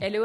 Hello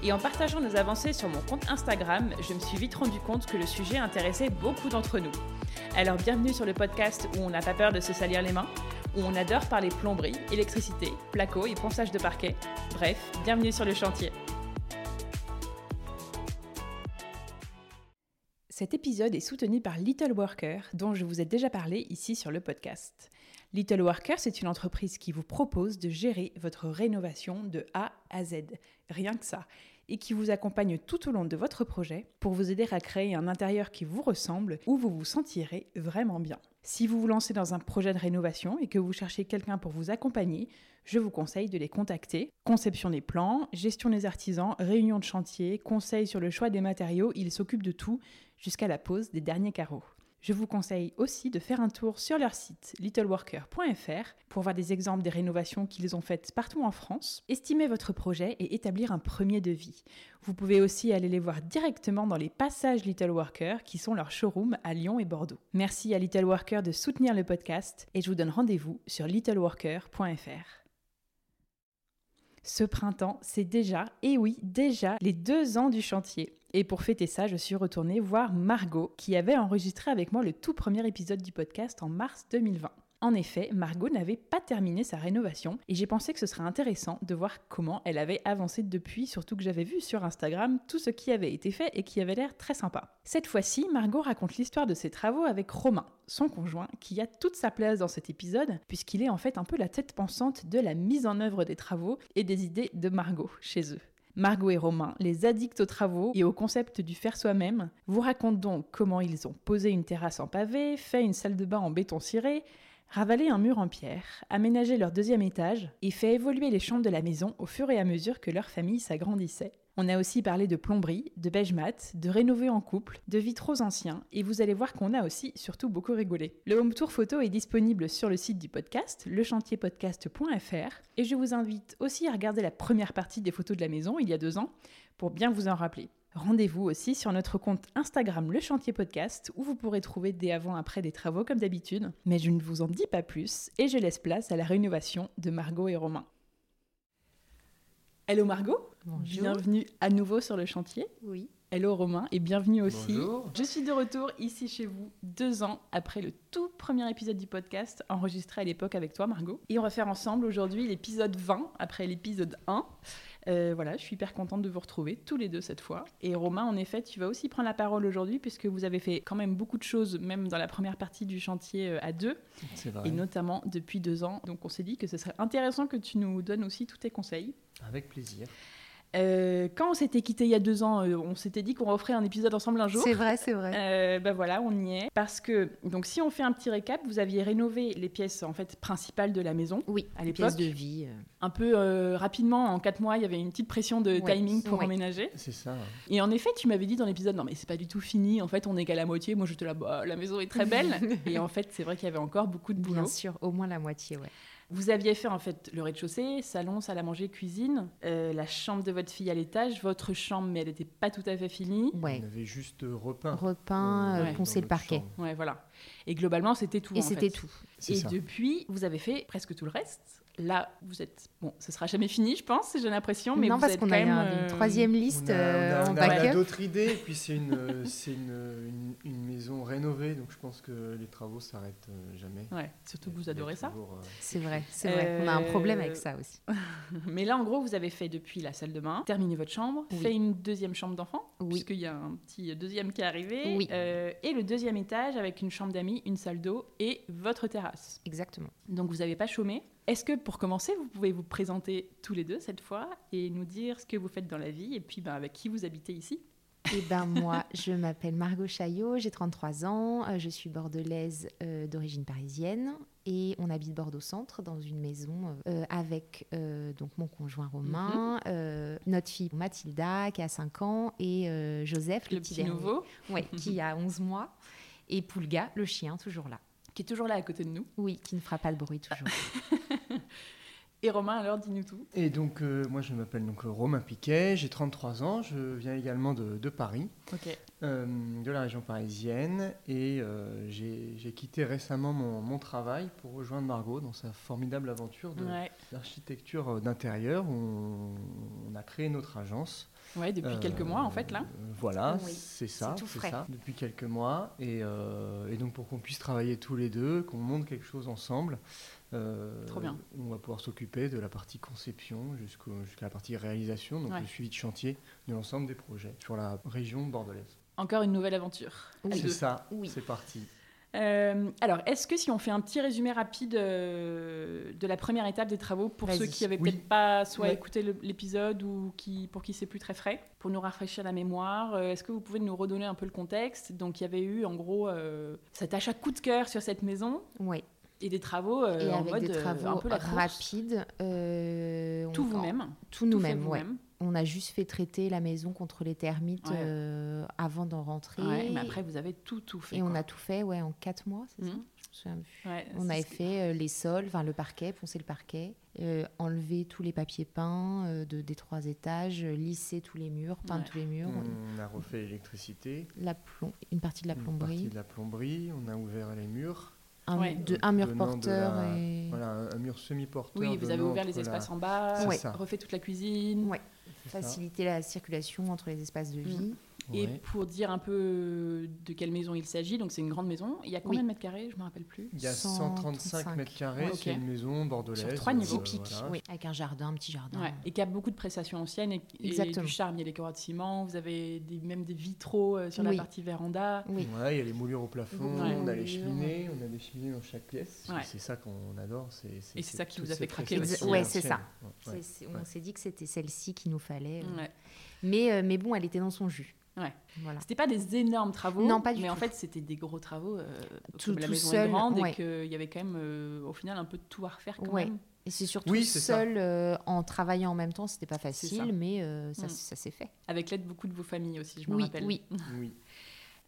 et en partageant nos avancées sur mon compte Instagram, je me suis vite rendu compte que le sujet intéressait beaucoup d'entre nous. Alors bienvenue sur le podcast où on n'a pas peur de se salir les mains, où on adore parler plomberie, électricité, placo et ponçage de parquet. Bref, bienvenue sur le chantier. Cet épisode est soutenu par Little Worker, dont je vous ai déjà parlé ici sur le podcast. Little Worker, c'est une entreprise qui vous propose de gérer votre rénovation de A à Z, rien que ça, et qui vous accompagne tout au long de votre projet pour vous aider à créer un intérieur qui vous ressemble, où vous vous sentirez vraiment bien. Si vous vous lancez dans un projet de rénovation et que vous cherchez quelqu'un pour vous accompagner, je vous conseille de les contacter. Conception des plans, gestion des artisans, réunion de chantier, conseils sur le choix des matériaux, ils s'occupent de tout jusqu'à la pose des derniers carreaux. Je vous conseille aussi de faire un tour sur leur site littleworker.fr pour voir des exemples des rénovations qu'ils ont faites partout en France, estimer votre projet et établir un premier devis. Vous pouvez aussi aller les voir directement dans les passages Little Worker qui sont leurs showrooms à Lyon et Bordeaux. Merci à Little Worker de soutenir le podcast et je vous donne rendez-vous sur littleworker.fr. Ce printemps, c'est déjà, et oui, déjà les deux ans du chantier. Et pour fêter ça, je suis retournée voir Margot, qui avait enregistré avec moi le tout premier épisode du podcast en mars 2020. En effet, Margot n'avait pas terminé sa rénovation et j'ai pensé que ce serait intéressant de voir comment elle avait avancé depuis, surtout que j'avais vu sur Instagram tout ce qui avait été fait et qui avait l'air très sympa. Cette fois-ci, Margot raconte l'histoire de ses travaux avec Romain, son conjoint, qui a toute sa place dans cet épisode, puisqu'il est en fait un peu la tête pensante de la mise en œuvre des travaux et des idées de Margot chez eux. Margot et Romain, les addicts aux travaux et au concept du faire soi-même, vous racontent donc comment ils ont posé une terrasse en pavé, fait une salle de bain en béton ciré, ravalé un mur en pierre, aménagé leur deuxième étage et fait évoluer les chambres de la maison au fur et à mesure que leur famille s'agrandissait. On a aussi parlé de plomberie, de beige mat, de rénover en couple, de vitraux anciens, et vous allez voir qu'on a aussi surtout beaucoup rigolé. Le home tour photo est disponible sur le site du podcast, lechantierpodcast.fr, et je vous invite aussi à regarder la première partie des photos de la maison il y a deux ans pour bien vous en rappeler. Rendez-vous aussi sur notre compte Instagram Le Chantier Podcast où vous pourrez trouver des avant-après des travaux comme d'habitude, mais je ne vous en dis pas plus et je laisse place à la rénovation de Margot et Romain. Hello Margot Bonjour. Bienvenue à nouveau sur le chantier. Oui. Hello Romain et bienvenue aussi. Bonjour. Je suis de retour ici chez vous deux ans après le tout premier épisode du podcast enregistré à l'époque avec toi Margot. Et on va faire ensemble aujourd'hui l'épisode 20 après l'épisode 1. Euh, voilà, je suis hyper contente de vous retrouver tous les deux cette fois. Et Romain, en effet, tu vas aussi prendre la parole aujourd'hui puisque vous avez fait quand même beaucoup de choses, même dans la première partie du chantier euh, à deux, C'est vrai. et notamment depuis deux ans. Donc on s'est dit que ce serait intéressant que tu nous donnes aussi tous tes conseils. Avec plaisir. Euh, quand on s'était quitté il y a deux ans, euh, on s'était dit qu'on referait un épisode ensemble un jour. C'est vrai, c'est vrai. Euh, ben voilà, on y est. Parce que, donc si on fait un petit récap, vous aviez rénové les pièces en fait principales de la maison. oui, à les l'époque, pièces de vie. euh, Un peu euh, rapidement, en quatre mois, il y avait une petite pression de Ouais. timing pour Ouais. emménager. C'est ça. hein. Et en effet, tu m'avais dit dans l'épisode, non mais c'est pas du tout fini, en fait on est qu'à la moitié, moi j'étais là, bah, la maison est très belle. Et en fait, c'est vrai qu'il y avait encore beaucoup de boulot. Bien sûr, au moins la moitié, ouais. Vous aviez fait en fait le rez-de-chaussée, salon, salle à manger, cuisine, euh, la chambre de votre fille à l'étage, votre chambre, mais elle n'était pas tout à fait finie. Ouais. On avait juste euh, repeint. Repeint, euh, euh, Ouais. poncer dans le notre parquet. chambre. Ouais, voilà. Et globalement, c'était tout. Et en c'était fait. tout. C'est Et ça. depuis, vous avez fait presque tout le reste. Là, vous êtes. Bon, ce sera jamais fini, je pense, j'ai l'impression, mais non, vous parce êtes qu'on quand a même, un- euh, une troisième liste On a- on euh, a, en on a- on a backup. d'autres idées, et puis c'est une, euh, c'est une, euh, une, une maison rénovée, donc je pense que les travaux s'arrêtent euh, jamais. Ouais, surtout que Il y vous a adorez ça. toujours, euh, C'est vrai, c'est vrai. On a un Euh, problème avec ça aussi. Mais là, en gros, vous avez fait depuis la salle de bain, terminé votre chambre, Oui. fait une deuxième chambre d'enfant, Oui. puisqu'il y a un petit deuxième qui est arrivé, Oui. euh, et le deuxième étage avec une chambre d'amis, une salle d'eau et votre terrasse. Exactement. Donc vous n'avez pas chômé. Est-ce que pour commencer, vous pouvez vous présenter tous les deux cette fois et nous dire ce que vous faites dans la vie et puis ben, avec qui vous habitez ici Eh ben moi, je m'appelle Margot Chaillot, j'ai 33 ans, euh, je suis bordelaise euh, d'origine parisienne et on habite Bordeaux Centre dans une maison euh, avec euh, donc mon conjoint Mhm. Romain, euh, notre fille Mathilda qui a 5 ans et euh, Joseph le, Le petit nouveau, ouais, qui a 11 mois et Poulga le chien toujours là. qui est toujours là à côté de nous. Oui, qui ne fera pas de bruit toujours. Et Romain, alors, dis-nous tout. Et donc, euh, moi, je m'appelle donc Romain Piquet, j'ai 33 ans, je viens également de, de Paris, Ok. euh, de la région parisienne, et euh, j'ai j'ai quitté récemment mon, mon travail pour rejoindre Margot dans sa formidable aventure de- Ouais, d'architecture euh, d'intérieur où on, on a créé notre agence. ouais depuis Euh, quelques mois, en fait, là. euh, Voilà, Oui, c'est ça, tout c'est frais. ça, depuis quelques mois. Et, euh, et donc pour qu'on puisse travailler tous les deux, qu'on monte quelque chose ensemble, euh, Trop bien. on va pouvoir s'occuper de la partie conception jusqu'au- jusqu'à la partie réalisation, donc Ouais. le suivi de chantier de l'ensemble des projets sur la région bordelaise. Encore une nouvelle aventure. Oui. À C'est deux. ça, Oui. c'est parti. Euh, alors, est-ce que si on fait un petit résumé rapide euh, de la première étape des travaux pour Vas-y. ceux qui avaient Oui. peut-être pas soit Ouais. écouté le- l'épisode ou qui, pour qui c'est plus très frais, pour nous rafraîchir la mémoire, euh, est-ce que vous pouvez nous redonner un peu le contexte Donc, il y avait eu en gros euh, cet achat coup de cœur sur cette maison Ouais. et des travaux euh, Et en avec mode des euh, travaux un peu la course. rapides, euh, on- tout vous-même, tout tout fait nous-mêmes, ouais. vous-même. On a juste fait traiter la maison contre les termites Ouais. euh, avant d'en rentrer. Ouais, mais après, vous avez tout tout fait. Et on quoi. a tout fait, ouais, en quatre mois, c'est ça Mhm. Je me souviens plus. Ouais, On c'est avait ce que- fait euh, les sols, enfin le parquet, poncer le parquet, euh, enlever tous les papiers peints euh, de, des trois étages, euh, lisser tous les murs, peindre Ouais. tous les murs, On a refait l'électricité, la plom- une partie de la Mm. une partie plomberie, de la plomberie, on a ouvert les murs. un, Ouais. de- un mur Donnant de porteur la- et Voilà, un, un mur semi-porteur. Oui, vous avez donnant ouvert les entre la- espaces en bas, C'est ouais, ça. refait toute la cuisine. Ouais. c'est ça, faciliter la circulation entre les espaces Mm. de vie. Et ouais. pour dire un peu euh, de quelle maison il s'agit, donc c'est une grande maison. Il y a combien de mètres carrés Je ne me rappelle plus. Il y a 135 135 mètres carrés, Ouais, ok. c'est une maison bordelaise. euh, Sur trois niveaux. Typique, voilà. oui, avec un jardin, un petit Ah. jardin. Ouais. Et qui a beaucoup de prestations anciennes et, et Exactement. du charme. Il y a les carreaux de ciment, vous avez des- même des vitraux euh, sur la Oui. partie véranda. Oui. Ouais, il y a les moulures au plafond, Ouais. on a les Moulures. cheminées, on a des cheminées dans chaque pièce. Ouais. C'est ça qu'on adore. c'est- Et c'est ça qui toutes vous a ces fait craquer prestations aussi. Ouais, c'est anciennes. ça. Ouais. C'est- c'est- ouais. On s'est dit que c'était celle-ci qu'il nous fallait. euh. Ouais. Mais, euh, mais bon, elle était dans son jus. Ouais. Voilà. C'était pas des énormes travaux, Non, pas du mais en tout. fait c'était des gros travaux. euh, Tout- comme la tout maison est seul, grande et ouais. qu'il y avait quand même euh, au final un peu de tout à refaire quand Ouais. même. Et c'est surtout Oui, c'est ça. seul euh, en travaillant en même temps, c'était pas C'est ça. facile, mais euh, ça, Mm. ça s'est fait. Avec l'aide beaucoup de vos familles aussi, je me oui, rappelle. oui. Oui.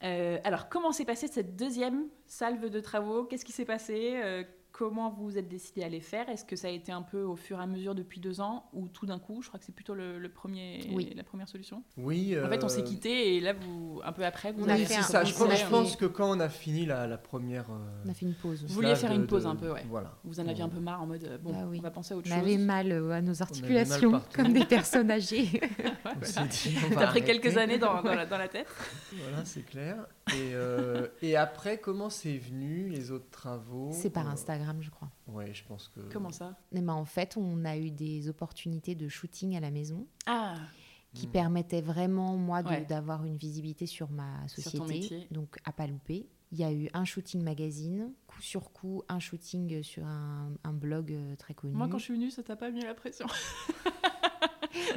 Euh, alors, comment s'est passée cette deuxième salve de travaux Qu'est-ce qui s'est passé Euh, Comment vous vous êtes décidé à les faire Est-ce que ça a été un peu au fur et à mesure depuis deux ans ou tout d'un coup Je crois que c'est plutôt le, le premier, Oui. la première solution. Oui, En fait, on s'est euh, quitté et là, vous, un peu après, vous On avez Oui, a fait c'est un- ça. on Je s'est pense, fait- je pense que quand on a fini la, la première. euh, On a fait une pause. Vous vouliez slave faire de- une pause de- un peu, ouais. Voilà. Vous en aviez un peu marre en mode euh, bon, Bah oui. on va penser à autre On avait chose. mal euh, à nos articulations, partout. comme des personnes âgées. On s'est dit, T'as on va pris arrêter. quelques années dans, dans la, dans la tête. Voilà, c'est clair. Et, euh, et après, comment c'est venu les autres travaux c'est par Oh. Euh, Instagram, je crois. Ouais, je pense que. Comment ça Mais bah, en fait, on a eu des opportunités de shooting à la maison Ah, qui Mm. permettaient vraiment, moi, de- Ouais. d'avoir une visibilité sur ma Sur ton société, métier. donc à pas louper. Il y a eu un shooting magazine, coup sur coup, un shooting sur un, un blog euh, très connu. moi quand je suis venue, ça t'a pas mis la pression.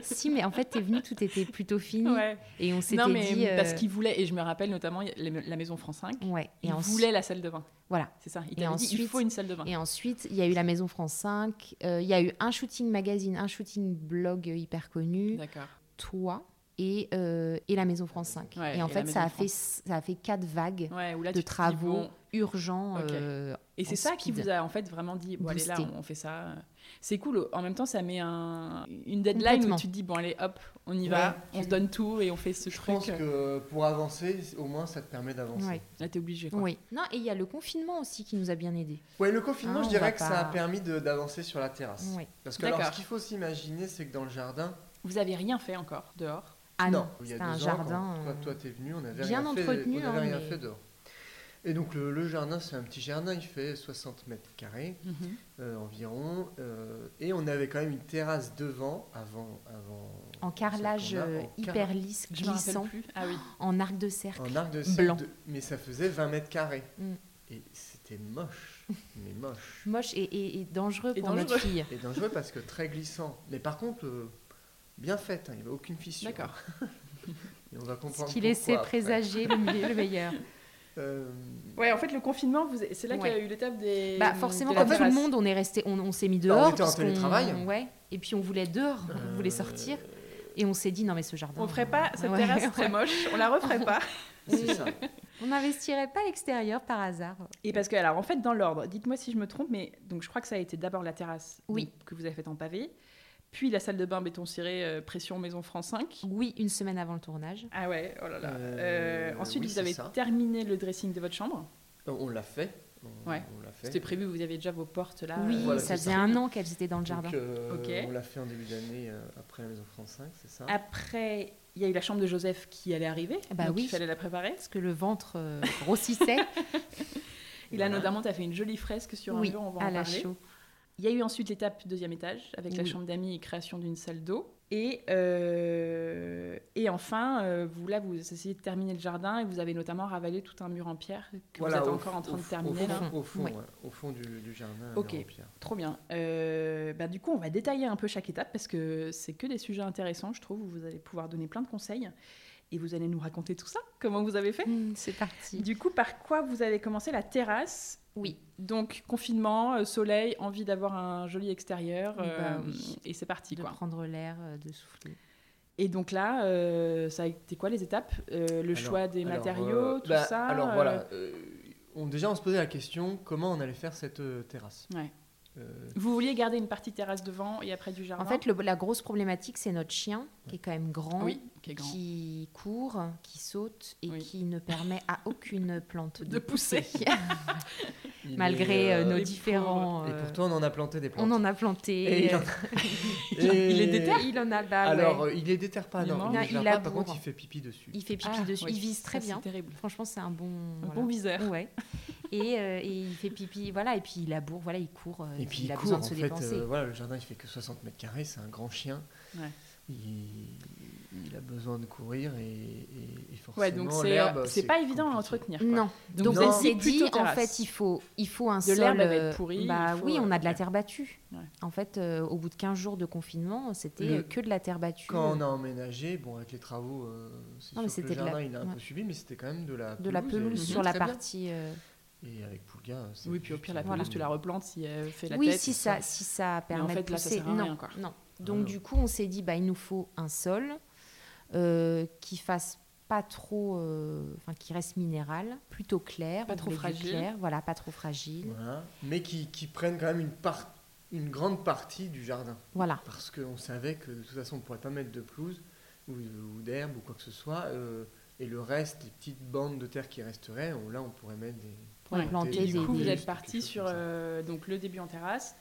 Si, mais en fait, t'es venu, tout était plutôt fini. ouais. Et on s'était Non, mais dit. parce euh, qu'ils voulaient, et je me rappelle notamment il y a la la maison France 5, Ouais. ils ensuite- voulaient la salle de bain. Voilà. C'est ça. Il Et t'avait dit il ensuite- faut une salle de bain. Et ensuite, il y a eu la Maison France 5, euh, il y a eu un shooting magazine, un shooting blog hyper connu, D'accord. toi et, euh, et la Maison France 5. Ouais, et en et la fait, ça a Maison fait, ça a fait quatre vagues Ouais, ou là, de tu te dis, travaux bon. urgents. Ok. euh, Et c'est en ça qui speed. vous a en fait vraiment dit bon, allez là, Boosté. on fait ça. C'est cool. En même temps, ça met un, une deadline où Complètement. tu te dis bon, allez, hop, on y va, Ouais. on se donne tout et on fait ce Je truc. euh, pense que pour avancer, au moins, ça te permet d'avancer. Ouais. Là, t'es obligé. Quoi. oui. Non, et il y a le confinement aussi qui nous a bien aidés. Ouais, le confinement, Hein, je on dirais va que ça a pas- permis de- d'avancer sur la terrasse. Ouais. Parce que alors, D'accord. ce qu'il faut s'imaginer, c'est que dans le jardin, Vous avez rien fait encore dehors. Ah non, il y a c'était un deux ans, jardin. quand toi, euh, toi, t'es venu, on n'avait bien rien, fait, entretenu, on avait hein, rien mais- fait dehors. Et donc le, le jardin, c'est un petit jardin, il fait 60 mètres carrés Mhm. euh, environ, euh, et on avait quand même une terrasse devant, avant, avant. en carrelage ce qu'on a, euh, en hyper carrelage, lisse, Je me rappelle glissant, Oh, plus. Ah oui. en arc de cercle. En arc de blanc. cercle, de- mais ça faisait 20 mètres carrés, Mm. et c'était moche, mais moche. Moche et, et- et dangereux Et pour notre dangereux. fille. Et dangereux parce que très glissant. Mais par contre, euh, bien faite, hein, il n'y avait aucune fissure. D'accord. Il Et on va comprendre Ce qui laissait pourquoi après. présager le mieux- le meilleur. Euh, Ouais, en fait, le confinement, vous... c'est là Ouais. qu'il y a eu l'étape des. Bah, forcément, de la comme tout le terrasse. monde, on est resté, on, on s'est mis Bah, on dehors. était en parce qu'on- télétravail. Euh, Ouais. Et puis on voulait être dehors, on voulait sortir. Et on s'est dit non mais ce jardin. euh, On ferait pas cette Ouais, terrasse ouais. très moche, on la referait pas. euh, c'est ça. On n'investirait pas l'extérieur par hasard. Et parce que, alors en fait, dans l'ordre, dites-moi si je me trompe, mais donc je crois que ça a été d'abord la terrasse Oui. donc, que vous avez faite en pavé, puis la salle de bain béton ciré, euh, pression maison France 5. Oui, une semaine avant le tournage. Ah ouais, oh là là. Euh, Euh, ensuite, oui, vous c'est avez ça. terminé le dressing de votre chambre. Euh, On l'a fait. On, Ouais. on l'a fait. C'était prévu, vous aviez déjà vos portes là. oui, euh, Ah, voilà, ça c'est faisait ça. un an qu'elles étaient dans le Donc, jardin. euh, Ok. On l'a fait en début d'année euh, après la Maison France 5, c'est ça Ah, Après, il y a eu la chambre de Joseph qui allait arriver. Ah bah donc oui. Il fallait la préparer. Parce que le ventre euh, grossissait. Et là, Voilà. notamment, tu as fait une jolie fresque sur un oui, mur, on va à en la parler. chaux. Il y a eu ensuite l'étape deuxième étage, avec la Oui. chambre d'amis et création d'une salle d'eau. Et, euh, et enfin, euh, vous là, vous essayez de terminer le jardin et vous avez notamment ravalé tout un mur en pierre que Voilà, vous êtes au- encore en train au- de terminer. Au là. fond, au fond, Oui. ouais, au fond du, du jardin. Ok. mur en pierre. Trop bien. Euh, bah, du coup, on va détailler un peu chaque étape parce que c'est que des sujets intéressants, je trouve, où vous allez pouvoir donner plein de conseils. Et vous allez nous raconter tout ça, comment vous avez fait. Hmm, C'est parti. Du coup, par quoi vous avez commencé la terrasse Oui. Donc, confinement, euh, soleil, envie d'avoir un joli extérieur. Eh ben Bah euh, oui. Et c'est parti, De quoi. prendre l'air, euh, de souffler. Et donc là, euh, ça a été quoi les étapes Euh, Le Alors- choix des alors, matériaux, euh, tout bah, ça Alors euh, voilà, euh, on, déjà on se posait la question comment on allait faire cette euh, terrasse. Ouais. Euh, Vous vouliez garder une partie terrasse devant et après du jardin En fait, le- la grosse problématique, c'est notre chien, qui est quand même grand, oui, qui est grand. qui court, qui saute et Oui. qui ne permet à aucune plante De pousser. il Malgré est, euh, euh, nos les différents. Et euh, pourtant on en a planté des plantes. on en a planté. Et il en- Et- il est déter. Il en a bah, ouais. Alors euh, il est déterre pas, Il non, mange. il, Non, est il déterre pas, par laboure. contre il fait pipi dessus. Il fait pipi Ah, dessus. ouais. Il vise très Ça, bien. C'est terrible. Franchement, c'est un bon. Un voilà. bon viseur. Ouais. Et, euh, et il fait pipi, voilà, et puis il laboure, voilà, il court, euh, Et puis il, a court, besoin en de se fait, dépenser. euh, voilà, le jardin il fait que 60 mètres carrés, c'est un grand chien. Ouais. Il, il a besoin de courir et, et- et forcément Ouais, donc c'est l'herbe, euh, c'est pas évident à compliqué. entretenir. quoi. Non. Donc, Mm. Donc vous on avez s'est dit, plutôt en terrasse. fait, il faut, il faut un De sol. l'herbe, elle va euh, être pourrie, Bah il faut, oui, on a de la ouais. terre battue. Ouais. En fait, euh, au bout de 15 jours de confinement, c'était Le- euh, que de la terre battue. euh, Quand on a emménagé, bon, avec les travaux, euh, c'est Non, mais sûr c'était que le de la- jardin, il a un ouais. peu subi, mais c'était quand même de la pelouse. de la et- pelouse Mhm. sur la très bien. partie. euh, Et avec Poulga, c'est Oui, puis au juste, pire, la euh, pelouse, tu la replantes si elle fait la oui, tête. si et ça, si ça Mais permet en fait, de là, ça pousser. sert à non, rien, quoi. Ah non. non. Donc du coup, on s'est dit, bah, il nous faut un sol euh, qui fasse pas trop, euh, enfin qui reste minéral, plutôt clair, Pas on trop voulait du fragile. clair, voilà, pas trop fragile, Voilà. Mais qui, qui prennent quand même une, part- une grande partie du jardin. voilà. Parce qu'on savait que de toute façon, on ne pourrait pas mettre de pelouse ou, ou d'herbe ou quoi que ce soit. euh, et le reste, les petites bandes de terre qui resteraient, on- là, on pourrait mettre des. Pour Ouais. planter Et des, du coup, des- vous des- êtes parti quelque chose sur comme ça. euh, donc le début en terrasse.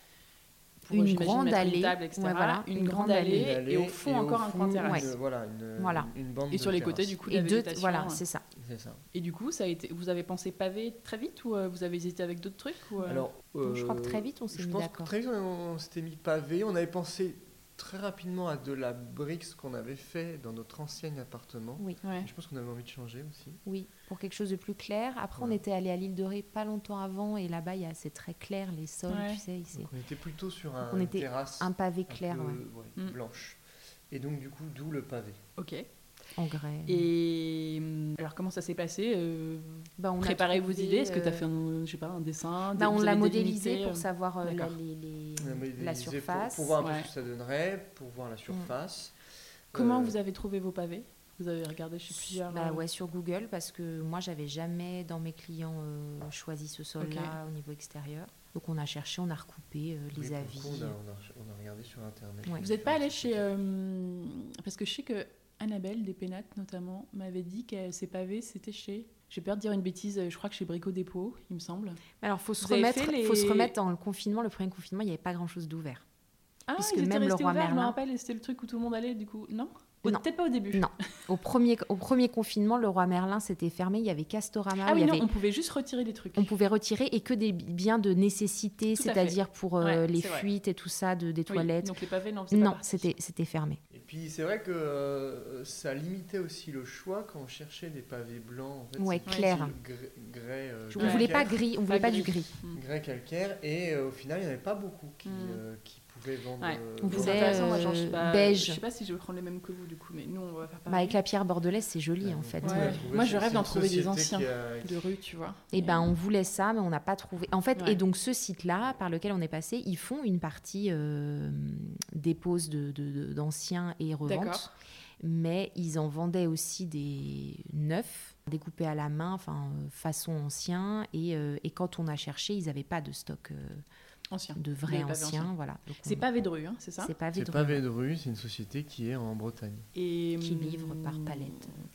Pour, Une j'imagine, grande mettre allée. Une, table, etc. Ouais, voilà, une, une grande grande allée, une allée et au fond et encore un fond, coin terrasse. une- voilà, une, Voilà. une bande Et de sur les terrasse. côtés, du coup, et la deux, végétation, voilà, hein. c'est ça. C'est ça. Et du coup, ça a été, vous avez pensé pavé très vite ou euh, vous avez hésité avec d'autres trucs ou, euh, Alors, Donc, je crois que euh, très vite, on s'est Je mis pense que d'accord. très vite, on, on s'était mis pavé. On avait pensé très rapidement à de la brique, ce qu'on avait fait dans notre ancien appartement. Oui, Ouais. Je pense qu'on avait envie de changer aussi. oui, pour quelque chose de plus clair. Après, on Ouais. était allé à l'île de Ré pas longtemps avant, et là-bas, il y a- c'est très clair les sols, Ouais. tu sais, c'est Donc, on était plutôt sur un, on était terrasse un pavé un clair, peu, ouais. ouais, Mm. blanche. Et donc, du coup, d'où le pavé. Ok. euh, en grès. Mm. Et hum, alors, comment ça s'est passé euh, Bah, on a Préparez vos trouvé, idées. Est-ce que tu as euh, fait un, je sais pas, un dessin Bah, Vous avez on l'a délimité, modélisé euh, pour savoir euh, la, d'accord. les- les- On a la modélisé pour- surface. Mm. Pour, voir un peu Ouais. ce que ça donnerait, pour voir la surface. Comment Euh, vous avez trouvé vos pavés Vous avez regardé chez plusieurs. Bah euh, ouais, sur Google, parce que moi, j'avais jamais dans mes clients euh, choisi ce sol-là au niveau extérieur. Donc, on a cherché, on a recoupé euh, mais les pour le avis. coup, on, a, on a- on a regardé sur Internet. Ouais. Vous n'êtes pas allé chez. euh, parce que je sais que Annabelle, des Pénates notamment, m'avait dit que ses pavés, c'était chez. J'ai peur de dire une bêtise, je crois que chez Brico Dépôt, il me semble. Alors, faut se Vous avez remettre, fait les- faut se remettre dans le confinement. Le premier confinement, il n'y avait pas grand-chose d'ouvert. Ah, Puisque ils étaient même le restés roi ouverts, je me Merlin- rappelle, et c'était le truc où tout le monde allait, du coup. Non, Ou Non. Peut-être pas au début. Non. Au premier, au premier confinement, le roi Merlin s'était fermé. Il y avait Castorama. Ah il oui, y non, avait- on pouvait juste retirer des trucs. on pouvait retirer et que des bi- biens de nécessité, Tout à fait. c'est-à-dire pour euh, Ouais, les c'est vrai. fuites et tout ça, de, des Oui, toilettes. Donc les pavés, non, c'est pas Non, parti. c'était c'était fermé. Et puis c'est vrai que euh, ça limitait aussi le choix quand on cherchait des pavés blancs. En fait, Ouais, c'est clair. du gr- Grès, euh, On Ouais. voulait pas calcaire. gris, on voulait pas du gris. gris. Grès calcaire. Et euh, au final, il n'y en avait pas beaucoup qui, Mm. euh, qui pouvez vendre. Ouais. euh, Vous vendre- êtes- intéressant, moi, genre, je sais euh, pas, beige. Je sais pas si je vais prendre les mêmes que vous, du coup, mais nous, on va faire Bah, pareil. avec la pierre bordelaise, c'est joli Ouais, en on fait. peut Ouais. la trouver, Moi, je c'est- rêve c'est d'en une trouver des société qui a- de rue, tu vois. Et ben on voulait ça, mais on n'a pas trouvé. En fait, Ouais. et donc ce site-là par lequel on est passé, ils font une partie euh, dépose de- de- de- d'anciens et revente. D'accord. Mais ils en vendaient aussi des neufs, découpés à la main, enfin euh, façon ancien. Et, euh, et quand on a cherché, ils n'avaient pas de stock euh, Ancien. de Il y vrais avait pas anciens. d'anciens. Voilà. Donc, C'est on- pavé de rue, hein, c'est ça C'est pas C'est Védrune. pas Védru, c'est une société qui est en Bretagne. Et... hum, Qui livre par palette.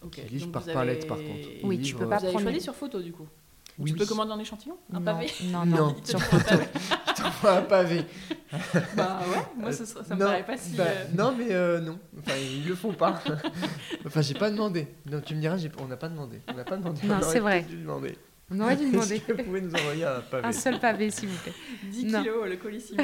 Ok. Qui livre donc par vous avez- palette, par contre. Oui, Ils tu peux livrent- pas Vous avez prendre- choisi sur photo, du coup. Oui. Tu peux commander un échantillon Un Non, pavé Non, Non. non, Il te sur prend un photo. un pavé. Bah ouais, moi, ce sera- ça me Euh, Non, paraît pas si... bah, euh, Non, mais euh, non. Enfin, ils le font pas. enfin, j'ai pas demandé. Non, tu me diras, j'ai- on n'a pas demandé. On n'a pas demandé. Non, on aurait c'est vrai. peut-être dû demander. On aurait dû Est-ce demander Ah, que vous pouvez nous envoyer un pavé un seul pavé, s'il vous plaît. 10 Non. kilos, le colissimo.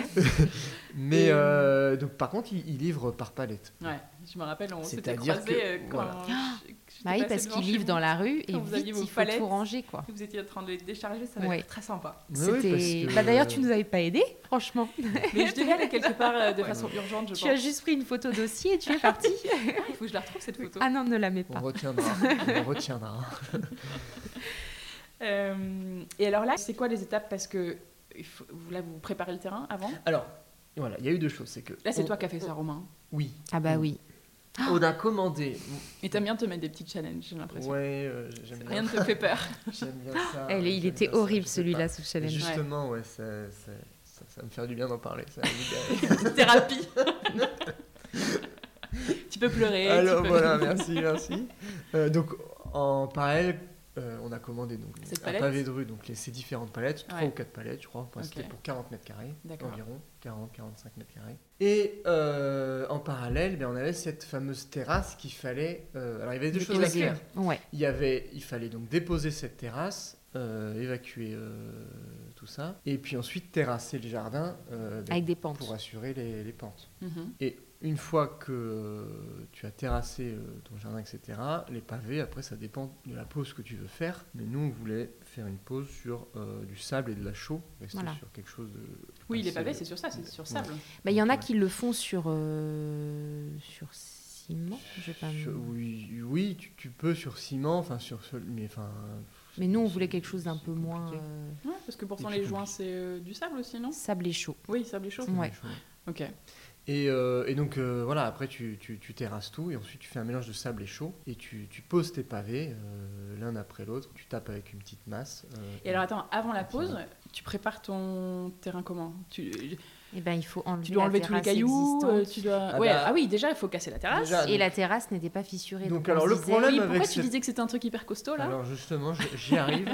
Mais Et- euh, donc, par contre, ils ils livrent par palette. Ah, Ouais, je me rappelle, on s'était C'est-à-dire croisés que- euh, quand voilà. je- que j'étais Bah oui, passée parce devant qu'ils chez vivent vous, dans la rue et quand vous vite, aviez vos il faut palettes. tout ranger, quoi. que Vous étiez en train de les décharger, ça va Ouais. être très sympa. Oui, oui, C'était. parce que- Bah, d'ailleurs, tu nous avais pas aidé, franchement. Mais je devais aller quelque part euh, de façon urgente, je tu as pense. juste pris une photo dossier et tu es parti. Ah, Il faut que je la retrouve, cette photo. ah non, ne la mets On pas. retiendra. on retiendra. Euh, et alors là, c'est quoi les étapes Parce que il faut- vous- là, vous préparez le terrain avant. Alors, voilà, il y a eu deux choses. C'est que. Là, c'est on- toi qui as fait ça, Romain. Oui. Ah bah oui. On a commandé. Et t'aimes bien te mettre des petits challenges, j'ai l'impression. Ouais, euh, j'aime Rien bien, ne te fait peur. j'aime bien ça. Elle est- il j'aime était bien ça, horrible Ah, je sais pas. celui-là sous le Mais challenge. Justement, ouais, ça, ça, ça, ça me fait du bien d'en parler. Ça me libère. Petite Thérapie. tu peux pleurer. Alors tu peux- voilà, merci, merci. Euh, donc en parallèle, euh, on a commandé donc, Cette un palette pavé de rue, donc les, ces différentes palettes, trois Ouais. ou quatre palettes, je crois. Enfin, C'était Ok. pour 40 mètres carrés, D'accord. environ 40-45 mètres carrés. Et euh, en parallèle, ben, on avait cette fameuse terrasse qu'il fallait. euh, alors il y avait deux choses à Évacuer. faire. Ouais. Il, y avait, il fallait donc déposer cette terrasse, euh, évacuer euh, tout ça, et puis ensuite terrasser le jardin euh, Avec des pentes. pour assurer les- les pentes. Mhm. Et une fois que euh, tu as terrassé euh, ton jardin, etc., les pavés, après, ça dépend de la pose que tu veux faire. Mais nous, on voulait faire une pose sur euh, du sable et de la chaux, rester Voilà. sur quelque chose de. Oui, les assez- pavés, c'est sur ça, c'est sur sable. Bah, il y en a Ouais. qui le font sur. euh, sur ciment, je sais pas. Sur- oui, oui, tu, tu peux sur ciment, enfin sur sol, mais enfin. Mais nous, on c'est- voulait quelque chose d'un c'est peu moins. compliqué. euh, Ouais, parce que pourtant, Et les puis- joints, c'est euh, du sable aussi, non sable et chaud. Oui, sable et chaud. Mm. ouais. Ok. Et, euh, et donc euh, voilà, après tu, tu, tu terrasses tout et ensuite tu fais un mélange de sable et chaud et tu, tu poses tes pavés euh, l'un après l'autre, tu tapes avec une petite masse. euh, Et alors, attends, avant la Ok. pause, tu prépares ton terrain comment tu, Et ben, il faut enlever. tu dois la enlever tous les terrasse cailloux existante. euh, tu dois... Ah ouais, bah- ah oui, déjà, il faut casser la terrasse. Déjà, Et la terrasse n'était pas fissurée. Donc, on alors, se le disait- problème- Oui, avec pourquoi tu cette- disais que c'était un truc hyper costaud là Alors justement, je- j'y arrive.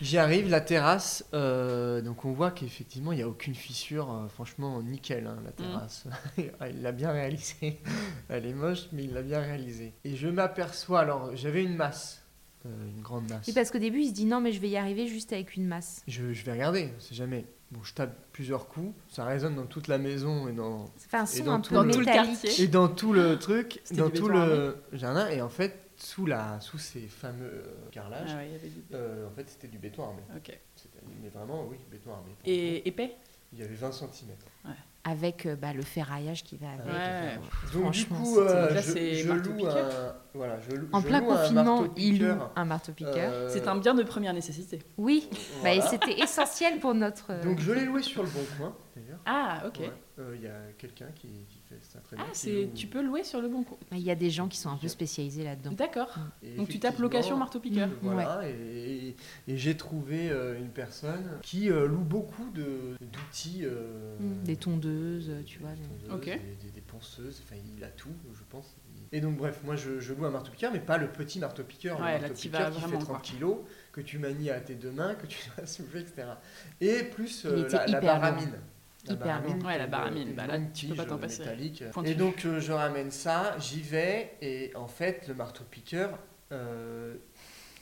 j'y arrive, la terrasse. euh, donc on voit qu'effectivement, il n'y a aucune fissure. euh, franchement, nickel, hein, Mm. la terrasse. Ah, il l'a bien réalisée. Elle est moche, mais il l'a bien réalisée. Et je m'aperçois, alors j'avais une masse, euh, une grande masse. Oui, parce qu'au début, il se dit non, mais je vais y arriver juste avec une masse. Je, je vais regarder, on sait jamais. Bon, je tape plusieurs coups, ça résonne dans toute la maison et dans, Ça fait un son dans un tout- peu dans tout le métallique. quartier. et dans tout le truc, C'était dans du tout béton le jardin. Et en fait, sous, la, sous ces fameux euh, Ah carrelages, ouais, il y avait du- euh, en fait, c'était du béton armé. Ok. C'était- Mais vraiment, oui, béton armé. Pour le coup, Et épais Il y avait 20 cm. Avec euh, bah, le ferraillage qui va avec. Euh, Ouais. Donc, du Franchement, coup, c'était- euh, Là, c'est je, je marteau loue piqueur. un. Voilà, je, loue- En je plein loue un confinement, marteau il piqueur, loue un marteau-piqueur. euh, C'est un bien de première nécessité. Oui, bah, voilà. et c'était essentiel pour notre. euh, Donc, je l'ai loué sur le bon coin, d'ailleurs. Ah, ok. Ouais. Euh, Il y a quelqu'un qui, qui fait ça très bien. Ah, qui c'est... loue- tu peux louer sur le bon coup. Il y a des gens qui sont un peu spécialisés là-dedans. D'accord. et Donc tu tapes location marteau-piqueur. Mm. Voilà, et, et- et j'ai trouvé euh, une personne qui euh, loue beaucoup de- d'outils. euh, Mm. Des tondeuses, tu vois, Des, des- tondeuses, Ok. euh, des, des- des ponceuses, enfin il a tout, je pense. Et donc bref, moi je, je loue un marteau-piqueur, mais pas le petit marteau-piqueur, Ouais, là, le t'y marteau-piqueur vas qui fait vraiment, 30 quoi. kilos, que tu manies à tes deux mains, que tu dois soulever, etc. Et plus Il euh, était la, la hyper barre à lourd. mine. Hyper lourd. Ouais, la euh, barre à mine, bah là, tu peux pas t'en passer. Pointu. Et donc euh, je ramène ça, j'y vais, et en fait le marteau-piqueur... euh,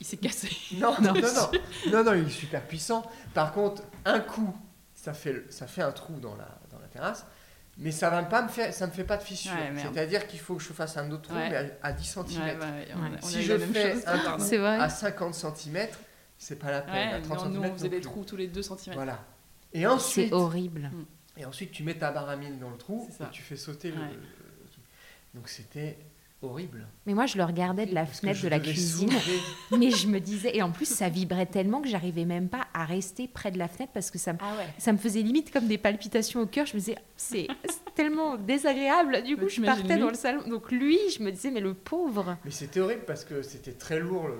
Il s'est cassé. non, Non. non, non, non, non, il est super puissant. Par contre, un coup, ça fait, le- ça fait un trou dans la, dans la terrasse, mais ça va pas me faire, ça me fait pas de fissure. Ouais, merde. C'est-à-dire qu'il faut que je fasse un autre trou, Ouais. mais à, à 10 cm. Ouais, bah, ouais, on a- Ouais. on a Si eu je la même fais chose. un pardon. truc- C'est vrai. À 50 cm, c'est pas la peine. Ouais, à 30 non, nous, cm, on faisait non des plus. trous tous les 2 cm. Voilà. Et C'est ensuite, horrible. Et ensuite, tu mets ta baramine dans le trou C'est ça. et tu fais sauter le. Ouais. le- Donc c'était horrible. Mais moi, je le regardais de la Parce que fenêtre je de la devais cuisine, soulever- mais je me disais, et en plus, ça vibrait tellement que j'arrivais même pas à rester près de la fenêtre parce que ça me, Ah ouais. ça me faisait limite comme des palpitations au cœur. Je me disais, c'est c'est tellement désagréable. Du coup, je T'imagines partais lui dans le salon. Donc lui, je me disais, mais le pauvre. Mais c'était horrible parce que c'était très lourd. le-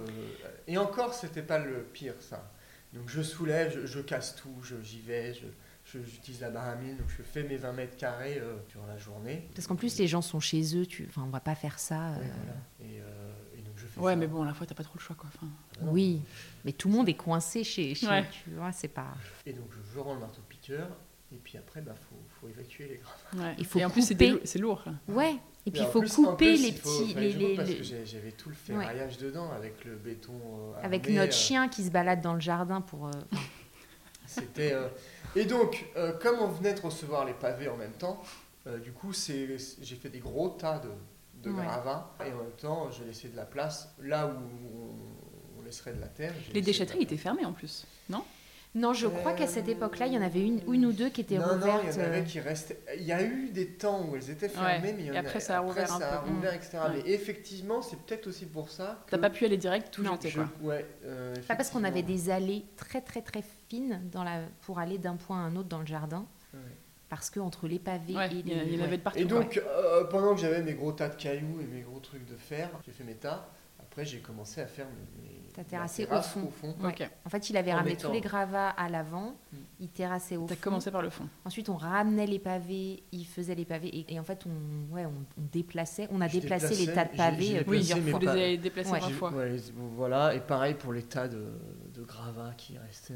Et encore, c'était pas le pire, ça. Donc je soulève, je, je casse tout, je- j'y vais, je- je- j'utilise la baramine, donc je fais mes 20 mètres carrés euh, durant la journée. Parce qu'en plus, les gens sont chez eux. Tu, enfin, on va pas faire ça. Ouais, euh, voilà. et, euh, et donc je fais Ouais, ça. mais bon, à la fois, t'as pas trop le choix, quoi. Enfin, Ah non. Oui, mais tout le monde est coincé chez. chez Ouais. Tu vois, c'est pas. Et donc je, je rends le marteau piqueur, et puis après, bah, faut, faut évacuer les grains. ouais. Il faut Et en plus, c'est couper. délou- c'est lourd. là. Ouais. Et puis Mais il en faut plus- en couper plus, les il faut- petits. fallait les- que je coupe les- parce les- que j'ai- j'avais tout le ferraillage dedans avec le béton. euh, Avec armé, notre euh, chien qui se balade dans le jardin pour. euh, enfin, C'était. euh, Et donc, euh, comme on venait de recevoir les pavés en même temps, euh, du coup, c'est- c'est- j'ai fait des gros tas de, de Ouais. gravats et en même temps, j'ai laissé de la place là où on, on laisserait de la terre. Les j'ai laissé de la déchetteries étaient place. fermées en plus. Non, je crois qu'à cette époque-là, il y en avait une, une ou deux qui étaient Euh, Non, non, il rouvertes. y en euh, avait qui restaient. Il y a eu des temps où elles étaient fermées, Ouais, mais il y et en après, a- ça a après, rouvert un ça a peu. rouvert, etc. Ouais. Mais effectivement, c'est peut-être aussi pour ça que. T'as pas pu aller direct tout Non. jeter, je- quoi. ouais, euh, Pas parce qu'on avait effectivement. des allées très très très fines dans la... pour aller d'un point à un autre dans le jardin, Ouais. parce que entre les pavés Ouais, et il les... y, en- il y en ouais. avait de partout. Et ouais. donc, euh, pendant que j'avais mes gros tas de cailloux et mes gros trucs de fer, j'ai fait mes tas. Après, j'ai commencé à faire mes. mes- T'as ma terrassé au terrasse fond. Ouais. Ok. En fait, il avait En ramené mettant- tous les gravats à l'avant, Mm. il terrassait au T'as fond. commencé par le fond. Ensuite, on ramenait les pavés, il faisait les pavés, et, et en fait, on, ouais, on, on déplaçait, on a Je déplacé les déplaçais, tas de j'ai- pavés j'ai euh, Oui, Oui, déplacé il plusieurs mes faut fois. pas- les déplacer Ouais. vingt J'ai- fois. ouais, les- voilà, et pareil pour les tas de, de gravats qui restaient.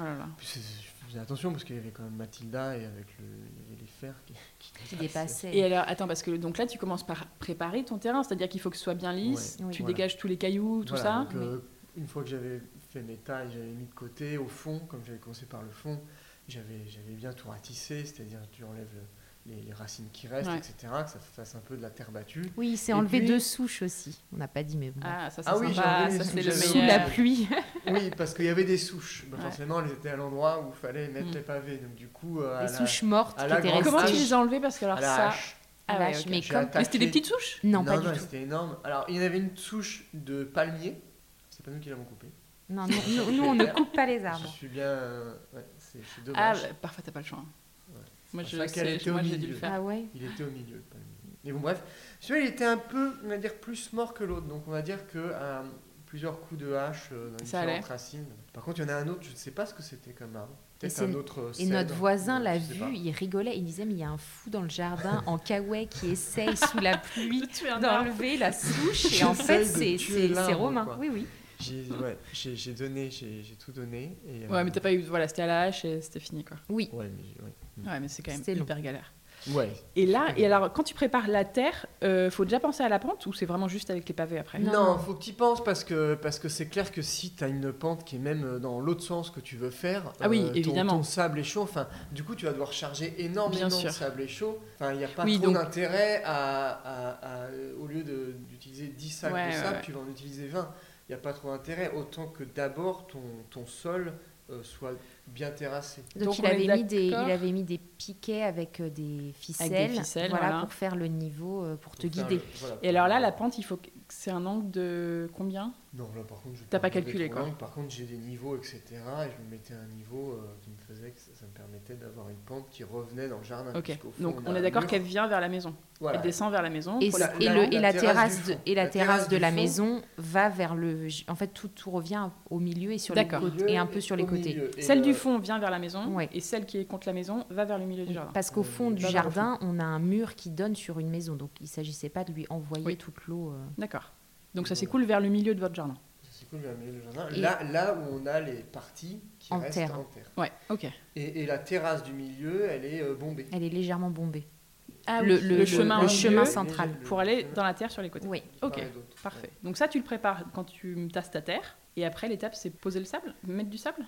Oh là là. En plus, c'est- je faisais attention parce qu'il y avait quand même Mathilda et avec le, il y avait les fers qui, qui dépassaient. Et euh, alors, attends, parce que donc là, tu commences par préparer ton terrain, c'est-à-dire qu'il faut que ce soit bien lisse, Ouais. Oui. tu Voilà. dégages tous les cailloux, tout Voilà, ça. donc, euh, Une fois que j'avais fait mes tas et j'avais mis de côté, au fond, comme j'avais commencé par le fond, j'avais j'avais bien tout ratissé, c'est-à-dire tu enlèves le- les, les racines qui restent, Ouais. etc., que ça fasse un peu de la terre battue. Oui, il s'est Et enlevé puis- deux souches aussi. On n'a pas dit, mais bon. Ah, ça c'est Ah oui, sympa, j'ai ça enlevé les c'est sous- le j'ai meilleur. enlevé Sous la pluie. Oui, parce qu'il y avait des souches. Bah, Ouais. Forcément, elles étaient à l'endroit où il fallait mettre Mm. les pavés. Donc du coup, euh, à Les la- souches mortes à qui la étaient grande restées. Comment tu les as enlevés Parce que alors à la ça. hache, Ah ouais, Vache, ok. mais j'ai comme- Mais attaqué- c'était des petites souches Non, pas non, du tout. c'était énorme. Alors, il y en avait une souche de palmier. C'est pas nous qui l'avons coupée. Non, nous, nous- nous, on ne coupe pas les Je arbres. suis bien. euh, ouais, c'est c'est Ah, dommage. bah, parfois t'as pas le choix. hein. Ouais. Moi C'est je vrai qu'elle sais, était au moi, j'ai dû le milieu. faire. Ah ouais Il était au milieu, le palmier. Mais bon, bref. Celui-là, il était un peu, on va dire, plus mort que l'autre. Donc, on va dire que euh, plusieurs coups de hache euh, dans les Ça allait. différentes racines. Par contre, il y en a un autre, je ne sais pas ce que c'était comme arbre. Peut-être c'est- un autre. euh, Et cèdre, notre voisin euh, l'a je sais vu, pas. il rigolait, il disait mais il y a un fou dans le jardin en kawaii qui essaye sous la pluie tuer un arbre. d'enlever la souche et J'essaye en fait de c'est tuer c'est- c'est l'arbre, Romain. quoi. Oui oui. J'ai ouais, j'ai- j'ai donné, j'ai j'ai tout donné. Et, euh, Ouais, mais t'as pas eu. Voilà, c'était à la hache et c'était fini quoi. Oui. Ouais, mais. Ouais, mais c'est quand même C'était long. hyper galère. Ouais. ouais. Et là, Super et galère. alors quand tu prépares la terre, euh, faut déjà penser à la pente ou c'est vraiment juste avec les pavés après Non, Non, non. faut que tu y penses parce que parce que c'est clair que si tu as une pente qui est même dans l'autre sens que tu veux faire, euh, Ah oui, ton- évidemment. ton sable est chaud. Enfin, du coup, tu vas devoir charger énormément Bien de sûr. sable est chaud. Enfin, il n'y a pas Oui, trop donc- d'intérêt à, à- à- au lieu de- d'utiliser 10 sacs Ouais, de ouais, sable, ouais. tu vas en utiliser 20. Il n'y a pas trop d'intérêt autant que d'abord ton ton sol euh, soit bien terrassé. Donc, Donc, il on est avait mis des il d'accord. avait mis des piquets avec euh, des ficelles, ficelles, voilà, voilà. pour faire le niveau euh, pour te Pour faire guider. le- voilà, Et pour- alors là, la pente, il faut que que c'est un angle de combien Non, là par contre, je vais T'as pas regarder calculé, trop quoi. loin. Par contre, j'ai des niveaux, etc. Et je me mettais à un niveau euh, qui me faisait que ça, ça me permettait d'avoir une pente qui revenait dans le jardin. Ok. puisqu'au fond, Donc on a est d'accord un qu'elle vient vers la maison. mur. Voilà. Elle descend vers la maison. Et, pour la- et la- le, et la la terrasse terrasse du de, fond. et la La terrasse terrasse de du la fond. maison va vers le. En fait, tout, tout revient au milieu et sur les D'accord. côtés et un peu sur les Au côtés. milieu. Et euh, Celle le- du fond vient vers la maison Ouais. et celle qui est contre la maison va vers le milieu du jardin. Parce qu'au Euh, fond du pas vers le fond. jardin, on a un mur qui donne sur une maison, donc il s'agissait pas de lui envoyer Oui. toute l'eau. euh. D'accord. Donc ça Voilà. s'écoule vers le milieu de votre jardin. C'est cool, le milieu du jardin. Et- Là, là où on a les parties qui En restent terre. en terre. Ouais, ok. Et, et la terrasse du milieu, elle est euh, bombée. Elle est légèrement bombée. Ah, Le- oui. le- le, le- chemin, le au chemin milieu central. pour aller dans la terre sur les côtés. Oui. Ok, Parfait. Donc ça, tu le prépares quand tu tasses ta terre. Et après, l'étape, c'est poser le sable, mettre du sable.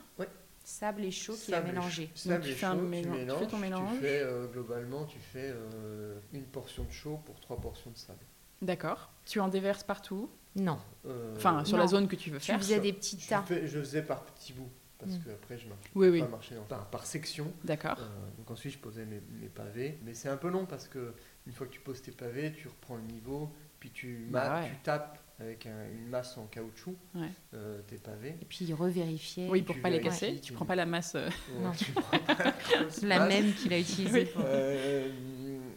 Sable et chaud qui a mélangé. Donc, tu fais un mélange- tu fais ton mélange. Tu fais, euh, globalement, tu fais euh, une portion de chaud pour trois portions de sable. D'accord. Tu en déverses partout. Non. Euh, Enfin, sur la Non. zone que tu veux Tu faire. faisais ça. des petits Je tas. fais- je faisais par petits bouts. parce Mm. Ah. que après je marche Oui, oui. pas marcher dans- par, par section. D'accord. Euh, donc ensuite je posais mes, mes pavés, mais c'est un peu long parce que une fois que tu poses tes pavés, tu reprends le niveau, puis tu, Bah ma- ouais. tu tapes avec un- une masse en caoutchouc Ouais. euh, tes pavés. Et puis il revérifiait Oui, pour tu pas les vérifies, casser, tu- tu prends pas la masse. euh, Ouais, Non. tu prends pas la grosse la masse. même qu'il a utilisée. Oui. pour- Euh,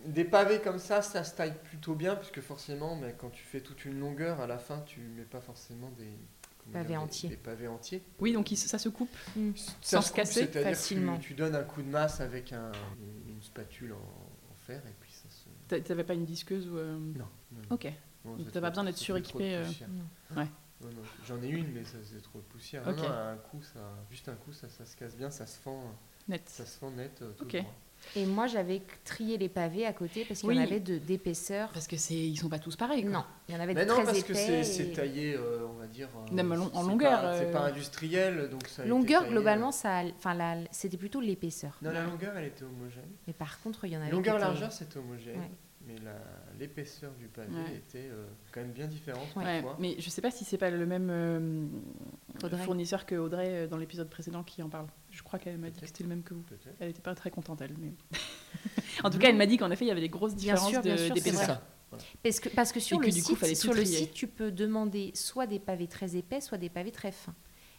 des pavés comme ça, ça se taille plutôt bien, puisque forcément, ben, quand tu fais toute une longueur, à la fin, tu mets pas forcément des comment Pavés dire, des- entiers. Des pavés entiers. Oui, donc il- ça se coupe. Ça se coupe, casser c'est-à-dire que tu- facilement. Tu, donnes un coup de masse avec un- une spatule en, en fer, et puis ça se. T'a- T'avais pas une disqueuse ou. euh, Non. non, non. Ok. Non, Donc ça t'as fait- pas besoin d'être ça fait trop de suréquipé, euh, poussière. Non. Non, non, J'en ai une, mais ça faisait trop de poussière. Ok. Non, non, un coup, ça, juste un coup, ça, ça se casse bien, ça se fend, Net. ça se fend net. euh, tout Ok. droit. Et moi, j'avais trié les pavés à côté parce qu'il y en Oui. avait de- d'épaisseur. Parce que c'est, ils sont pas tous pareils. quoi. Non, il y en avait Mais de non, très parce épais. que c'est c'est et- taillé, euh, on va dire. euh, Même en- en c'est pas- longueur, C'est euh, pas industriel, donc ça. a été Longueur, taillé, globalement, ça, a- enfin, la- c'était plutôt l'épaisseur. euh, Non, la longueur, elle était homogène. Mais par contre, il y en avait. Longueur, qui étaient- largeur, c'était homogène. Ouais. Mais la- l'épaisseur du pavé Ouais. était euh, quand même bien différente. Ouais, parfois. mais je sais pas si c'est pas le même euh, Audrey. fournisseur que Audrey euh, dans l'épisode précédent qui en parle. Je crois qu'elle m'a dit que Peut-être. c'était le même que vous. Peut-être. Elle n'était pas très contente, elle. Mais... en tout cas, elle m'a dit qu'en effet, il y avait des grosses Bien différences sûr, bien de- sûr, c'est C'est vrai. d'épaisseur. ça. Parce que, parce que sur, Et que le, du coup, site, fallait tout sur le trier. site, tu peux demander soit des pavés très épais, soit des pavés très fins.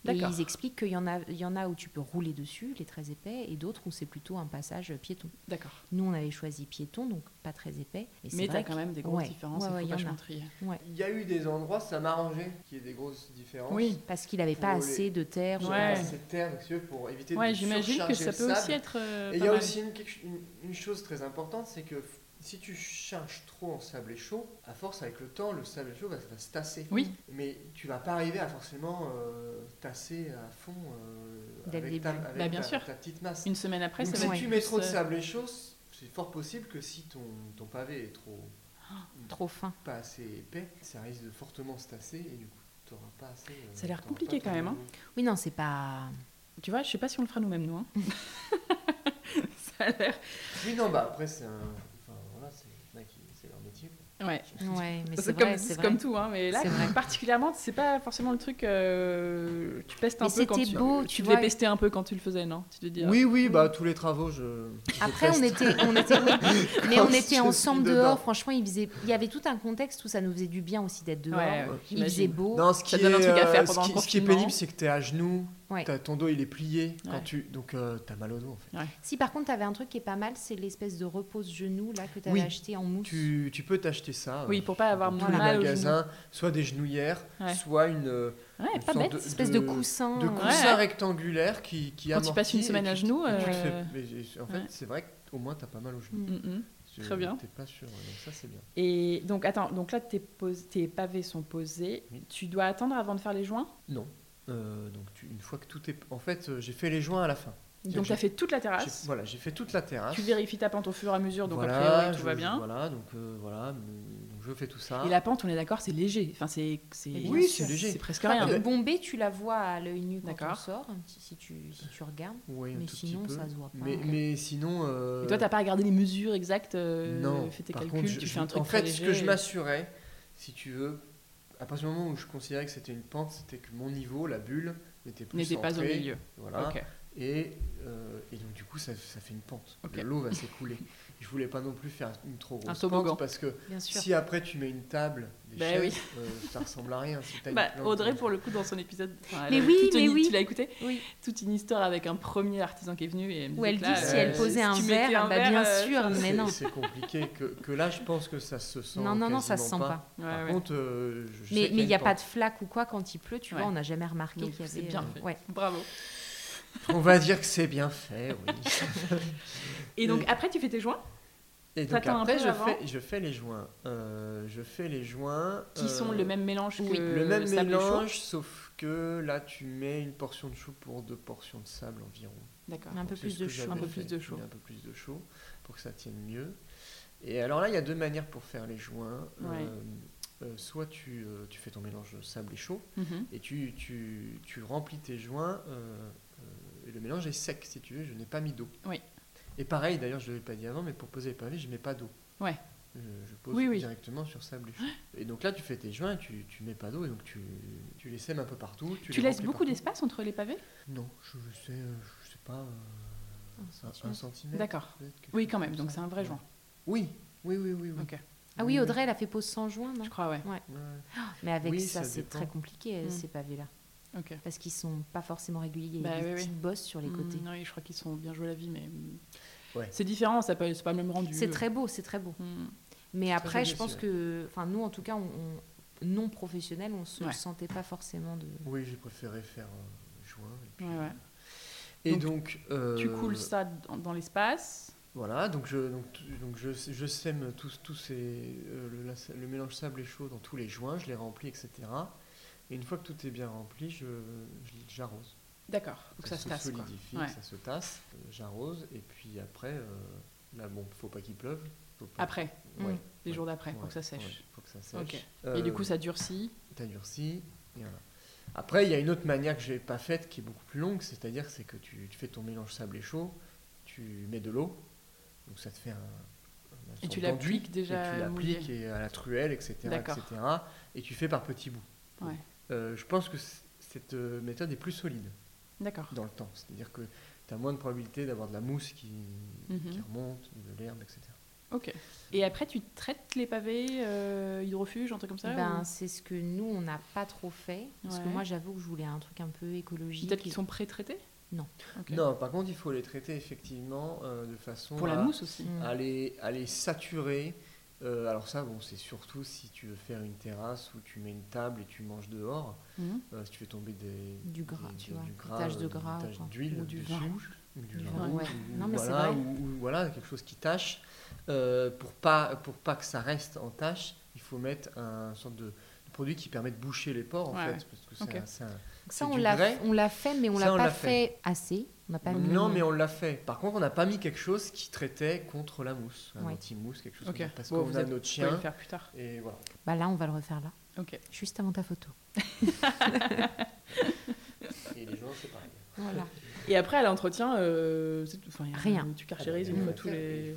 Et D'accord. ils expliquent qu'il y, en a- il y en a où tu peux rouler dessus, les très épais, et d'autres où c'est plutôt un passage piéton. D'accord. Nous, on avait choisi piéton, donc pas très épais. Mais, c'est Mais vrai t'as quand même des grosses ouais, différences. ouais, il ouais, faut il y pas en a. vachement trier. Il y a eu des endroits, ça m'arrangeait qu'il y ait des grosses différences. Oui. que- parce qu'il n'avait pas Pour les- assez de terre. J'ai ou- Ouais. pas assez de terre, donc, si tu veux, pour éviter Ouais, de j'imagine que surcharger ça le peut aussi sable. être. euh, Et il pas y a mal. aussi une, quelque ch- une- une chose très importante, c'est que f- si tu charges trop en sable et chaud, à force avec le temps, le sable et chaud va, va se tasser. Oui. Mais tu vas pas arriver à forcément euh, tasser à fond euh, Dès le avec, ta, début. avec Bah, bien ta- sûr. ta petite masse. Une semaine après, Donc ça si va être tu plus, mets trop de euh, sable et chaud, c'est fort possible que si ton, ton pavé est trop Trop fin. pas assez épais, ça risque de fortement se tasser et du coup t'auras pas assez. euh, Ça a l'air t'auras pas compliqué ton quand même, hein. niveau. Oui, non, c'est pas. Tu vois, je sais pas si on le fera nous-mêmes, nous. hein. ça a l'air. Oui non bah après c'est un, enfin voilà c'est il y en a qui- c'est leur métier. quoi. Ouais. Ouais, mais c'est C'est vrai, comme, c'est c'est vrai. comme tout, hein, mais là, C'est vrai. particulièrement, c'est pas forcément le truc. euh, tu pestes un Mais peu quand c'était tu. beau, tu tu vois. devais pester un peu quand tu le faisais, non Tu te dis. ah, Oui, oui, bah tous les travaux, je. je Après, on teste. était, on était, oui, mais on Quand je était suis ensemble dedans. dehors. Franchement, il, faisait, il y avait tout un contexte où ça nous faisait du bien aussi d'être dehors. euh, Ouais, ouais, il faisait j'imagine. beau. Non, ce qui, Ça donne un est, truc à faire euh, ce pendant qui, le ce qui est confinement. pénible, c'est que t'es à genoux, Ouais. t'as- ton dos il est plié, quand Ouais. tu... donc euh, t'as mal au dos en fait. Si par contre, tu avais un truc qui est pas mal, c'est l'espèce de repose genou là que tu avais Oui. acheté en mousse. Tu, tu peux t'acheter ça. Oui, euh, pour pas avoir dans tous mal les aux magasins, soit des genouillères, Ouais. soit une, euh, Ouais, une pas sorte bête. de- Une espèce de, coussin. de euh, coussin Mmh, Ouais. rectangulaire qui, qui Quand tu passes amortit une semaine et à tu- genoux, et tu te euh, fais- mais En fait, ouais. c'est vrai qu'au moins t'as pas mal aux genoux. Mm. Mm, mm. Tu- Très bien. T'es pas sûr, ouais, donc ça c'est bien. Et donc, attends, donc là, tes, pos- tes pavés sont posés. Oui. Tu dois attendre avant de faire les joints. Non. Euh, donc tu- une fois que tout est. En fait, euh, j'ai fait les joints à la fin. C'est-à-dire Donc, que tu as fait toute la J'ai- terrasse. Voilà, j'ai fait toute la terrasse. Ah, Tu vérifies ta pente au fur et à mesure, donc Voilà, a priori, tout je- va bien. Voilà, donc euh, voilà, mm, donc je fais tout ça. Et la pente, on est d'accord, c'est léger. Enfin, c'est c'est- Mais bien Oui, c'est sûr. léger. Ah, c'est presque Enfin, rien. euh, Bombay, tu la vois à l'œil nu quand on D'accord. sort, un petit- si tu, si tu regardes. Oui, un mais tout petit sinon, peu. ça se voit pas. Mais, mais sinon. euh, Et toi, t'as pas regardé les mesures exactes, euh, non, fais tes par calculs, contre, je- tu je- fais un truc En fait, très ce léger que je et- m'assurais, si tu veux, à partir du moment où je considérais que c'était une pente, c'était que mon niveau, la bulle, n'était plus euh, n'était pas au centrée, milieu. Voilà. Ok. Et, euh, et donc, du coup, ça, ça fait une pente. Ok. L'eau va s'écouler. je voulais pas non plus faire une trop grosse toboggan. pente parce que Bien sûr. si après tu mets une table, des Bah chaises, euh, ça ressemble à rien. Si t'as une Bah, plante, Audrey, euh, pour le coup, dans son épisode, enfin, elle Mais avait oui, toute mais une- oui. tu l'as écouté, Oui. toute une histoire avec un premier artisan qui est venu. Et elle me Où elle dit disait que là, si elle euh, posait si un tu verre, mettais un ah bah, bien verre, euh, sûr, mais C'est- non. C'est compliqué. Que, que là, je pense que ça se sent. Non, non, non, ça se sent quasiment pas. Ouais, Par ouais. contre, euh, je- je sais Mais qu'il mais il une n'y a pas pente. de flaque ou quoi quand il pleut, tu Ouais. vois, on n'a jamais remarqué Donc, qu'il y avait. c'est bien euh, fait. ouais. Bravo. On va dire que c'est bien fait, oui. Et donc, Et- après, tu fais tes joints, Et donc T'attends un après, peu je avant. fais, je fais les joints. Euh, je fais les joints. qui euh, sont le même mélange que Le même sable et chaud. mélange, sauf que là, tu mets une portion de chou pour deux portions de sable environ. D'accord. Un peu C'est plus ce que de chaud. j'avais Un peu fait. plus de Je chaud. mets Un peu plus de chaud pour que ça tienne mieux. Et alors là, il y a deux manières pour faire les joints. Euh, Ouais. euh, soit tu, euh, tu fais ton mélange sable et chaud, Mhm. et tu, tu, tu remplis tes joints euh, euh, et le mélange est sec si tu veux, je n'ai pas mis d'eau. Oui. Et pareil d'ailleurs je ne l'avais pas dit avant mais pour poser les pavés je mets pas d'eau. Ouais. je, je pose Oui, oui. directement sur sable et chaux. Et donc là, tu fais tes joints, tu, tu mets pas d'eau, et donc tu, tu les sèmes un peu partout. Tu, Tu les laisses remplis beaucoup partout. d'espace entre les pavés Non, je, je sais, euh, je sais pas, euh, un- un, centimètre. D'accord. peut-être, quelque Oui, chose quand même, comme donc ça. c'est un vrai Ouais. joint. Oui, oui, oui, oui. oui. Ok. Ah Mm. oui, Audrey, elle a fait pause sans joint, non Je crois, ouais. Ouais. Mais avec Oui, ça, ça c'est dépend. très compliqué, euh, Mm. ces pavés-là. Ok. Parce qu'ils sont pas forcément réguliers. Bah ils oui, oui. bossent sur les côtés. Mm, oui, je crois qu'ils sont bien joués la vie, mais mm, Ouais. c'est différent, ça peut- c'est pas le même rendu. C'est très beau, c'est très beau. Mm. Mais Très après, joli je pense aussi, que, enfin, nous en tout cas, on, on- non professionnels, on se Ouais. sentait pas forcément de. Oui, j'ai préféré faire euh, joint. Et, puis- Ouais, ouais. et Donc, donc, euh, Tu coules ça dans, dans l'espace. Voilà, donc je, donc, tu- donc je, je sème tous, tous ces, euh, le, la- le mélange sable et chaud dans tous les joints, je les remplis, etc. Et une fois que tout est bien rempli, je, je- j'arrose. D'accord, donc ça, se tasse. quoi. solidifie, Ouais. ça se tasse, euh, j'arrose, et puis après, euh, là, bon, faut pas qu'il pleuve. faut pas- Après, Ouais, Mm. les ouais, jours d'après, pour ouais, que ça sèche. ouais, faut que ça sèche. Ok. Euh, Et du coup, ça durcit. t'as durci, et voilà. Après, il y a une autre manière que j'ai pas faite qui est beaucoup plus longue, c'est-à-dire c'est que tu, tu fais ton mélange sable et chaud, tu mets de l'eau, donc ça te fait un. un Et tu sorte d'enduit, l'appliques déjà Et tu mouillé. l'appliques et à la truelle, etc., D'accord. etc. Et tu fais par petits bouts. Ouais. Euh, je pense que c- cette euh, méthode est plus solide D'accord. dans le temps, c'est-à-dire que tu as moins de probabilité d'avoir de la mousse qui, Mhm. qui remonte, de l'herbe, etc. Ok. Et après, tu traites les pavés, euh, hydrofuge, un truc comme ça Ben, ou- c'est ce que nous on n'a pas trop fait. Parce que Ouais. moi, j'avoue que je voulais un truc un peu écologique. Peut-être qu'ils sont pré-traités Non. Ok. Non, par contre, il faut les traiter effectivement euh, de façon Pour la à- mousse aussi. Mm. à les, à les saturer. Euh, alors ça, bon, c'est surtout si tu veux faire une terrasse où tu mets une table et tu manges dehors, Mhm. Euh, si tu fais tomber des, Du gras, des- tu des- vois, du des gras, taches de euh, gras, des taches quoi. d'huile Ou du dessus, vin rouge. ou du Du vin vin, rouge, ouais. ou- Non, mais c'est voilà, vrai. ou- ou voilà, quelque chose qui tache. Euh, pour pas pour pas que ça reste en tache, il faut mettre un sorte de, de produit qui permet de boucher les pores en Ouais, fait, ouais. parce que c'est Ok. un- c'est un- Donc ça, c'est on du l'a, vrai. on l'a fait, mais on Ça, l'a on pas l'a fait. fait. assez. On n'a pas mis- non mais on l'a fait. Par contre, on n'a pas mis quelque chose qui traitait contre la mousse, un Ouais. anti-mousse, quelque chose Ok. comme ça, parce Bon, qu'on vous a êtes- notre Tu vas le chien faire plus tard. et voilà. Bah là, on va le refaire là, Ok. juste avant ta photo. Et les gens, c'est pareil. Voilà. Et après, à l'entretien, euh, c'est tout- enfin, y a Rien. Tu carchérises une rien fois à tous les.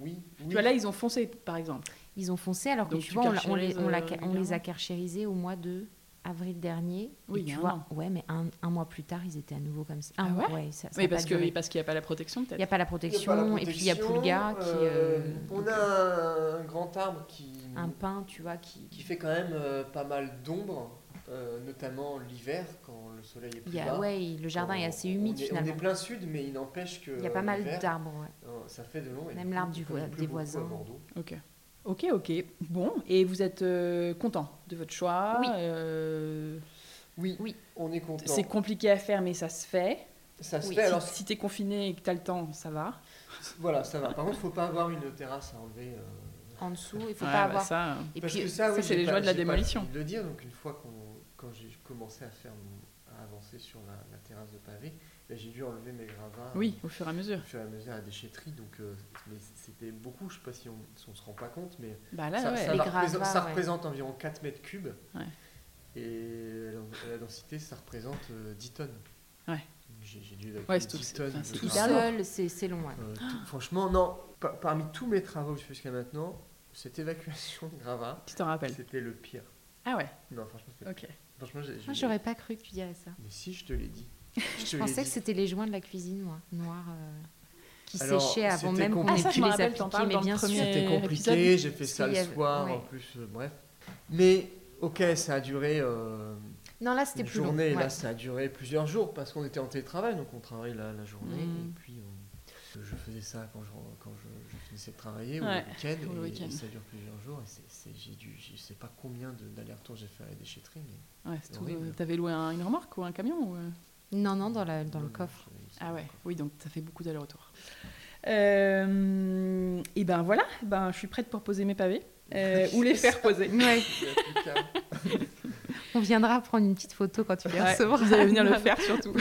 Oui, Tu vois, là, ils ont foncé, par exemple. Ils ont foncé alors que Donc tu tu vois, on, l'a- on les, carchérises, on, l'a- euh, on les régulièrement a carchérisés au mois de avril dernier. Oui, Et il y a tu un vois, an. ouais, mais un, un mois plus tard, ils étaient à nouveau comme ça. Ah Un mois, ouais ça, ça Oui, a pas parce que- duré. parce qu'il n'y a pas la protection, Il peut-être. n'y a pas la protection, et puis il y a Poulga qui. euh, on a un, un grand arbre qui, un pin, tu vois, qui qui. fait quand même euh, pas mal d'ombre, euh, notamment l'hiver quand le soleil est plus il y a- bas. ouais, le jardin est On- assez on humide est- euh, finalement. On est plein sud, mais il n'empêche que. Il y a pas mal l'hiver, d'arbres, ouais. euh, Ça fait de long. et Même du coup, l'arbre du comme il voi- pleut des beaucoup à voisins. Bordeaux, Ok. Ok, ok. Bon, et vous êtes euh, content de votre choix Oui. euh, Oui, Oui. on est content. C'est compliqué à faire, mais ça se fait. Ça se Oui. fait. Alors, si si t'es confiné et que t'as le temps, ça va. voilà, ça va. Par contre, faut pas avoir une terrasse à enlever. euh, En dessous, il faut Ouais, bah, pas avoir. ça, euh, Et Parce puis, que ça, ça, oui, c'est j'ai les pas- joie de la j'ai pas démolition. fini de le dire, donc une fois qu'on, quand j'ai commencé à faire, mon- à avancer sur la, la terrasse de pavé, ben, j'ai dû enlever mes gravats. oui, au fur et à euh, mesure. Au fur et à mesure à la déchetterie, donc euh, mais c'était beaucoup. Je sais pas si on, si on se rend pas compte, mais Bah là, ça, ouais. ça Les va- gravats, ça ouais. représente environ 4 mètres cubes. Ouais. Et la, la densité, ça représente euh, 10 tonnes. Ouais. Donc, J'ai j'ai dû Ouais, 10 c'est tout- c'est- tonnes. enfin, de c'est tout Évidemment. gravats. seul, c'est c'est long. ouais. Euh, tout- franchement, non. Par- parmi tous mes travaux que je fais jusqu'à maintenant, cette évacuation de gravats, Tu t'en rappelles. c'était le pire. Ah ouais, Non, franchement, c'était- ok. franchement j'ai- Moi, j'ai- Ah, j'aurais pas cru que tu dirais ça. Mais si, je te l'ai dit. Je, te Je l'ai pensais dit. que c'était les joints de la cuisine, moi, noirs, euh, qui Alors, séchaient avant c'était même qu'on Ah, ait ça, pu je les me rappelle, t'en appliquer. parles Mais dans le bien sûr. premier- C'était euh, compliqué, j'ai fait ça Parce le qu'il y avait- soir, ouais. en plus, euh, bref. Mais, ok, ça a duré euh, Non, là, c'était une plus long. journée, ouais. là, ça a duré plusieurs jours, parce qu'on était en télétravail, donc on travaillait la, la journée, Mm. et puis on- je faisais ça quand je, quand je, je finissais de travailler, Ouais, ou ou le week-end, le et, week-end. et ça dure plusieurs jours, et c'est- c'est- j'ai dû, je sais pas combien de- d'allers-retours j'ai fait à la déchetterie, mais... Ouais, c'est tout, Horrible. euh, T'avais loué un- une remorque ou un camion ou, euh Non, non, dans, la- dans Non, le non, coffre. je- Ah ouais, oui, donc ça fait beaucoup d'aller-retour. Euh, et ben voilà, ben, je suis prête pour poser mes pavés. euh, ou les faire poser. Ouais. Il y a plus qu'à- On viendra prendre une petite photo quand tu les Ouais, recevras. vous allez venir le faire surtout.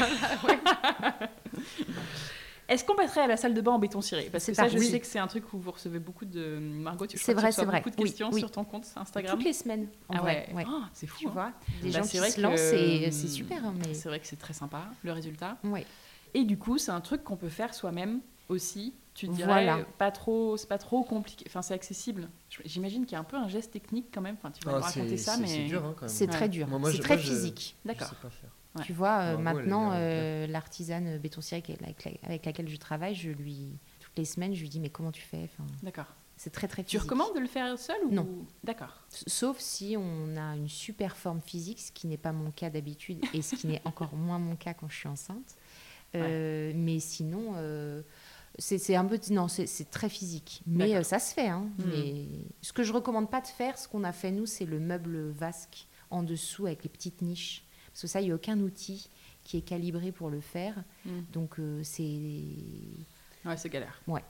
Est-ce qu'on passerait à la salle de bain en béton ciré Parce que C'est ça, parti. je Oui. sais que c'est un truc où vous recevez beaucoup de Margot. Tu je C'est crois que tu reçois vrai, c'est vrai. Beaucoup de Oui, questions oui. sur ton compte Instagram. Toutes les semaines, en ah vrai. ouais, ouais. Ah, c'est Tu fou. hein. vois, des Bah, gens c'est qui vrai se que- euh, hmm, lancent, et c'est super. hein, Mais... C'est vrai que c'est très sympa le résultat. Ouais. Et du coup, c'est un truc qu'on peut faire soi-même aussi tu te dirais Voilà. pas trop, c'est pas trop compliqué, enfin c'est accessible. Je- J'imagine qu'il y a un peu un geste technique quand même. Enfin, tu vas Ah, nous raconter c'est ça, c'est- mais c'est dur hein, quand même. C'est Ouais. très dur, Moi, moi, c'est je- très moi, je- physique. d'accord. Je sais pas faire. Ouais. Tu vois, euh, Bravo, maintenant, elle est bien, euh, l'artisane bétoncière avec, avec, laquelle je travaille, je lui, toutes les semaines, je lui dis, mais comment tu fais Enfin, D'accord. C'est très, très Tu physique. recommandes de le faire seul ou Non. D'accord. S- Sauf si on a une super forme physique, ce qui n'est pas mon cas d'habitude et ce qui n'est encore moins mon cas quand je suis enceinte. Euh, Mais sinon, euh, c'est c'est un peu... Non, c'est- c'est très physique. Mais D'accord. euh, ça se fait. hein. Hmm. Mais ce que je recommande pas de faire, ce qu'on a fait, nous, c'est le meuble vasque en dessous avec les petites niches. Parce que ça, il n'y a aucun outil qui est calibré pour le faire. Hmm. Donc, euh, c'est... Ouais, c'est galère. Ouais.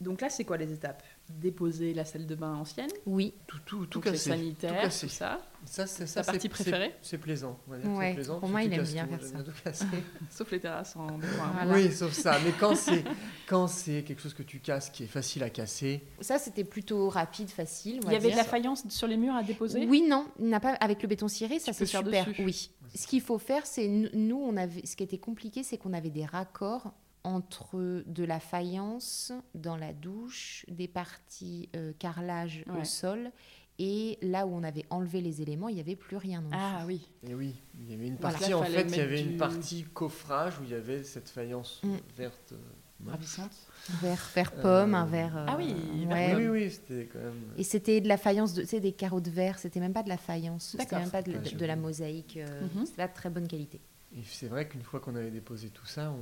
Donc là, c'est quoi les étapes Déposer la salle de bain ancienne, Oui, Tout, tout, tout tout les cassé. tout sanitaires, cassé. tout ça, Ça, c'est ça. Ta c'est- partie c'est- préférée C'est plaisant. on va dire que c'est Ouais, plaisant, pour moi, tout il aime casse, bien tout, faire j'aime ça. bien tout casser. sauf les terrasses en béton à Voilà. Oui, sauf ça. Mais quand c'est quand c'est quelque chose que tu casses qui est facile à casser, ça, c'était plutôt rapide, facile. on Il va y avait de dire. la faïence sur les murs à déposer Oui, non, il n'a pas avec le béton ciré, ça peux c'est faire super. dessus. Oui. Ce qu'il faut faire, c'est nous- nous, on avait, ce qui était compliqué, c'est qu'on avait des raccords entre de la faïence dans la douche, des parties euh, carrelage Ouais. au sol, et là où on avait enlevé les éléments, il n'y avait plus rien. non plus. Ah oui. et eh oui, il y avait une Voilà. partie Là, en fallait fait, il y mettre avait du- une partie coffrage où il y avait cette faïence Mm. verte. euh, moche. Ravissante. Un verre, verre Euh, pomme, un verre. euh, ah oui, verre ouais. pomme. Oui, oui, oui, c'était quand même. Et c'était de la faïence, de, tu sais, des carreaux de verre, c'était même pas de la faïence, c'était D'accord. même pas de, Ouais, de la mosaïque, euh, Mhm. c'était pas de très bonne qualité. Et c'est vrai qu'une fois qu'on avait déposé tout ça, on...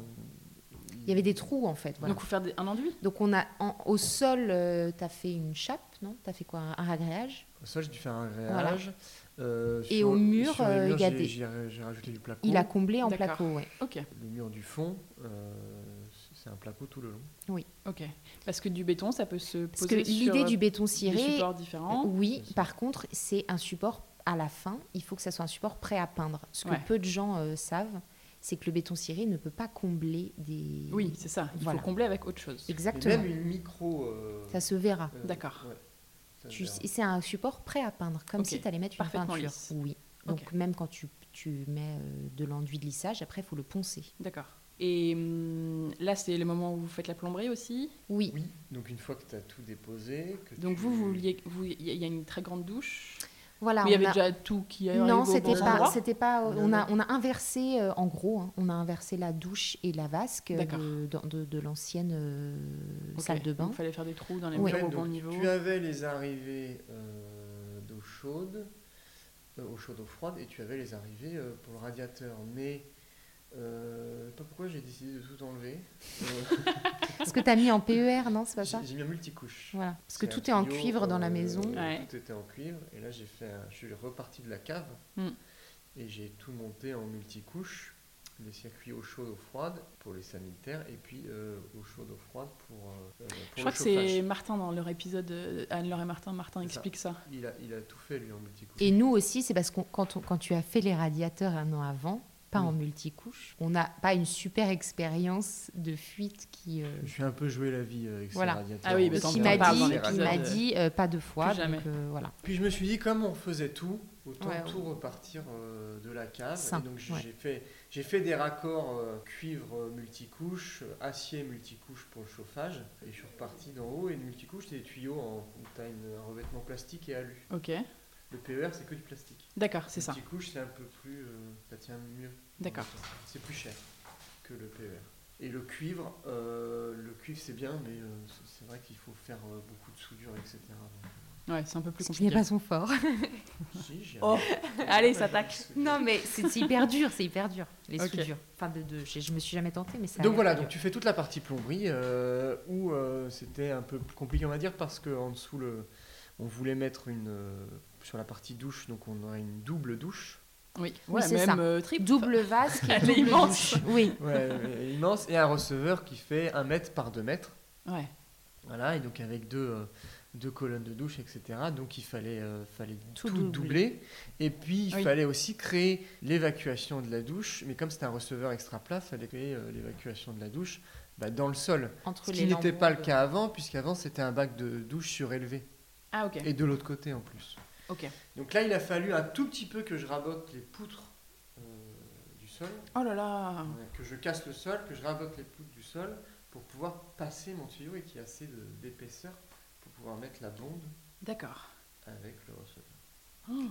Il Mm. y avait des trous en fait. Voilà. Donc, vous faire des- un enduit Donc on a en- au sol, tu t'as fait une chape, non T'as fait quoi un, un ragréage Au sol, j'ai dû faire un rayage. euh, Et sur- au mur, sur les euh, il y a j'ai- des- j'ai- J'ai rajouté du placo. Il a comblé en D'accord. placo, ouais. Ok, Le mur du fond, euh, c'est un placo tout le long. ok. Parce que du béton, ça peut se Parce poser que sur l'idée du euh, béton des ciré, euh, supports différents. oui. C'est ça. Par contre, c'est un support à la fin. Il faut que ça soit un support prêt à peindre. Ce que Ouais. peu de gens euh, savent, c'est que le béton ciré ne peut pas combler des. Oui, c'est ça. Il Voilà. faut combler avec autre chose. Et exactement. même une micro. euh, Ça se verra. euh, D'accord. ouais, ça se Tu- verra. C'est un support prêt à peindre, comme Ok. si tu allais mettre une Parfaitement peinture. lisse. Oui. Donc Ok. même quand tu, tu mets euh, de l'enduit de lissage, après il faut le poncer. D'accord. Et hum, là, c'est le moment où vous faites la plomberie aussi. Oui. Oui, donc une fois que tu as tout déposé. Que Donc, tu- vous, vous vouliez- vous- il y a- il y a une très grande douche. Voilà. Où il y Bah, on avait a- déjà tout qui arrive Non, Euh, au c'était bon pas, endroit c'était pas. Non, On a, on a inversé, euh, en gros, hein, on a inversé la douche et la vasque euh, D'accord. de, dans- de- de l'ancienne euh, Ok. salle de bain. Donc, Il fallait faire des trous dans les Ouais. murs au donc bon niveau. Tu avais les arrivées euh, d'eau chaude, euh, eau chaude, eau froide, et tu avais les arrivées euh, pour le radiateur. Mais. euh, pas pourquoi j'ai décidé de tout enlever. Euh, Parce que t'as mis en PER, non, c'est pas ça J'ai j'ai mis un multicouche. Voilà. Parce que C'est un tout est en tuyau, cuivre dans la euh, maison. Ouais. Tout était en cuivre. Et là, j'ai fait un- je suis reparti de la cave Mm. et j'ai tout monté en multicouche. Les circuits eau chaude, eau froide pour les sanitaires et puis euh, eau chaude, eau froide pour, euh, pour Je le crois que c'est chauffage. Martin dans leur épisode euh, Anne-Laure et Martin. Martin C'est ça. explique ça. Il a, il a tout fait, lui, en multicouche. Et nous aussi, c'est parce que quand, on- quand tu as fait les radiateurs un an avant, pas Mm. Oui. en multicouche, on n'a pas une super expérience de fuite qui. euh, Je Eh ben, suis un peu joué la vie euh, avec ces Voilà. radiateurs. Ah oui, mais qui t'en m'a parles dit, dans qui l'épisode, m'a euh, dit euh, pas deux fois. plus jamais. donc, euh, voilà. Puis je me suis dit, comme on faisait tout, autant Ouais, tout ouais. repartir euh, de la cave. Ça, et donc j'ai ouais. j'ai fait, j'ai fait des raccords euh, cuivre euh, multicouche, euh, acier multicouche pour le chauffage. Et je suis reparti d'en haut. Et le multicouche, c'est des tuyaux en t'as une- un revêtement plastique et alu. Ok. Le PER, c'est que du plastique. D'accord, c'est ça. Multicouche, c'est un peu plus. euh, ça tient mieux. D'accord. C'est plus cher que le PER. Et le cuivre, euh, le cuivre c'est bien, mais euh, c'est- c'est vrai qu'il faut faire euh, beaucoup de soudure, etc. Ouais, c'est un peu plus Ce qui n'est compliqué. pas son fort. Donc, si, j'y Oh, arrive. allez, ça taxe. Non, mais c'est c'est hyper dur, c'est hyper dur, les Ok. soudures. Enfin, de, de- je, je me suis jamais tentée, mais ça. a Donc l'air voilà, dur. donc tu fais toute la partie plomberie euh, où euh, c'était un peu plus compliqué on va dire parce que en dessous le, on voulait mettre une euh, sur la partie douche donc on a une double douche Oui, ouais, c'est ça. même euh, triple. Double vasque. Elle est double immense. douche. Oui. ouais, mais immense et un receveur qui fait 1 mètre par 2 mètres Ouais. voilà et donc avec deux euh, deux colonnes de douche etc donc il fallait euh, fallait Tout tout, doubler. doubler et puis il Oui. fallait aussi créer l'évacuation de la douche mais comme c'était un receveur extra plat fallait créer euh, l'évacuation de la douche bah, dans le sol Entre Ce les qui n'était pas le lambeaux. cas avant, puisqu'avant c'était un bac de douche surélevé. Ah, ok. Et de l'autre côté en plus. Ok. Donc là, il a fallu un tout petit peu que je rabote les poutres euh, du sol, Oh là là. Ah. euh, que je casse le sol, que je rabote les poutres du sol pour pouvoir passer mon tuyau et qu'il y ait assez de- d'épaisseur pour pouvoir mettre la bombe D'accord. avec le receveur.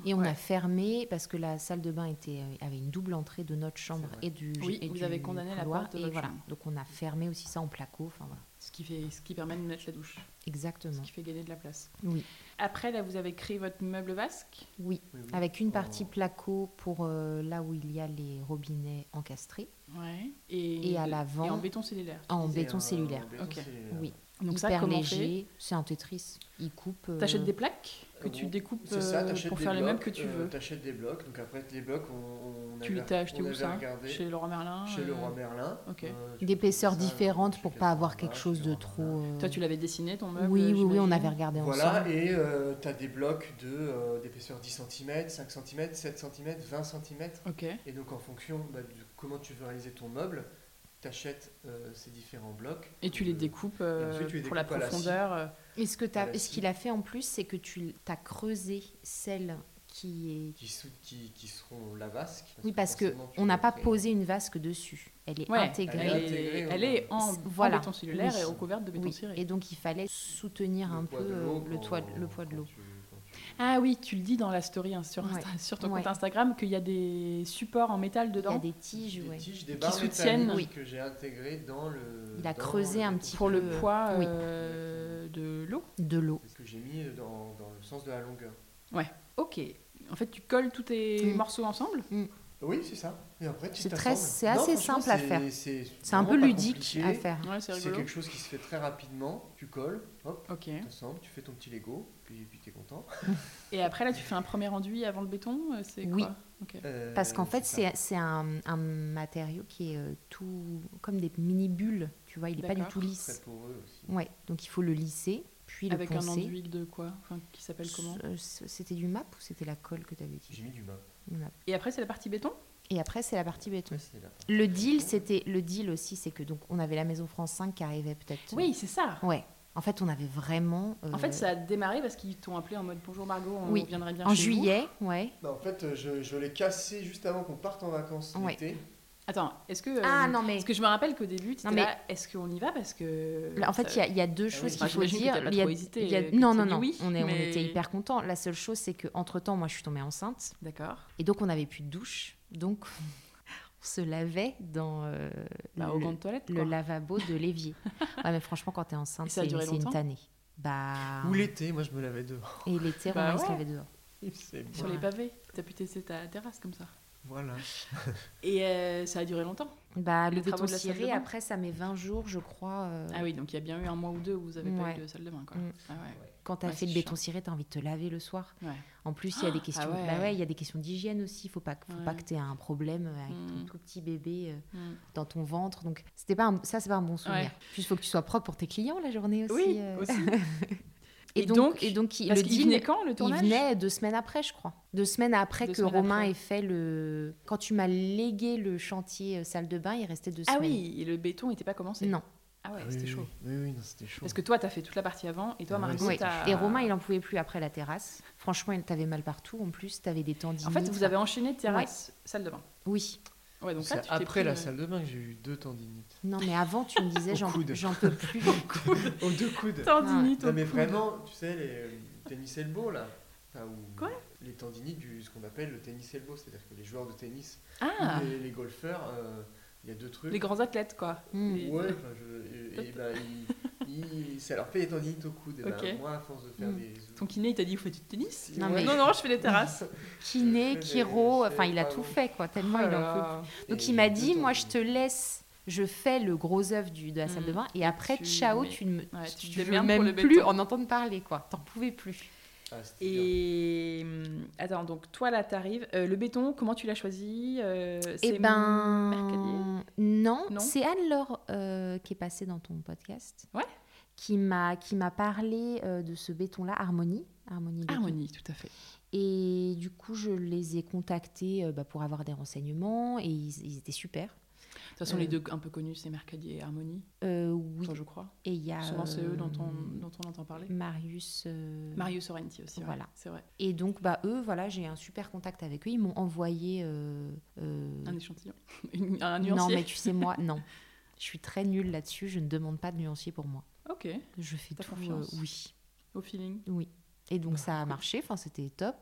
Et on Ouais. a fermé parce que la salle de bain était, euh, avait une double entrée de notre chambre C'est vrai. et du. Oui, et vous du avez condamné la couloir. porte de et votre voilà. chambre. Donc on a fermé aussi ça en placo. Enfin voilà. Ce qui, fait, ce qui permet de mettre la douche, ce Exactement. qui fait gagner de la place. Oui. Après, là, vous avez créé votre meuble vasque. Oui. Oui, oui. Avec une En- Oh. partie placo pour euh, là où il y a les robinets encastrés Ouais. Et, et à et en l'avant béton cellulaire. en Et béton un- cellulaire. en béton Ok. cellulaire. Oui. Donc ça, Hyper comment on fait léger. C'est un Tetris. Il coupe. euh, T'achètes des plaques que Euh, tu bon, découpes C'est ça, euh, t'achètes pour des faire les meubles blocs, que tu euh, veux. T'achètes des blocs, donc après les blocs, on, on Tu avait- t'as acheté on où avait ça regardé Chez Leroy Merlin chez euh, le roi Merlin. ok. Euh, je d'épaisseurs pense que ça, différentes chez pour pas avoir 80, quelque chose de chez trop. Leroy Merlin. euh, Toi, tu l'avais dessiné ton meuble oui, oui, oui, on j'imagine avait regardé ensemble. Voilà, et euh, t'as des blocs de, euh, d'épaisseur 10 cm, 5 cm, 7 cm, 20 cm. Ok. Et donc en fonction bah, de comment tu veux réaliser ton meuble, t'achètes euh, ces différents blocs. Et tu les Euh, découpes euh, ensuite, tu les pour la découpes à la scie. profondeur. euh, Et ce que t'as- Voilà, ce si. qu'il a fait en plus, c'est que tu as creusé celle qui est. Qui, sou- qui, qui seront la vasque. Oui, parce que forcément, tu on n'a dois pas créer- posé une vasque dessus. Elle est euh, Ouais, intégrée. Elle, est, intégrée au elle est meuble. en, C'est- en voilà. béton cellulaire Oui. et recouverte de béton Oui. ciré. Et donc il fallait soutenir le un peu poids de l'eau euh, le, quand- toit- le poids de quand l'eau. tu- quand tu- Ah oui, tu le dis dans la story hein, sur, Insta- sur ton Ouais. compte Instagram qu'il y a des supports en métal Il y a dedans des tiges, des ouais. tiges, des barres soutiennent- métalliques Oui. que j'ai intégrées dans le. Il a dans creusé un béton petit pour le peu, euh, cellulaire. poids oui. euh, de l'eau. de l'eau. que j'ai mis dans, dans le sens de la longueur. Ok. En fait, tu colles tous tes Mm. morceaux ensemble. Oui, c'est ça. Et après, tu C'est très- t'assembles. c'est Non, assez franchement, simple à c'est- faire. C'est C'est un peu vraiment pas ludique compliqué. Euh, à faire. Ouais, c'est Mm. C'est rigolo. quelque chose qui se fait très rapidement. Tu colles, hop, Ok. t'assembles, tu fais ton petit Lego, puis, puis t'es content. Et après, là, tu fais un premier enduit avant le béton. euh, C'est Oui. quoi Ok. Euh, Parce qu'en fait, ça. c'est c'est un, un matériau qui est euh, tout comme des mini bulles. Tu vois, il n'est pas du D'accord. tout très lisse. poreux aussi. Ouais. Donc il faut le lisser, puis le Avec un poncer. enduit de quoi Enfin, qui s'appelle comment Euh, C'était du map ou c'était la colle que tu avais dit J'ai mis du map. Du map. Et après, c'est la partie béton. Et après, c'est la partie béton. Ouais, c'est là. Le deal, c'était le deal aussi, c'est que donc on avait la maison France 5 qui arrivait peut-être. euh, Oui, c'est ça. Ouais. En fait, on avait vraiment. euh, En fait, ça a démarré parce qu'ils t'ont appelé en mode bonjour Margot, on Oui. viendrait bien En chez vous. juillet, ouais. Bah, en fait, euh, je, je l'ai cassé juste avant qu'on parte en vacances Ouais. l'été. Attends, est-ce que euh, Ah non mais. parce que je me rappelle qu'au début, tu Non, étais mais- là, est-ce qu'on y va parce que En fait, il y a- il y, a deux Ah choses oui. qu'il Enfin, faut j'imagine que dire. t'as pas Il y a- trop hésité, il y a- que tu Non, t'es non, dit non. oui, on, est, on mais- était hyper contents. La seule chose, c'est que entre temps, moi, je suis tombée enceinte D'accord. et donc on n'avait plus de douche, donc on se lavait dans euh, Bah, au le- gant de toilette le quoi. lavabo de l'évier. ouais, mais franchement, quand t'es enceinte, Et ça a c'est duré c'est une longtemps tannée. Bah. Ou l'été, moi je me lavais dehors. Et l'été, Bah on ouais. se lavait dehors. C'est bon. sur les Ouais. pavés. T'as pu tester ta terrasse comme ça. Voilà. Et euh, ça a duré longtemps. Bah, Les le travaux béton de la salle de ciré, bain. après, ça met 20 jours, je crois. euh, Ah oui, donc il y a bien eu un mois ou deux où vous avez pas Ouais. eu de salle de bain quoi. Mm. Ah ouais. Quand t'as Ouais, fait le c'est béton ciré, t'as envie de te laver le soir. Ouais. Ah En plus, il y a des questions. ouais. bah ouais, il y a des questions d'hygiène aussi. Faut pas, faut pas Ouais. que t'aies un problème avec Mm. ton tout petit bébé euh, Mm. dans ton ventre. Donc, c'était pas un- ça, c'est pas un bon souvenir. Ouais. Puis, il faut que tu sois propre pour tes clients la journée aussi. Oui, euh. aussi. Et, Et donc, donc, et donc, il- Parce le qu'il deal, venait quand le il tournage venait deux semaines après, je crois. Deux semaines après Deux que semaines Romain après. ait fait le. Quand tu m'as légué le chantier euh, salle de bain, il restait deux Ah semaines. oui, et le béton n'était pas commencé. Non. Ah ouais, Ah oui, c'était oui, chaud. Oui, oui, non, c'était chaud. Parce que toi, t'as fait toute la partie avant, et toi, Ah ouais, Margot, Oui. t'as. Et Romain, il en pouvait plus après la terrasse. Franchement, il t'avait mal partout. En plus, t'avais des tendinites. En fait, vous avez enchaîné terrasse, salle de bain. Oui. Ouais, donc là, C'est tu t'es après pris, la euh, salle de bain que j'ai eu deux tendinites. Non, mais avant, tu me disais, Au j'en coude. j'en peux plus. Aux deux coudes. Ah, Tendinite. Non au mais coude. vraiment, tu sais, les euh, tennis elbow là. Enfin, ou- Quoi Les tendinites du ce qu'on appelle le tennis elbow, c'est-à-dire que les joueurs de tennis, Ah, les, les golfeurs, euh, il y a deux trucs. les grands athlètes, quoi. Mm. Les- Ouais, enfin, je- et, et ben, ils- ils- ça leur fait les tendinites au coude. Et ben, Ok. moi, à force de faire Mm. des. Ah, Ton kiné, il t'a dit, vous faites du tennis Ouais. Non, mais- Non, non, je fais les terrasses. Kiné, Je faisais- chiro, je faisais enfin, il a vraiment- tout fait, quoi. Tellement Oh il là en peut là. plus. Donc, Et il m'a deux dit, moi, je tendinites. te laisse, je fais le gros œuf du- de la salle de Mm. bain. Et après, tu- ciao, mais- tu ne me. Ouais, tu tu te veux démerdes pour le même plus béton. en entendre parler, quoi. T'en pouvais plus. Ah, c'était euh, dur. Et hum, attends, donc toi là, t'arrives. Euh, le béton, comment tu l'as choisi Euh, Eh c'est ben, Mercadier non, Non c'est Anne-Laure euh, qui est passée dans ton podcast. Ouais. Qui m'a qui m'a parlé euh, de ce béton-là, Harmonie. Harmonie. Béton. Harmonie, tout à fait. Et du coup, je les ai contactés euh, bah, pour avoir des renseignements et ils, ils étaient super. De toute façon, Euh. les deux un peu connus, c'est Mercadier et Harmonie. Euh, oui. Enfin, je crois. Et il y a Souvent, c'est eux dont on, euh, dont on entend parler. Marius. euh, Mario Sorrenti aussi. ouais, Voilà. C'est vrai. Et donc, bah eux, voilà, j'ai un super contact avec eux. Ils m'ont envoyé. euh, euh, Un échantillon. Une- un non, nuancier. mais tu sais moi, non. Je suis très nulle là-dessus, je ne demande pas de nuancier pour moi. Ok, Je fais T'as tout, confiance. euh, oui. au feeling. Oui. Et donc ça a marché, enfin c'était top.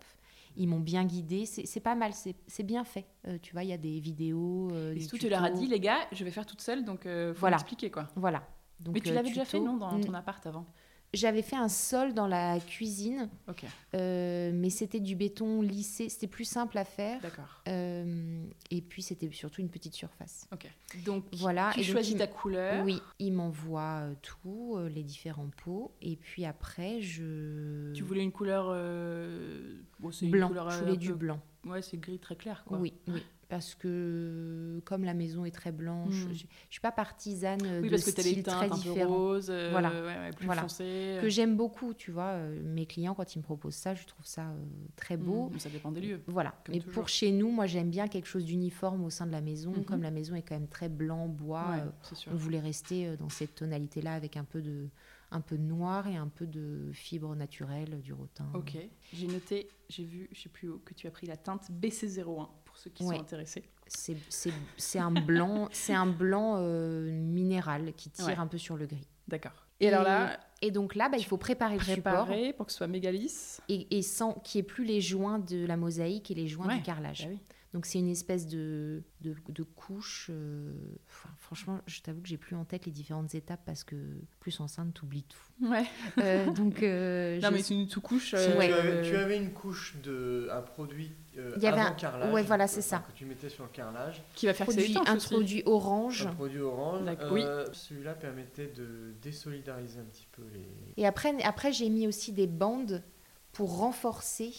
Ils m'ont bien guidée, c'est c'est pas mal, c'est c'est bien fait. Euh, tu vois, il y a des vidéos. euh, Et des surtout, tu leur as tutos. dit, les gars, je vais faire toute seule, donc euh, faut Voilà. m'expliquer quoi. Voilà. Donc, Mais tu euh, l'avais déjà fait, tutos. non, dans Mm. ton appart avant J'avais fait un sol dans la cuisine, Ok, euh, mais c'était du béton lissé, c'était plus simple à faire. d'accord. Euh, et puis c'était surtout une petite surface. Ok. Donc, Voilà. tu et donc, choisis ils- ta couleur. Oui, il m'envoie euh, tout, euh, les différents pots, et puis après je. Tu voulais une couleur. euh, bon, c'est une blanc. couleur, je euh, voulais un du peu- blanc. Ouais, c'est gris très clair quoi. Oui, oui. Parce que comme la maison est très blanche, Mm. je, je suis pas partisane euh, Oui, de parce que tu as des styles teintes très un peu différents roses, euh, Voilà. ouais, ouais, plus Voilà. foncées. que j'aime beaucoup. Tu vois, euh, mes clients quand ils me proposent ça, je trouve ça euh, très beau. Mm, ça dépend des lieux. Voilà. Comme Mais toujours. pour chez nous, moi, j'aime bien quelque chose d'uniforme au sein de la maison. Mhm. Comme la maison est quand même très blanc, bois, Ouais, euh, c'est sûr. on voulait rester euh, dans cette tonalité-là avec un peu de un peu de noir et un peu de fibre naturelle euh, du rotin. Ok, j'ai noté, j'ai vu, je sais plus où, que tu as pris la teinte BC01 pour ceux qui Ouais. sont intéressés. C'est- C'est c'est un blanc, c'est un blanc euh, minéral qui tire Ouais. un peu sur le gris. D'accord. Et, alors là, Et donc là, bah, il faut préparer le support préparer pour que ce soit méga lisse. et, et sans qu'il n'y ait plus les joints de la mosaïque et les joints Ouais. du carrelage. oui. Donc c'est une espèce de, de, de couche. euh, enfin, franchement, je t'avoue que j'ai plus en tête les différentes étapes parce que plus enceinte, t'oublies tout. Ouais. Euh, donc euh, Non, je- mais c'est une sous-couche. C'est- euh, tu, ouais. avais, tu avais une couche de un produit euh, Il y avait avant un- carrelage. ouais, voilà, c'est enfin, ça. Que tu mettais sur le carrelage. Qui va faire que c'est produit, étanche un aussi. produit orange. Un produit orange. D'accord. Euh, Celui-là permettait de désolidariser un petit peu les. Et après, après j'ai mis aussi des bandes pour renforcer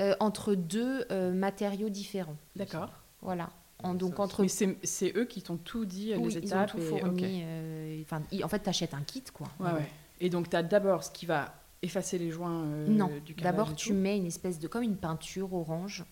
euh, entre deux euh, matériaux différents. D'accord. Voilà. En- Ouais, donc ça, entre Mais c'est c'est eux qui t'ont tout dit, oui, les ils ont étapes. tout et- fourni. ok. euh, enfin, ils- en fait, t'achètes un kit quoi. Ouais, ouais. Et donc, tu as d'abord ce qui va effacer les joints euh, Non, du carrelage. d'abord et tu tout. mets une espèce de comme une peinture orange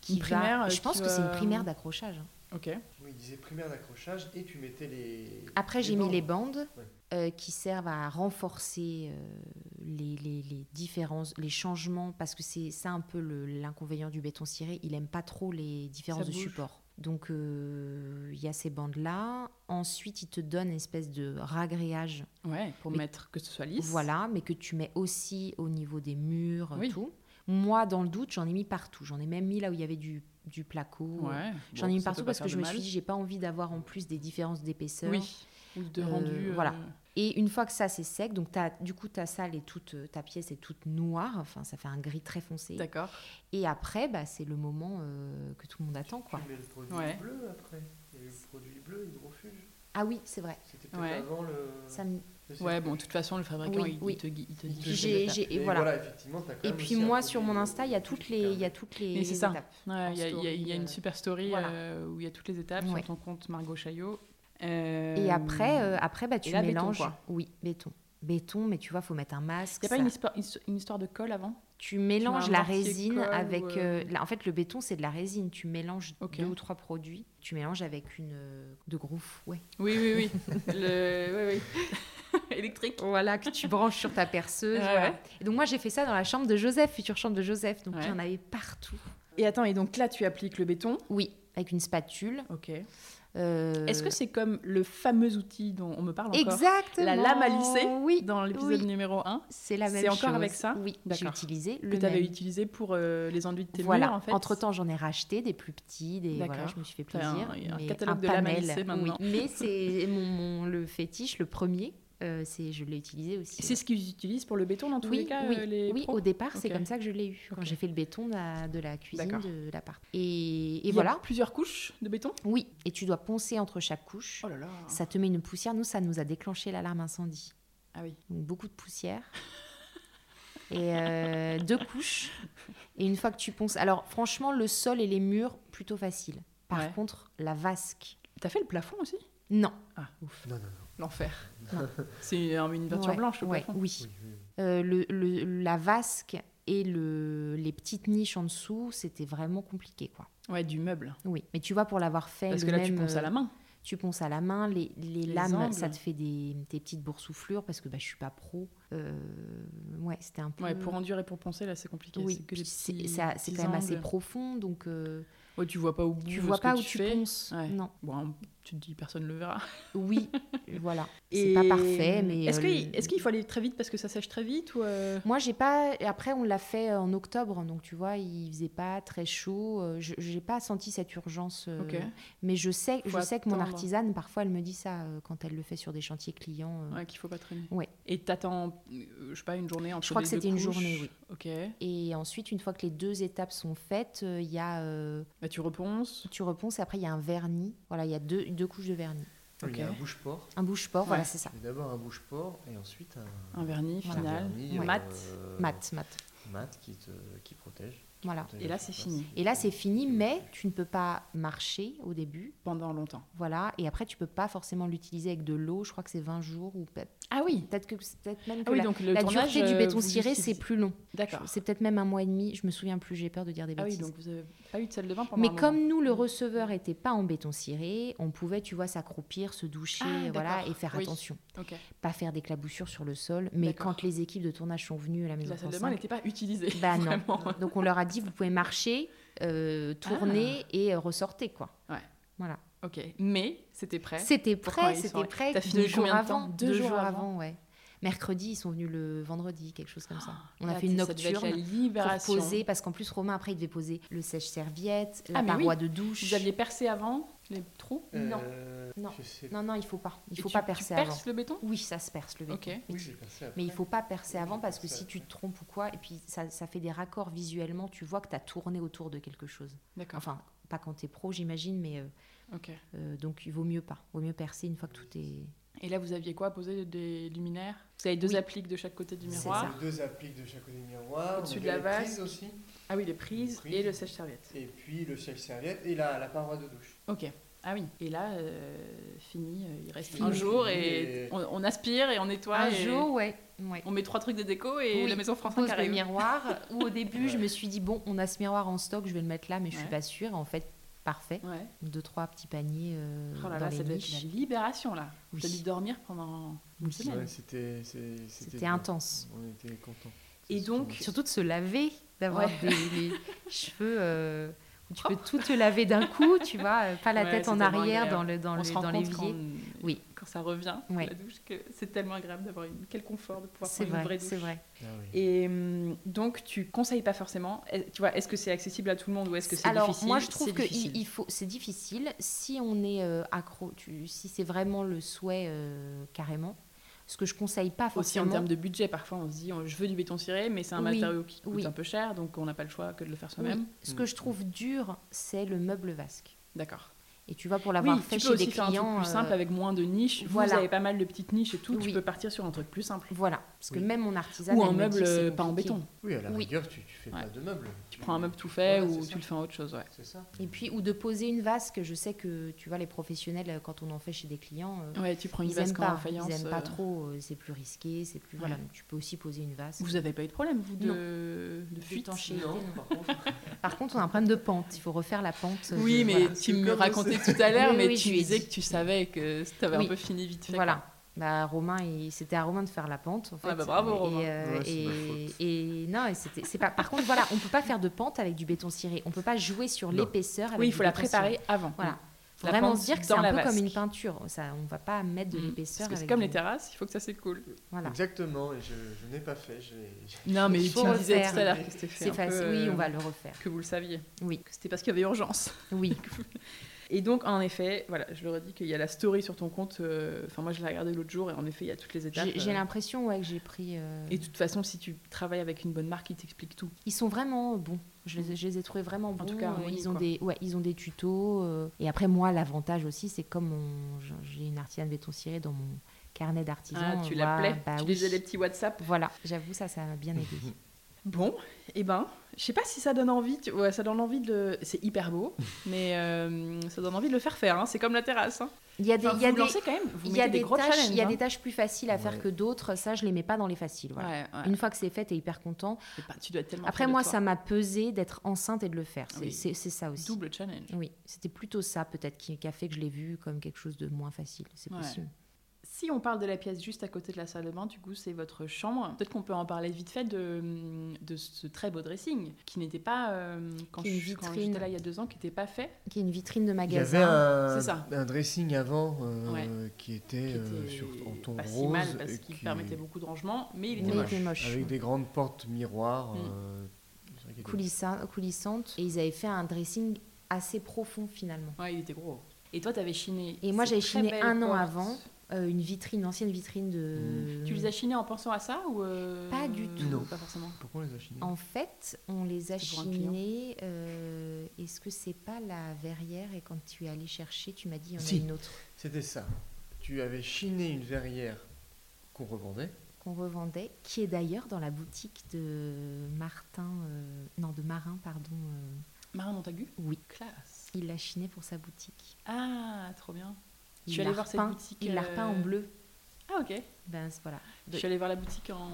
qui Une primaire, va. euh, Je qui pense que c'est une va- primaire d'accrochage. hein. Ok. Oui, il disait primaire d'accrochage et tu mettais les. Après j'ai mis bandes. les bandes Ouais. euh, qui servent à renforcer euh, les, les- les différences, les changements parce que c'est ça un peu le- l'inconvénient du béton ciré. Il aime pas trop les différences de bouge. support. Donc euh, il y a ces bandes là. Ensuite il te donne une espèce de ragréage Ouais, pour Mais- mettre que ce soit lisse. Voilà, mais que tu mets aussi au niveau des murs, euh, Oui. tout. Moi, dans le doute, j'en ai mis partout. J'en ai même mis là où il y avait du, du placo. Ouais. J'en Bon, ai mis ça partout peut pas parce faire que je de me mal. suis dit, j'ai pas envie d'avoir en plus des différences d'épaisseur. Oui. Ou de Euh, rendu. voilà. euh, Et une fois que ça c'est sec, donc t'as- du coup ta salle est toute, euh, ta pièce est toute noire, enfin ça fait un gris très foncé. D'accord. Et après, bah, c'est le moment euh, que tout le monde attend, quoi. Tu mets le produit Ouais. bleu après. Il y a eu le produit bleu hydrofuge. Ah oui, c'est vrai. C'était peut-être Ouais. avant le. Ça me- le Ouais, cercle. bon, de toute façon, le fabricant, Oui, il, oui. il te gui- il te Il dit. te quelles guide. J'ai, étapes. j'ai- et Mais voilà. effectivement, t'as quand Et même puis aussi un moi sur produit mon Insta, il y a toutes les, il y a toutes les, Mais c'est les ça. étapes. Ouais, Il y, a- il y a- il y a story, une euh, super story voilà. euh, où il y a toutes les étapes Ouais. sur ton compte Margot Chaillot. Et après, euh, après bah, et tu là, béton, mélanges. quoi. oui, béton. Béton, mais tu vois, faut mettre un masque. Il n'y a pas ça- une histoire, une- une histoire de colle avant Tu mélanges un la mortier de résine colle ou, avec. euh, euh, là, en fait, le béton, c'est de la résine. Tu mélanges Ok. deux ou trois produits. Tu mélanges avec une euh, de gros fouet. Oui, oui, oui. le... oui, oui. Électrique. Voilà, que tu branches sur ta perceuse. Ouais, voilà. ouais. Et donc, moi, j'ai fait ça dans la chambre de Joseph, future chambre de Joseph. Donc, Ouais. il y en avait partout. Et attends, et donc là, tu appliques le béton. Oui, avec une spatule. Ok. euh, Est-ce que c'est comme le fameux outil dont on me parle encore Exactement. La lame à lisser Oui, Dans l'épisode Oui. numéro 1 c'est la C'est même chose. encore avec ça Oui, j'ai D'accord. utilisé le que tu avais même. utilisé pour euh, les enduits de tes voilà. murs, en fait. Entre temps, j'en ai racheté des plus petits, des D'accord. voilà, je me suis fait T'as un- plaisir. un mais catalogue de lames à lisser oui. maintenant. Mais c'est mon, mon- le fétiche, le premier. euh, c'est je l'ai utilisé aussi. C'est ce qu'ils utilisent pour le béton dans tous oui, les cas, oui, euh, les oui, pros au départ, c'est Ok. comme ça que je l'ai eu. Quand Ok. j'ai fait le béton de la, de la cuisine D'accord. de l'appart. Et, et Il y a voilà. plusieurs couches de béton Oui, et tu dois poncer entre chaque couche. Oh là là. Ça te met une poussière. Nous, ça nous a déclenché l'alarme incendie. Ah oui. Donc, beaucoup de poussière. Et euh, deux couches. Et une fois que tu ponces. Alors, franchement, le sol et les murs, plutôt facile. Par Ouais. contre, la vasque, T'as fait le plafond aussi non. Ah, ouf. Non, non, non. L'enfer. Non. C'est un- une peinture Ouais, blanche, le ouais, plafond. Oui. Oui, oui. Euh, le, le- la vasque et le, les petites niches en dessous, c'était vraiment compliqué, quoi. Ouais, du meuble. Oui. Mais tu vois, pour l'avoir fait. Parce le que là, tu même, penses à la main. euh, Tu ponces à la main, les, les Les lames, angles. ça te fait des, des petites boursouflures parce que bah, je suis pas pro. Euh, ouais, c'était un peu. Ouais, pour endurer et pour penser, là, c'est compliqué. Mm. Oui, c'est que des puis c'est petits- ça- c'est petits quand même assez angles. profond, donc euh, Ouais, tu vois pas au bout tu de vois ce pas que où tu tu fais. penses. Ouais. Non. Bon, hein, tu te dis personne ne le verra. Oui, voilà. C'est Et pas parfait, mais. Est-ce euh, qu'il le- est-ce qu'il faut aller très vite parce que ça sèche très vite ou euh, Moi, j'ai pas. et Après, on l'a fait euh, en octobre, donc tu vois, il faisait pas très chaud. euh, Je j'ai pas senti cette urgence. euh, Ok. Mais je sais, Faut je sais que mon attendre. artisane, parfois, elle me dit ça euh, quand elle le fait sur des chantiers clients. euh, Ouais, qu'il faut pas traîner. Ouais. Et t'attends, euh, je sais pas, une journée entre Je crois les que deux c'était une couches. journée, oui. Ok. Et ensuite, une fois que les deux étapes sont faites, euh, il y a, euh, Bah, tu repenses. tu reponces et après, il y a un vernis. Voilà, il y a deux, deux couches de vernis. Il y a Ok. un bouge-port. Un bouge-port, voilà, Ouais. c'est ça. Il y a D'abord un bouge-port et ensuite un, Un vernis Voilà. final. un vernis, Mat. euh, Mat, mat. mat qui, te- qui protège. Voilà. Et là, c'est fini. Ah, Et là, c'est fini, mais tu ne peux pas marcher au début. Pendant longtemps. Voilà, et après tu peux pas forcément l'utiliser avec de l'eau, je crois que c'est 20 jours ou peut- Ah oui. peut-être que peut-être même Ah que oui, la, donc le la tournage, dureté du euh, béton vous ciré, c'est l'utilisez. plus long. D'accord. C'est peut-être même un mois et demi, je me souviens plus, j'ai peur de dire des Ah oui, bêtises. donc vous avez pas eu de salle de bain pendant Mais un moment. comme nous, le receveur était pas en béton ciré, on pouvait, tu vois, s'accroupir, se doucher, Ah, voilà, d'accord. et faire Oui. attention. Ok. Pas faire d'éclaboussures sur le sol, mais D'accord. quand les équipes de tournage sont venues à la maison La salle de 35, bain n'était pas utilisée. bah non. vraiment. Donc on leur a dit, vous pouvez marcher, euh, Ah. tourner et euh, ressortez, quoi. Ouais. Voilà. Ok. Mais c'était prêt. C'était Pour prêt, quand ils c'était sont- prêt. T'as fini deux jours combien de temps avant, deux, jours, avant, ouais. Mercredi, ils sont venus le vendredi, quelque chose comme ça. On a Ah, Là, fait une ça devait être La nocturne pour libération. poser, parce qu'en plus Romain après il devait poser le sèche-serviette, la Ah, mais oui. paroi de douche. Vous aviez percé avant les trous Non. Euh, Non. je sais- Non non, il faut pas, il Et faut tu- pas percer Tu avant. perces le béton Oui, ça se perce le béton. Ok. Oui, j'ai passé après. Mais il faut pas percer Oui, avant j'ai parce que percé si tu te après. trompes ou quoi, et puis ça, ça fait des raccords visuellement, tu vois que tu as tourné autour de quelque chose. D'accord. Enfin, pas quand tu es pro, j'imagine, mais euh, Ok. euh, donc il vaut mieux pas. Vaut mieux percer une fois que tout est. Et là, vous aviez quoi Poser des luminaires Vous avez deux Oui. appliques de chaque côté du C'est miroir. ça. Deux appliques de chaque côté du miroir. Au-dessus on de la avait les vase. prises aussi. Ah oui, les prises, Les prises. et le sèche-serviette. Et puis le sèche-serviette et la, la paroi de douche. Ok. Ah oui. Et là, euh, fini. euh, Il reste Fini. un jour Et- et on, on aspire et on nettoie. Un et jour, ouais. ouais. On met trois trucs de déco et Oui. la maison France pose 5 le arrive. miroir où au début je me suis dit bon on a ce miroir en stock je vais le mettre là mais je Ouais. suis pas sûre en fait parfait Ouais. deux trois petits paniers euh, Oh là dans là, les ça doit être niches. la libération là. Oui. T'as dû dormir pendant une Oui. semaine. Ouais, c'était c'est- c'était dur. intense On était contents. Et C'est donc- ce surtout de se laver d'avoir Ouais. Oh. des les cheveux euh, où tu peux tout te laver d'un coup tu vois euh, pas la Ouais, tête c'est en tellement arrière dans agréable. le dans on le se rend dans compte l'évier quand- Oui. quand ça revient, Ouais. la douche, que c'est tellement agréable d'avoir une... quel confort de pouvoir c'est prendre une vraie vrai douche. c'est vrai qu'on- Ah oui. Et hum, donc, tu conseilles pas forcément. Est- Tu vois, est-ce que c'est accessible à tout le monde ou est-ce que c'est Alors difficile moi je trouve C'est que difficile. il, il faut c'est difficile si on est euh, accro tu- si c'est vraiment le souhait euh, carrément ce que je conseille pas aussi en forcément termes de budget, parfois on se dit oh, je veux du béton ciré, mais c'est un Oui. matériau qui coûte Oui. un peu cher, donc on n'a pas le choix que de le faire Oui. soi-même. Ce que je Mm. trouve dur, c'est le meuble vasque. D'accord. Et tu vois, pour l'avoir oui, fait tu chez peux des aussi faire clients, un truc plus euh, simple avec moins de niches. Vous voilà. avez pas mal de petites niches et tout. Tu Oui. peux partir sur un truc plus simple. voilà, parce que Oui. même mon artisan, Ou elle un me dit meuble que c'est euh, pas en compliqué. béton. Oui, à la Oui. rigueur, tu, tu fais pas de meubles. Tu prends un meuble tout fait Voilà, ou c'est tu le ça. fais en autre chose. Ouais. C'est ça. Et puis, ou de poser une vasque. Je sais que, tu vois, les professionnels, euh, quand on en fait chez des clients, euh, Ouais, tu prends une ils aiment vasque pas. en faïence. ils aiment pas euh, trop. euh, C'est plus risqué. C'est plus voilà. Donc, tu peux aussi poser une vasque. Vous avez pas eu de problème, vous, de, de fuite D'étanchéité, Non, non. par contre, Par contre, on a un problème de pente. Il faut refaire la pente. euh, Oui, de- mais voilà. tu C'est me comme racontais tout à l'heure, Oui, mais oui, tu je lui ai disais dit. que tu savais que tu avais un Oui. peu fini vite fait. Voilà. Bah, Romain, il- c'était à Romain de faire la pente. En fait. Ah bah bravo, Et, Romain. euh, Ouais, c'est et- ma faute. et non, et c'était- c'est pas. Par contre, voilà, on peut pas faire de pente avec du béton ciré. On peut pas jouer sur Non. l'épaisseur. quoi. avec Oui, il du faut la béton ciré. préparer avant. Ah, Voilà. Faut La vraiment pente se dire que c'est dans un la peu comme une vasque. peinture. Ça, on va pas mettre de Mm. l'épaisseur. Parce que c'est avec comme du- les terrasses, il faut que ça s'écoule. Voilà. exactement, et je, je n'ai pas fait. j'ai- j'ai- Non, mais Il tu faut me disais tout à refaire. l'heure que c'était fait. C'est un facile. peu, Oui, euh, on va le refaire. Que vous le saviez. Oui, Que c'était parce qu'il y avait urgence. oui. Et donc, en effet, voilà, je leur ai dit qu'il y a la story sur ton compte. euh, Enfin, moi, je l'ai regardé l'autre jour et en effet, il y a toutes les étapes. J'ai j'ai euh, l'impression ouais, que j'ai pris. euh, Et de toute façon, si tu travailles avec une bonne marque, ils t'expliquent tout. Ils sont vraiment bons. Je les, ai- je les ai trouvés vraiment bons. tout cas, Euh, harmonie, ils ont Ah quoi. des, ouais, ils ont des tutos. euh, Et après, moi, l'avantage aussi, c'est comme on- j'ai une artisane béton ciré dans mon carnet d'artisan. Ah, on tu voit, l'appelais, bah tu oui. lisais les petits WhatsApp. Voilà, j'avoue, ça, ça m'a bien aidé. Bon, et ben, je sais pas si ça donne envie. tu- ouais, ça donne envie de. le- C'est hyper beau, mais euh, ça donne envie de le faire faire. hein, C'est comme la terrasse. hein. Il y a des, Enfin, il y a vous des, lancez quand même. Vous il y a mettez des, des gros tâches, challenges. il y a hein. des tâches plus faciles à faire Ouais. que d'autres. Ça, je les mets pas dans les faciles. Voilà. Ouais, ouais. Une fois que c'est fait, t'es hyper content. Et ben, tu dois être tellement. Après, fier de moi, toi. ça m'a pesé d'être enceinte et de le faire. C'est Oui. c'est- c'est ça aussi. Double challenge. Oui, c'était plutôt ça peut-être qui, qui a fait que je l'ai vu comme quelque chose de moins facile. C'est Ouais. possible. Si on parle de la pièce juste à côté de la salle de bain, du coup, c'est votre chambre. Peut-être qu'on peut en parler vite fait de, de ce très beau dressing qui n'était pas, euh, quand, Qui est une je- quand vitrine. j'étais là il y a deux ans, qui n'était pas fait. qui est une vitrine de Il y avait magasin. un, C'est ça. un dressing avant euh, Ouais. qui était, euh, était sur, en ton pas rose. si mal parce et qu'il qui- permettait beaucoup de rangement, mais il était Mais Ouais. moche. était moche. Avec des grandes portes miroirs. Mm. euh, c'est vrai qu'il y a des- coulissa- coulissante. Et ils avaient fait un dressing assez profond finalement. Ouais, il était gros. Et toi, t'avais chiné. Et moi, ces j'avais très chiné belles un an portes. avant. Euh, une vitrine, une ancienne vitrine de. Mmh. Tu les as chinés en pensant à ça ou euh, Pas du tout. Non. Pas forcément. Pourquoi on les a chinés En fait, on les a C'est pour un client. chinés. euh, Est-ce que c'est pas la verrière Et quand tu es allé chercher, tu m'as dit il y en Si. a une autre C'était ça. Tu avais chiné une verrière qu'on revendait. qu'on revendait, qui est d'ailleurs dans la boutique de Martin, euh, non de Marin, pardon. euh, Marin Montagu oui, Classe. il l'a chiné pour sa boutique. Ah, trop bien. Je Il suis allée l'a voir cette repeint. boutique, Il l'a euh, repeint en bleu. Ah, ok. Ben c- voilà. Je suis allée voir la boutique en...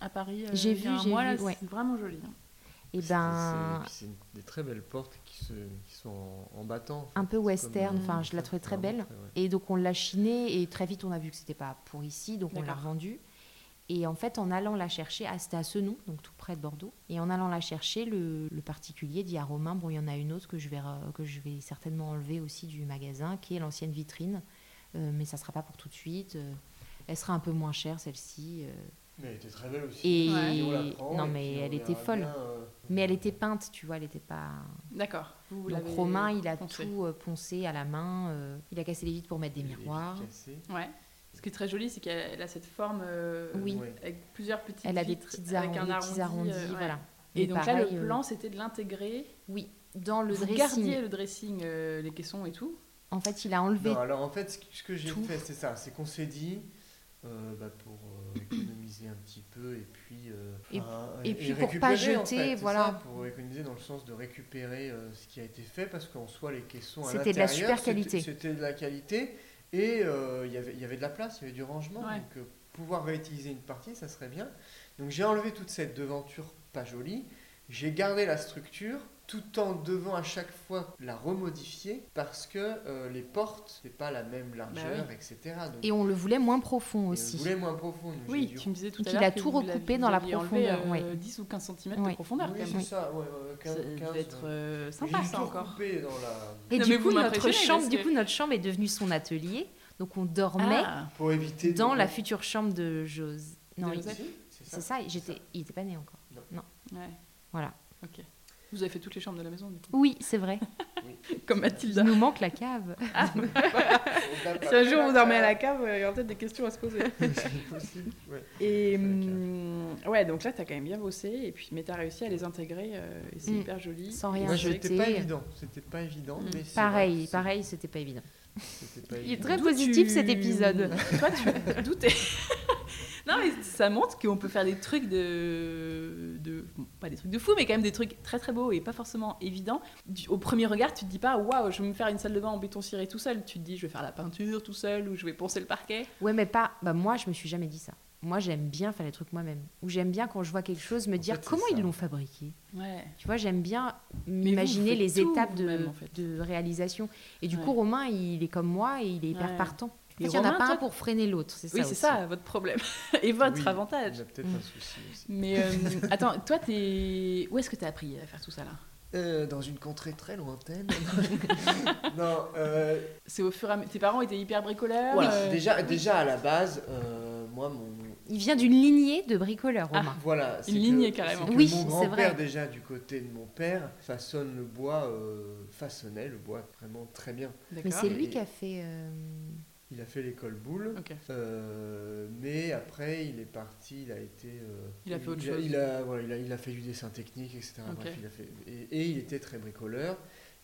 à Paris. euh, J'ai il y a vu, un j'ai mois, vu, là, ouais. C'est vraiment joli. hein. Et C'était- ben c'est- C'est des très belles portes qui, se, qui sont en, en battant. en fait. un peu C'est western. comme, euh, Enfin, je la trouvais très vraiment belle. ouais. Et donc on l'a chiné et très vite on a vu que c'était pas pour ici, donc on l'a D'accord. revendue. Et en fait, en allant la chercher, ah, c'était à Senon, donc tout près de Bordeaux. Et en allant la chercher, le, le particulier dit à Romain, bon, il y en a une autre que je vais, re- que je vais certainement enlever aussi du magasin, qui est l'ancienne vitrine, Euh, mais ça sera pas pour tout de suite. Euh, elle sera un peu moins chère celle-ci. euh. Mais elle était très belle aussi. Et- Et on la prend, non et mais puis on elle était verra folle. bien, euh, Mais elle était peinte, tu vois, elle était pas. D'accord. Vous donc l'avez Romain, il a poncé. tout euh, poncé à la main. euh, il a cassé les vitres pour mettre des elle est miroirs. cassée. Ouais. Ce qui est très joli, c'est qu'elle a cette forme euh, Oui. Ouais. avec plusieurs petites Elle a des vitres, petites avec arrondis, un des arrondi. petits arrondis, euh, ouais. voilà. Et Mais donc là, pareil, le euh, plan, c'était de l'intégrer. Oui, dans le Vous dressing. gardiez le dressing, euh, les caissons et tout. En fait, il a enlevé. Non, alors en fait, ce que- ce que j'ai tout. fait, c'est ça. C'est qu'on s'est dit, euh, bah, pour euh, économiser un petit peu et puis. euh, Et- enfin, et puis pour pas récupérer, en jeter, fait, c'est voilà. ça, pour économiser dans le sens de récupérer euh, ce qui a été fait, parce qu'en soi, les caissons à C'était de la super l'intérieur, c'était- qualité. C'était de la qualité et euh, il y avait- il y avait de la place, il y avait du rangement. Ouais. Donc, euh, pouvoir réutiliser une partie, ça serait bien. Donc, j'ai enlevé toute cette devanture pas jolie. J'ai gardé la structure tout en devant à chaque fois la remodifier parce que euh, les portes, c'est pas la Bah même largeur, etc. Donc, Et on le voulait moins profond et on aussi. voulait moins profond. donc j'ai Oui, dû- tu me disais tout Donc, à il l'heure. a que tout vous recoupé l'aviez- dans la vous aviez enlevé, profondeur, euh, 10 ou 15 cm de Ouais. profondeur, Oui, quand c'est même. ça, ouais, ouais, Ça 15, devait 15, être ouais. euh, J'ai sympa, dû ça tout encore. recoupé dans la... Non, mais Et du vous coup, notre m'impressionnez chambre, parce du que- coup, notre chambre est devenue son atelier. Donc on dormait Ah, pour éviter de- dans la future chambre de José. Non, De il- Joseph. C'est ça. c'est ça. J'étais, il était pas né encore. ouais. Voilà. Ok. Vous avez fait toutes les chambres de la maison, du coup. Oui, c'est vrai. Comme Il Mathilda. nous manque la cave. Ah. Si un jour vous dormez à la cave, euh, il y aura peut-être des questions à se poser. C'est possible, ouais. Et C'est la cave. hum, ouais, donc là, t'as quand même bien bossé, et puis, mais t'as réussi à les intégrer, euh, et c'est Mm. hyper joli. Sans Et rien Moi, c'est vrai que- jeter. c'était pas évident. C'était pas évident. Mm. mais c'est vrai Pareil, que pareil, c'était pas évident. c'était pas Il est évident. Très D'où positif tu- cet épisode. Toi, tu doutais. non, mais ça montre qu'on peut faire des trucs de. de... bon, pas des trucs de fou, mais quand même des trucs très très beaux et pas forcément évidents. Du- Au premier regard, tu te dis pas, waouh, je vais me faire une salle de bain en béton ciré tout seul. Tu te dis, je vais faire la peinture tout seul ou je vais poncer le parquet. Ouais, mais pas. Bah moi, je me suis jamais dit ça. Moi, j'aime bien faire les trucs moi-même. Ou j'aime bien quand je vois quelque chose me En dire fait, c'est comment ça. ils l'ont fabriqué. Ouais. Tu vois, j'aime bien vous, m'imaginer vous faites les tout étapes de, vous-même, en fait. de réalisation. Et du Ouais. coup, Romain, il est comme moi et il est hyper Ouais. partant. En fait, Et il n'y en a Romain, pas toi- un pour freiner l'autre, c'est ça Oui, c'est aussi. ça, votre problème. et votre Oui, avantage. On a peut-être Mm. un souci aussi. Mais euh, attends, toi, t'es... où est-ce que t'as appris à faire tout ça là Euh, dans une contrée très lointaine. non, euh, C'est au fur et à mesure. Tes parents étaient hyper Ah bricoleurs voilà. euh, Déjà, déjà à la base, euh, moi, mon, Il vient d'une lignée de bricoleurs, Ah, Romain. Voilà, c'est lignée, que- carrément. c'est que Oui, mon c'est grand-père vrai. déjà du côté de mon père façonne le bois, euh, façonnait le bois vraiment très bien. Mais D'accord. c'est lui Et- qui a fait. euh, Il a fait l'école boule, Ok. euh, mais après il est parti, il a été. euh, Il a fait autre a- chose. Il a, voilà, il a- il a fait du dessin technique, etc. Ok. Bref, il a fait, et, et il était très bricoleur.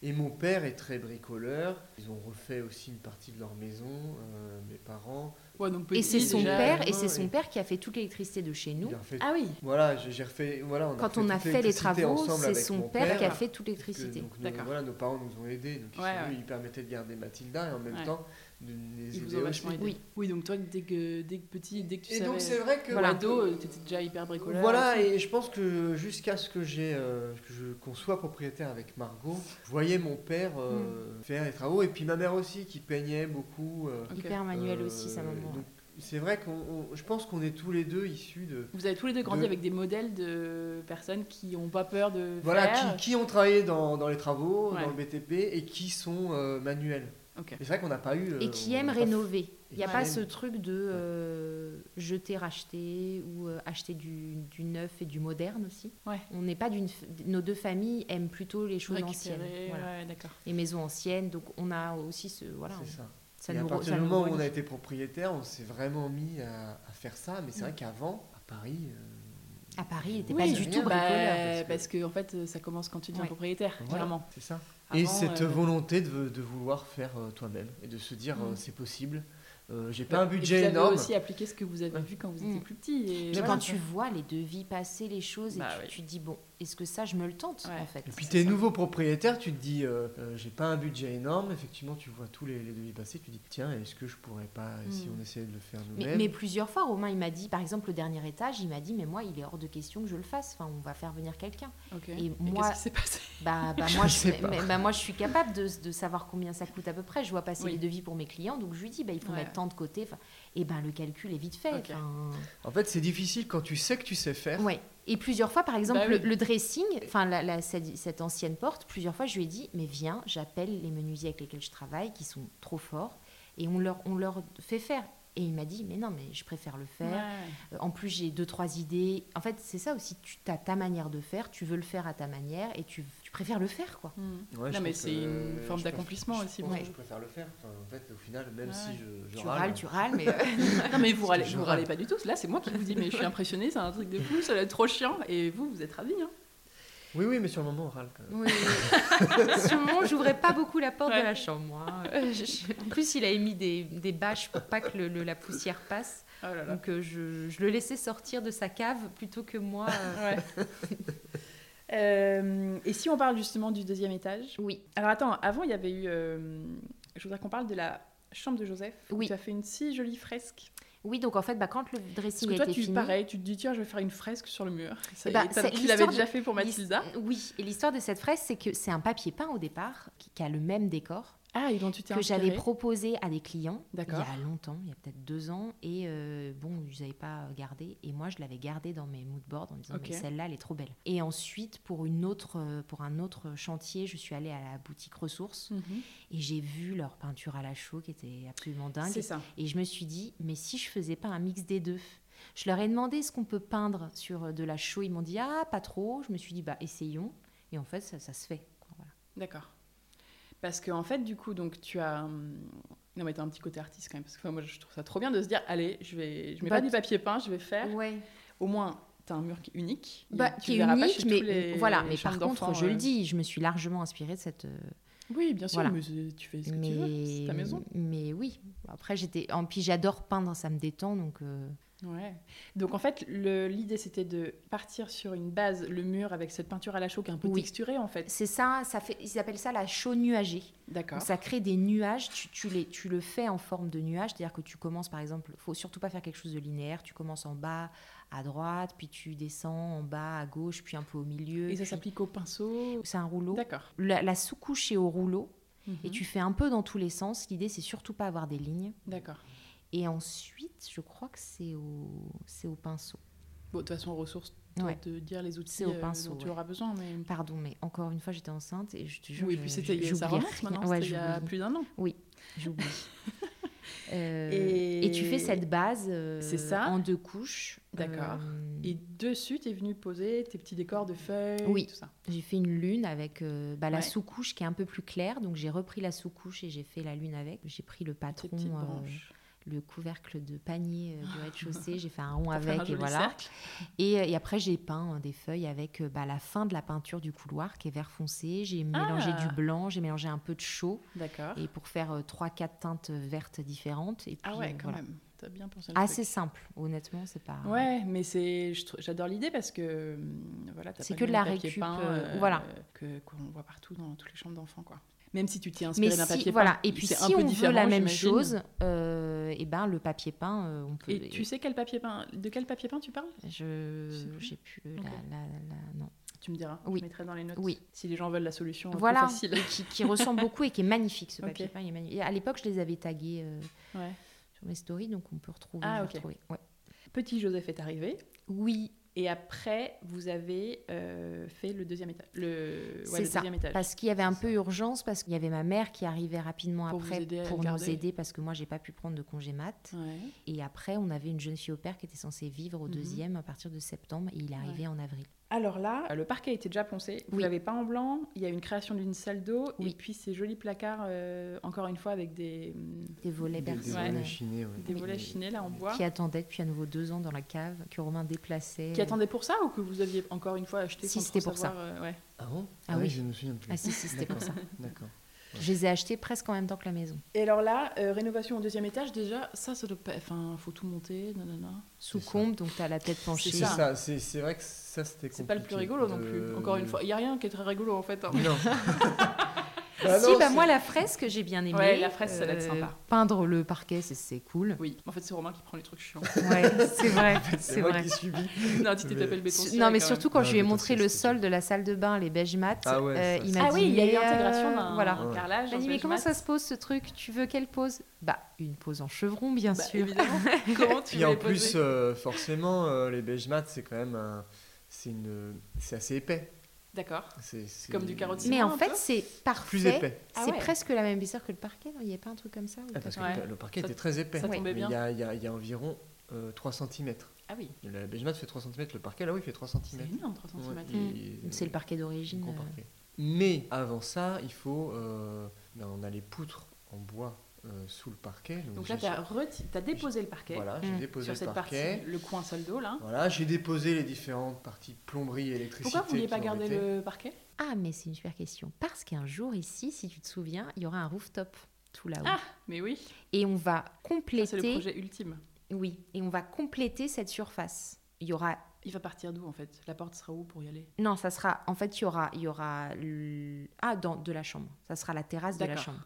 Et mon père est très bricoleur. Ils ont refait aussi une partie de leur maison, euh, mes parents. Ouais, donc Et petit, c'est son déjà, père, et Romain, c'est son et- père qui a fait toute l'électricité de chez nous. Il a refait- Ah oui Voilà, j'ai j'ai refait. Voilà, on a Quand on a toute fait les l'électricité travaux, ensemble c'est avec son mon père, qui a père. fait toute Parce que, l'électricité. donc, nous, D'accord. voilà, nos parents nous ont aidés donc ils, Ouais, sont venus, ouais. ils permettaient de garder Mathilda et en même Ouais. temps de les Il vous aider a aussi. vachement aidé. Oui. oui, donc toi, dès que, dès que petit, dès que tu et savais... donc c'est vrai que voilà, voilà, ado, euh, t'étais déjà hyper bricoleur. voilà et je pense que jusqu'à ce que j'ai euh, que je- qu'on soit propriétaire avec Margot je voyais mon père Hmm. euh, faire les travaux et puis ma mère aussi qui peignait beaucoup euh, Ok. Hyper manuel euh, aussi, sa maman. hein. donc c'est vrai qu'on, on- je pense qu'on est tous les deux issus de Vous avez tous les deux grandi De- avec des modèles de personnes qui n'ont pas peur de voilà faire. qui, qui ont travaillé dans, dans les travaux, Ouais. dans le BTP et qui sont euh, manuels. Ok. Et C'est vrai qu'on n'a pas eu euh, Et qui on aiment n'a pas- rénover. Il n'y a qui pas aiment. ce truc de euh, jeter, racheter ou euh, acheter du, du neuf et du moderne aussi. Ouais. On n'est pas d'une. f- Nos deux familles aiment plutôt les choses Récupérer, anciennes. voilà. ouais, d'accord. Les maisons anciennes, donc on a aussi ce. Voilà. C'est ça. Ça et à nous re- partir ça du nous moment où relie. on a été propriétaire, on s'est vraiment mis à, à faire ça. Mais c'est Hmm. vrai qu'avant, à Paris. euh, À Paris, il était on pas Oui, faisait du rien. tout bah, bricoleur, parce, que... en fait, ça commence quand tu deviens Ouais. propriétaire, Voilà. clairement. C'est ça. Et Avant, cette euh, volonté de, de vouloir faire euh, toi-même et de se dire euh, Mm. c'est possible. Euh, j'ai ouais. Bah, pas un Et budget Vous avez énorme. aussi appliqué ce que vous avez Ouais. vu quand vous Mm. étiez plus petit. Et Mais voilà, quand ça. tu vois les devis passer, les choses, et Bah tu, oui. tu dis, bon, est-ce que ça, je me le tente, Ouais. en fait Et puis t'es nouveau propriétaire, tu te dis euh, euh, j'ai pas un budget énorme. Effectivement, tu vois tous les, les devis passer, tu te dis tiens est-ce que je pourrais pas si Mm. on essayait de le faire Mais, nous-mêmes. mais plusieurs fois, Romain, il m'a dit, par exemple, le dernier étage, il m'a dit, mais moi, il est hors de question que je le fasse. Enfin, on va faire venir quelqu'un. Ok. Et Et moi- qu'est-ce qui s'est passé Bah, bah, Je moi, sais je, pas. mais- bah, moi, je suis capable de, de savoir combien ça coûte à peu près. Je vois passer Oui. les devis pour mes clients, donc je lui dis, bah, il faut Ouais. mettre tant de côté. Enfin, et ben, le calcul est vite fait. Ok. Enfin, En fait, c'est difficile quand tu sais que tu sais faire. Ouais. Et plusieurs fois, par exemple, Bah oui. le, le dressing, enfin la- la- cette, cette ancienne porte, plusieurs fois, je lui ai dit, mais viens, j'appelle les menuisiers avec lesquels je travaille, qui sont trop forts, et on leur, on leur fait faire. Et il m'a dit, mais non, mais je préfère le faire. Euh, En plus, j'ai deux, trois idées. En fait, c'est ça aussi, tu as ta manière de faire, tu veux le faire à ta manière, et tu, tu préfères le faire, quoi. Mm. Ouais, je non, mais pense c'est que- euh, une forme je préfère- d'accomplissement je aussi. pense bon. que Je préfère le faire. Enfin, en fait, au final, même Ouais. si je, je tu râles, tu râles, mais... euh, Non, mais vous râlez, Je vous râle. râlez pas du tout. Là, c'est moi qui vous dis, mais je suis impressionnée, c'est un truc de fou, ça va être trop chiant. Et vous, vous êtes ravis. Hein. Oui, oui, mais sur le moment, on râle quand même. oui, oui. Sur le moment, j'ouvrais pas beaucoup la porte Ouais. de la chambre, moi. Euh, je- je- En plus, il avait mis des, des bâches pour pas que le- le- la poussière passe. Oh là là. Donc euh, je, je le laissais sortir de sa cave plutôt que moi. euh. Ouais. Euh, et si on parle justement du deuxième étage Oui, Alors attends, avant il y avait eu. euh, je voudrais qu'on parle de la chambre de Joseph. où Oui. Tu as fait une si jolie fresque. oui. Donc en fait, bah, quand le Parce dressing que a toi, été tu fini, pareil, tu te dis tiens, je vais faire une fresque sur le mur. Ça, Eh ben, et t'as- c'est tu l'avais l'histoire déjà fait pour Mathilda. l'his- Oui. Et l'histoire de cette fraise, c'est que c'est un papier peint au départ qui, qui a le même décor Ah, et dont tu t'es que j'avais inspirée. proposé à des clients il y D'accord. a longtemps, il y a peut-être deux ans, et euh, bon, ils n'avaient pas gardé, et moi je l'avais gardé dans mes moodboards en disant Ok. mais celle-là, elle est trop belle. Et ensuite, pour une autre, euh, pour un autre chantier, je suis allée à la boutique ressources Mhm. et j'ai vu leur peinture à la chaux qui était absolument dingue. C'est ça. Et je me suis dit, mais si je faisais pas un mix des deux Je leur ai demandé ce qu'on peut peindre sur euh, de la chaux. Ils m'ont dit, ah, pas trop. Je me suis dit, bah, essayons. Et en fait, ça, ça se fait. quoi, voilà. D'accord. Parce que en fait, du coup, donc tu as. hum, Non, mais t'as un petit côté artiste quand même. Parce que enfin, moi, je trouve ça trop bien de se dire allez, je vais, je mets Bah, pas du papier peint, je vais faire. Ouais. Au moins, t'as un mur qui est unique. Il- Bah, tu qui est verras pas unique, chez mais tous les voilà. Mais chambres par contre, d'enfants, je le euh. dis, je me suis largement inspirée de cette. euh, Oui, bien sûr, Voilà. mais c'est- tu fais ce que tu veux. mais C'est ta maison. mais oui. Après, j'étais. En puis, j'adore peindre, hein, ça me détend. Donc, euh, Ouais. Donc en fait, le- l'idée c'était de partir sur une base, le mur avec cette peinture à la chaux qui est un peu Oui. texturée en fait. c'est ça. Ça fait. Ils appellent ça la chaux nuagée. D'accord. Donc, ça crée des nuages, tu, tu les, tu le fais en forme de nuage, c'est-à-dire que tu commences par exemple, faut surtout pas faire quelque chose de linéaire, tu commences en bas à droite, puis tu descends en bas à gauche, puis un peu au milieu. Et ça puis- s'applique au pinceau. C'est un rouleau. D'accord. La, la sous-couche est au rouleau, et Mhm. tu fais un peu dans tous les sens, l'idée c'est surtout pas avoir des lignes. D'accord. Et ensuite, je crois que c'est au, c'est au pinceau. Bon, de toute façon, ressources, on va Ouais. te dire les outils C'est au euh, pinceau, dont tu ouais. auras besoin. Mais... Pardon, mais encore une fois, j'étais enceinte et je te jure, oui, je- puis c'était je- ça j'oublie remonte rien. maintenant, Ouais, c'était il y a j'oublie. plus d'un an. J'oublie. Euh, Et- et... tu fais cette base euh, C'est ça. en deux couches. D'accord. Euh, Et dessus, t'es venu poser tes petits décors de feuilles, Oui. et tout ça. J'ai fait une lune avec euh, bah, la Ouais. sous-couche qui est un peu plus claire. Donc j'ai repris la sous-couche et j'ai fait la lune avec. J'ai pris le Tes patron, petites euh, branches. le couvercle de panier euh, du rez-de-chaussée. j'ai fait un rond Pour faire avec un et joli voilà. cercle. Et, euh, et après j'ai peint euh, des feuilles avec euh, bah, la fin de la peinture du couloir qui est vert foncé. J'ai mélangé Ah. du blanc, j'ai mélangé un peu de chaud D'accord. et pour faire euh, trois, quatre teintes vertes différentes. Et Ah puis, ouais, euh, quand voilà. Ah, même. T'as bien pensé. à le Assez simple, honnêtement, c'est pas. Ouais, mais c'est, je trou- j'adore l'idée parce que hum, voilà, t'as C'est pas que mis de la le papier récup, peint, euh, voilà. que qu'on voit partout dans toutes les chambres d'enfants, quoi. Même si tu t'es inspiré Mais d'un si, papier voilà. peint, Et puis c'est si un peu on veut différent, la même j'imagine. chose, euh, et ben le papier peint, euh, on peut. Et tu sais quel papier peint, de quel papier peint tu parles Je Je sais plus. j'ai plus Ok. la, la- la- non. Tu me diras. Oui. Je mettrai dans les notes. Oui. Si les gens veulent la solution, euh, plus Voilà. facile. Qui, qui ressemble beaucoup et qui est magnifique ce Ok. papier peint, il est magnifique. Et à l'époque, je les avais tagués euh, Ouais. sur mes stories, donc on peut retrouver. Ah, je vais ok. retrouver, ouais. Petit Joseph est arrivé. Oui, Et après, vous avez euh, fait le deuxième étage. Le, ouais, C'est le ça. deuxième Euh, étage. parce qu'il y avait un C'est peu ça. urgence, parce qu'il y avait ma mère qui arrivait rapidement Pour vous après aider à le pour nous garder. aider, parce que moi, j'ai pas pu prendre de congé mat. Ouais. Et après, on avait une jeune fille au père qui était censée vivre au Mhm. deuxième à partir de septembre, et il est arrivé en avril. Alors là, Euh, le parquet était déjà poncé. Vous Oui. l'avez peint en blanc. Il y a une création d'une salle d'eau. Oui. Et puis ces jolis placards, euh, encore une fois, avec des, mm, Des volets Des, des personnes volets euh, chinés, ouais. des volets chinés là en bois. qui attendaient depuis à nouveau deux ans dans la cave, que Romain déplaçait. Qui attendait pour ça ou que vous aviez encore une fois acheté Si, sans c'était trop pour ça. savoir, euh, ouais. Ah bon Ah oui. je me souviens plus. Ah si, si, c'était pour ça. D'accord. Je les ai achetés presque en même temps que la maison. Et alors là, euh, rénovation au deuxième étage. Étage déjà, ça, ça doit pas. Enfin, faut tout monter, nanana. Sous C'est ça. combe, donc t'as la tête penchée. C'est ça. ça, c'est c'est vrai que ça c'était compliqué. C'est pas le plus rigolo non de- plus. Encore une fois, il y a rien qui est très rigolo en fait. hein. Non. si, Ah non, bah c'est- moi la fresque j'ai bien aimé. Euh, Ouais, la fresque, ça doit être sympa. Peindre le parquet, c'est- c'est cool. Oui, en fait, c'est Romain qui prend les trucs chiants. Ouais, c'est vrai, C'est moi qui subis. Euh, non, tu t'es tapé le béton. S- ciré, Non, mais quand surtout quand Ouais, je lui ai mais montré t'as le ça, sol de la salle de bain, les beiges mat, Ah ouais, ça, il c'est- m'a ah oui, il y a eu dit, intégration euh, d'un Voilà. Ouais. carrelage. Il m'a dit, un mais comment beige mat. ça se pose ce truc Tu veux quelle pose Bah, une pose en chevron, bien Bah, sûr. évidemment. Comment tu Puis veux en les poser plus, euh, forcément, euh, les beige mat, c'est quand même un- C'est une... c'est assez épais. D'accord. C'est c'est- comme du carotte Mais en un fait, peu c'est parfait. Plus épais. C'est Ah ouais. presque la même épaisseur que le parquet, non Il n'y a pas un truc comme ça ou Ah, pas parce que Ouais. le- le parquet Ça- était très épais. ça Mais tombait Il bien. y a, il y a- il y a environ euh, 3 cm. Ah oui, La beige mat fait 3 cm, le parquet là-haut il fait 3 cm. c'est énorme, 3 cm. Donc, Mm. C'est le parquet d'origine. euh, Mais avant ça, il faut. euh, ben, on a les poutres en bois euh, sous le parquet. Donc, Donc là, j'ai- tu as, déposé le parquet Voilà, j'ai Mm. déposé sur le cette parquet. partie, le coin sol d'eau là. Voilà, j'ai déposé les différentes parties plomberie et électricité. Pourquoi vous vouliez qui pas ont garder été. le parquet Ah, mais c'est une super question. Parce qu'un jour, ici, si tu te souviens, il y aura un rooftop tout là-haut. Ah, mais oui, Et on va ça, c'est le compléter. projet ultime. oui, et on va compléter cette surface. Il y aura. Il va partir d'où en fait La porte sera où pour y aller Non, ça sera. En fait, il y aura. Il y aura le- Ah, dans, de la chambre. Ça sera la terrasse de la D'accord. chambre.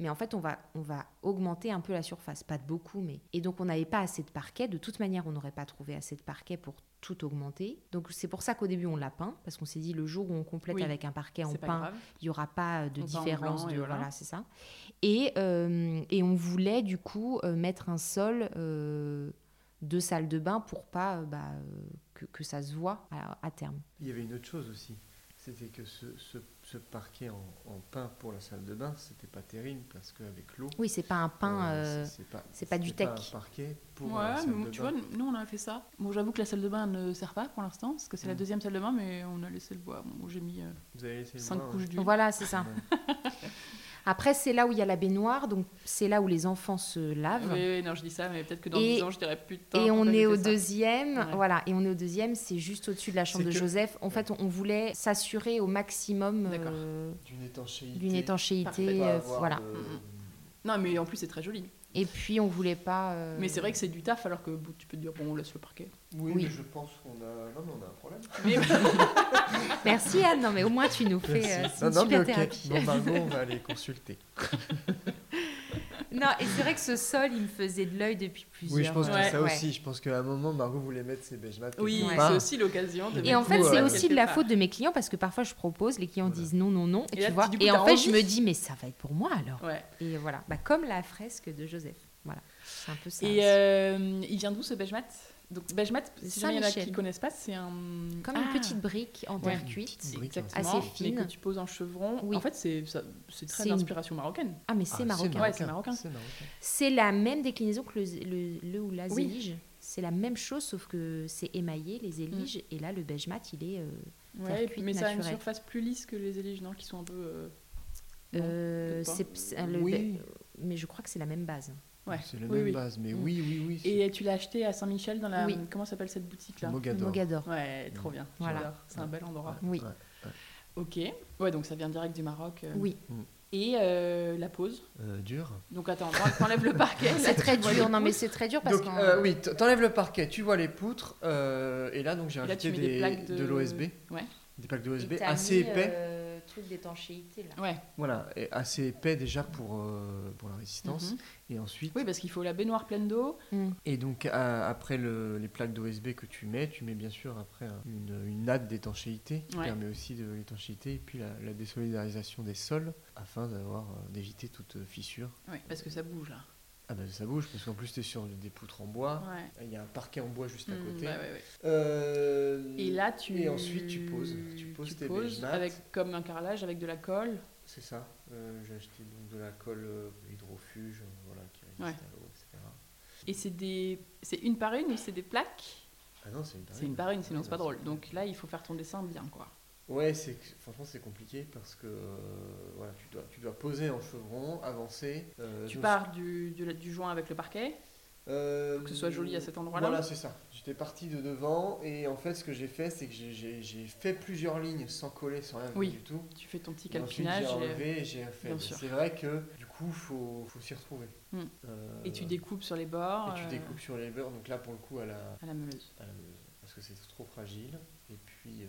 Mais en fait, on va, on va augmenter un peu la surface. Pas de beaucoup, mais. Et donc, on n'avait pas assez de parquet. De toute manière, on n'aurait pas trouvé assez de parquet pour tout augmenter. Donc, c'est pour ça qu'au début, on l'a peint. Parce qu'on s'est dit, le jour où on complète Oui. avec un parquet, on C'est pas peint. grave. il n'y aura pas euh, de On peint en différence blanc, de et voilà, voilà. c'est ça et, euh, et on voulait du coup euh, mettre un sol euh, de salle de bain pour pas euh, bah, euh, que, que ça se voit à, à terme Il y avait une autre chose aussi. C'était que ce, ce- ce parquet en, en pain pour la salle de bain, c'était pas terrible parce qu'avec l'eau. oui c'est pas un pain euh, euh, c'est pas, c'est pas du c'était tech. un parquet pour euh, la Ouais, salle mais de bon, tu bain. vois, nous on a fait ça. Bon, j'avoue que la salle de bain ne sert pas pour l'instant, parce que c'est la Mm. deuxième salle de bain, mais on a laissé le bois. Bon, j'ai mis Vous avez laissé le 5 bain, hein. couches d'huile. voilà c'est ça Ouais. après c'est là où il y a la baignoire donc c'est là où les enfants se Ah Oui, lavent oui, non, je dis ça, mais peut-être que dans Et- 10 ans, je dirais putain. Et on pourquoi j'ai est au fait ça deuxième, Ouais. voilà, et on est au deuxième, c'est juste au-dessus de la chambre C'est de que- Joseph. En fait, on, on voulait s'assurer au maximum D'accord. euh, D'une étanchéité. d'une étanchéité, Pas euh, avoir voilà. de- Mhm. Non, mais en plus, c'est très joli. Et puis on voulait pas. euh, Mais c'est vrai que c'est du taf, alors que bon, tu peux te dire, bon, on laisse le parquet. Oui, Oui. mais je pense qu'on a. Non, mais on a un problème. Mais Merci Anne, non mais au moins tu nous fais euh, Merci. c'est une non, non, mais super ok. thérapie. Bon, Margot, on va aller consulter. Non et c'est vrai que ce sol il me faisait de l'œil depuis plusieurs. euh, Oui, je pense que Ouais. ça Ouais. aussi. Je pense qu'à un moment, Margot voulait mettre ses beige mat. oui, quelque Ouais. part. c'est aussi l'occasion de. Et mettre en fait tout, coup, c'est euh, aussi de la quelque faute de mes clients parce que parfois je propose, les clients Voilà. disent non non non, Et tu là, vois. du coup, et t'as en fait envie. je me dis mais ça va être pour moi alors. part. Ouais. Et voilà, bah, comme la fresque de Joseph, voilà, c'est un peu ça. aussi. Et euh, il vient d'où ce Bejmat Donc Bejmat, si jamais il y en a qui Saint-Michel. connaissent pas, c'est un Comme Ah, une petite brique en terre Ouais. cuite. Brique, hein. exactement, assez mais fine. que tu poses en chevron. Oui. En fait, c'est ça- c'est très C'est une- d'inspiration marocaine. Ah mais Ah, c'est marocain. Ouais, c'est marocain. C'est marocain. C'est la même déclinaison que le, le- le ou la Oui. Mm. zélige. C'est la même chose sauf que c'est émaillé les éliges et là le beige mat il est. euh, Ouais, cuite mais ça a une naturelle. surface plus lisse que les éliges, non Qui sont un peu. euh, Non, euh, peut-être pas. c'est- c'est- le Oui. be- mais je crois que c'est la même base. Ouais. C'est la Oui, même oui. base, mais Mm. oui, oui, oui. c'est Et tu l'as acheté à Saint-Michel dans la. Oui. Comment s'appelle cette boutique là Le Mogador. Mogador. Ouais, trop bien. Voilà. j'adore, C'est un bel endroit. Oui. Ouais. Ok. Ouais, donc ça vient direct du Maroc. euh. Oui, Et euh, la pause. Euh, dur. Donc attends, on enlève le parquet. c'est là, très tu vois dur. les Non, mais pouces. c'est très dur parce Donc, qu'en- euh, oui, t- t'enlèves le parquet, tu vois les poutres, euh, et là, donc j'ai Et là, tu rajouté mets des des, plaques de- l'OSB. Ouais. Des plaques et d'OSB t'as assez mis, épais. euh, truc d'étanchéité là. Ouais. Voilà, et assez épais déjà pour, euh, pour la résistance. Mhm. Et ensuite, Oui, parce qu'il faut la baignoire pleine d'eau. et donc à- après le- les plaques d'OSB que tu mets, tu mets bien sûr après un- une, une natte d'étanchéité qui Ouais. permet aussi de l'étanchéité et puis la, la désolidarisation des sols afin d'avoir euh, d'éviter toute euh, fissure. Ouais, parce que ça bouge là. Ah bah ça bouge, parce qu'en plus t'es sur des poutres en bois. Ouais. Il y a un parquet en bois juste à Mm, côté. ouais, ouais, ouais. Euh, Et là, tu. et ensuite, tu poses. Tu poses tes benchmarks. avec comme un carrelage avec de la colle. C'est ça. Euh, J'ai acheté donc de la colle euh, hydrofuge, euh, voilà, qui résiste à l'eau, etc. Et c'est des, c'est une par une ou c'est des plaques Ah non, c'est une Ah, bah, par C'est une par une, sinon Ouais, c'est pas non, drôle. Donc là, il faut faire ton dessin bien, quoi. Ouais, c'est que- franchement c'est compliqué parce que euh, voilà, tu dois tu dois poser en chevron, avancer. euh, Tu donc- pars du, du, du joint avec le parquet. Euh, Faut que ce soit joli à cet endroit-là. Voilà, c'est ça. J'étais parti de devant et en fait, ce que j'ai fait, c'est que j'ai- j'ai j'ai fait plusieurs lignes sans coller, sans rien Oui. du tout. Tu fais ton petit Et ensuite, j'ai calpinage. Et, euh, enlevé et j'ai fait. bien Mais sûr. C'est vrai que du coup, faut, faut s'y retrouver. Hmm. Euh, et tu découpes sur les bords. et tu euh, découpes sur les beurres, donc là pour le coup à la, À la meuleuse. à la meuse, Euh, parce que c'est trop fragile. Et puis, euh,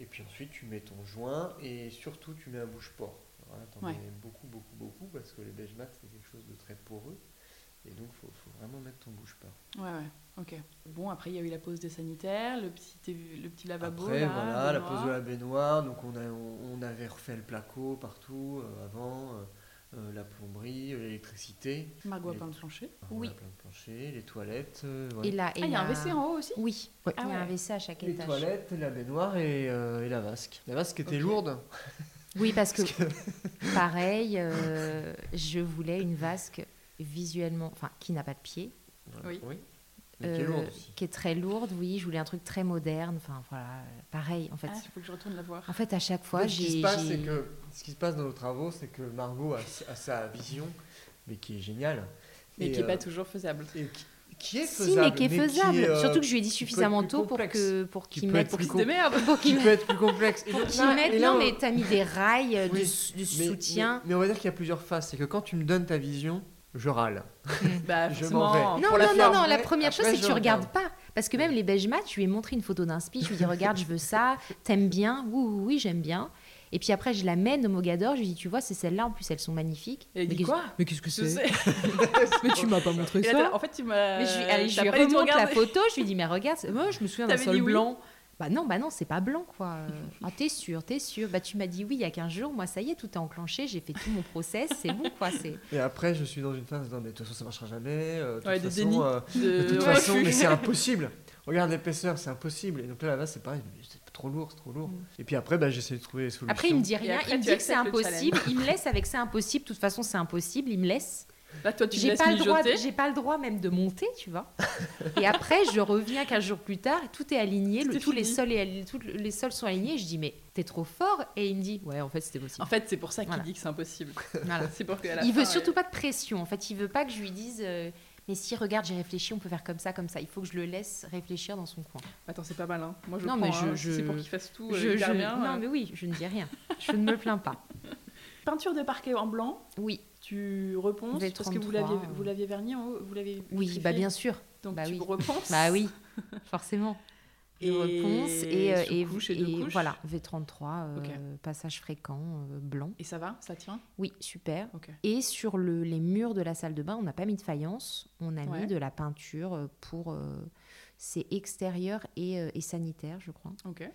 et puis ensuite, tu mets ton joint et surtout, tu mets un bouche-port. Alors là, t'en Ouais. mets beaucoup, beaucoup, beaucoup parce que les beige mat, c'est quelque chose de très poreux. Et donc, faut, faut vraiment mettre ton bouche-port. Ouais, ouais, ok. Bon, après, il y a eu la pause des sanitaires, le petit, té- le petit lavabo. Après, là, voilà, la baignoire. pose de la baignoire. Donc, on, a, on, on avait refait le placo partout euh, avant, euh, euh, la plomberie, euh, l'électricité, Margot a Et- peint le plancher. Oui. oui. le plancher, les toilettes. euh, ouais. Et là, Ah, il y a un WC en haut aussi Oui, Ah il y a un ouais. WC à chaque les étage. toilettes, la baignoire et, euh, et la vasque. La vasque était Ok. lourde. Oui, parce que pareil, euh, je voulais une vasque visuellement, enfin, qui n'a pas de pied, Voilà. Oui. Mais qui est euh, lourde aussi. qui est très lourde. Oui, je voulais un truc très moderne. Enfin, voilà, euh, pareil. En fait, Ah, il faut que je retourne la voir. en fait, à chaque En fois, fait, ce qui se j'ai passe, j'ai- c'est que ce qui se passe dans nos travaux, c'est que Margot a, s- a sa vision, mais qui est géniale, Mais Et, qui n'est pas euh, toujours faisable. et qui, qui est si, faisable, mais qui est faisable. euh, Surtout que je lui ai dit qui peut être suffisamment plus tôt pour complexe. que pour Qui qu'il peut mette être pour plus qu'il Fils de merde pour qui qu'il peut être plus complexe. Et pour donc qu'il là- mette. et là, non, on- mais t'as mis des rails euh, de, Oui, s- de mais- soutien. Mais, mais on va dire qu'il y a plusieurs phases. C'est que quand tu me donnes ta vision, je râle. Bah, Je forcément, m'en vais. pour Non, la non, non, forme. non, la après- première chose, après, c'est que je tu regardes regarde. pas. Parce que même les beige mat, je lui ai montré une photo d'un spi, je lui ai dit, regarde, je veux ça, t'aimes bien, oui, oui, oui, j'aime bien. Et puis après, je l'amène au Mogador, je lui dis, tu vois, c'est celles-là, en plus, elles sont magnifiques. Et elle Mais dit qu'est-ce- quoi Mais qu'est-ce que Je sais. Mais tu m'as pas montré Et là, t'as- en fait, tu m'as. Mais je lui, allez, je Euh, t'as lui pas du tout remonte la regardé. photo, je lui dis, mais regarde, c'est- moi, je me souviens d'un T'avais sol dit oui. blanc. Bah non, bah non, c'est pas blanc, quoi. Euh, Ah, t'es sûr, t'es sûr. Bah tu m'as dit oui il y a 15 jours, moi, ça y est, tout est enclenché, j'ai fait tout mon process, c'est bon, quoi. c'est... Et après, je suis dans une phase. Non, mais de toute façon, ça marchera jamais. euh, de toute Ouais, de façon, déni. euh, De, de toute refus. façon, mais c'est impossible. Regarde l'épaisseur, c'est impossible. Et donc là, la vase, c'est pareil. je me dis, C'est trop lourd, c'est trop lourd. Et puis après, bah, j'essaie de trouver des solutions. Mm. Après, il me dit Et rien, après, il me tu dit que c'est acceptes le impossible, il me laisse avec c'est impossible, de toute façon, c'est impossible, il me laisse. Là, bah, toi, tu te J'ai laisses pas, le droit, de- mijoter. j'ai pas le droit même de monter, tu vois. Et après, je reviens 15 jours plus tard, et tout est aligné, le- Tout est tous les fini. sols, et, tous les sols sont alignés. et Je dis, mais t'es trop fort. Et il me dit, ouais, en fait, c'était En possible. fait, c'est pour ça qu'il Voilà. dit que c'est impossible. Voilà. C'est pour que à la Il fin, veut surtout euh, pas de pression. En fait, il veut pas que je lui dise, euh, mais si, regarde, j'ai réfléchi, on peut faire comme ça, comme ça. Il faut que je le laisse réfléchir dans son coin. Attends, c'est pas mal, hein. Moi, je Non, prends, mais je- hein. je- C'est pour qu'il fasse tout euh, Je- hyper je- bien. non, euh. mais oui, je ne dis rien. Je ne me plains pas. Peinture de parquet en blanc. Oui, Tu reponces V33, parce que vous l'aviez euh. vous l'aviez verni en haut, vous l'avez oui, bah bien sûr. Donc bah tu oui. repenses. Bah oui, forcément. Je Et reponse et, euh, et, sous-couche et deux et couches. voilà, V33, euh, Ok. passage fréquent, euh, blanc. Et ça va, ça tient. Oui, super. Ok. Et sur le- les murs de la salle de bain, on n'a pas mis de faïence, on a Ouais. mis de la peinture euh, pour... euh, c'est extérieur et, euh, et sanitaire, je crois, Ok.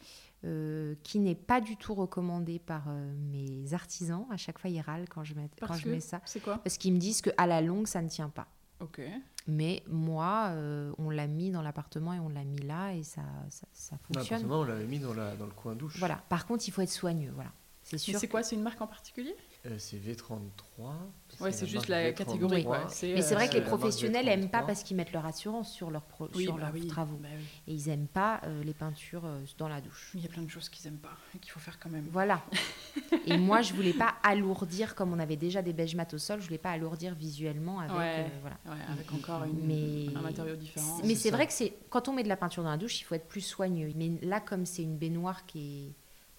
euh, qui n'est pas du tout recommandé par euh, mes artisans. À chaque fois, ils râlent quand je mets, quand Parce je que- mets ça. C'est quoi Parce qu'ils me disent qu'à la longue, ça ne tient pas. Ok. Mais moi, euh, on l'a mis dans l'appartement et on l'a mis là et ça, ça, ça fonctionne. L'appartement, on l'avait mis dans, la, dans le coin douche. Voilà. Par contre, il faut être soigneux. Voilà. C'est Mais sûr. c'est quoi C'est une marque en particulier Euh, c'est V33. Ouais, c'est juste la marque catégorie. V33. quoi. C'est Mais euh, c'est vrai que les la marque professionnels V33. aiment pas parce qu'ils mettent leur assurance sur, leur pro- oui, sur bah leurs oui. travaux. Bah oui. Et ils aiment pas euh, les peintures euh, dans la douche. Il y a plein de choses qu'ils aiment pas et qu'il faut faire quand même. Voilà. et moi, je voulais pas alourdir, comme on avait déjà des beiges mat au sol, je voulais pas alourdir visuellement avec. Ouais. euh, voilà. Ouais, avec encore une- Mais- un matériau différent. Mais c'est c'est ça. vrai que c'est quand on met de la peinture dans la douche, il faut être plus soigneux. Mais là, comme c'est une baignoire qui est.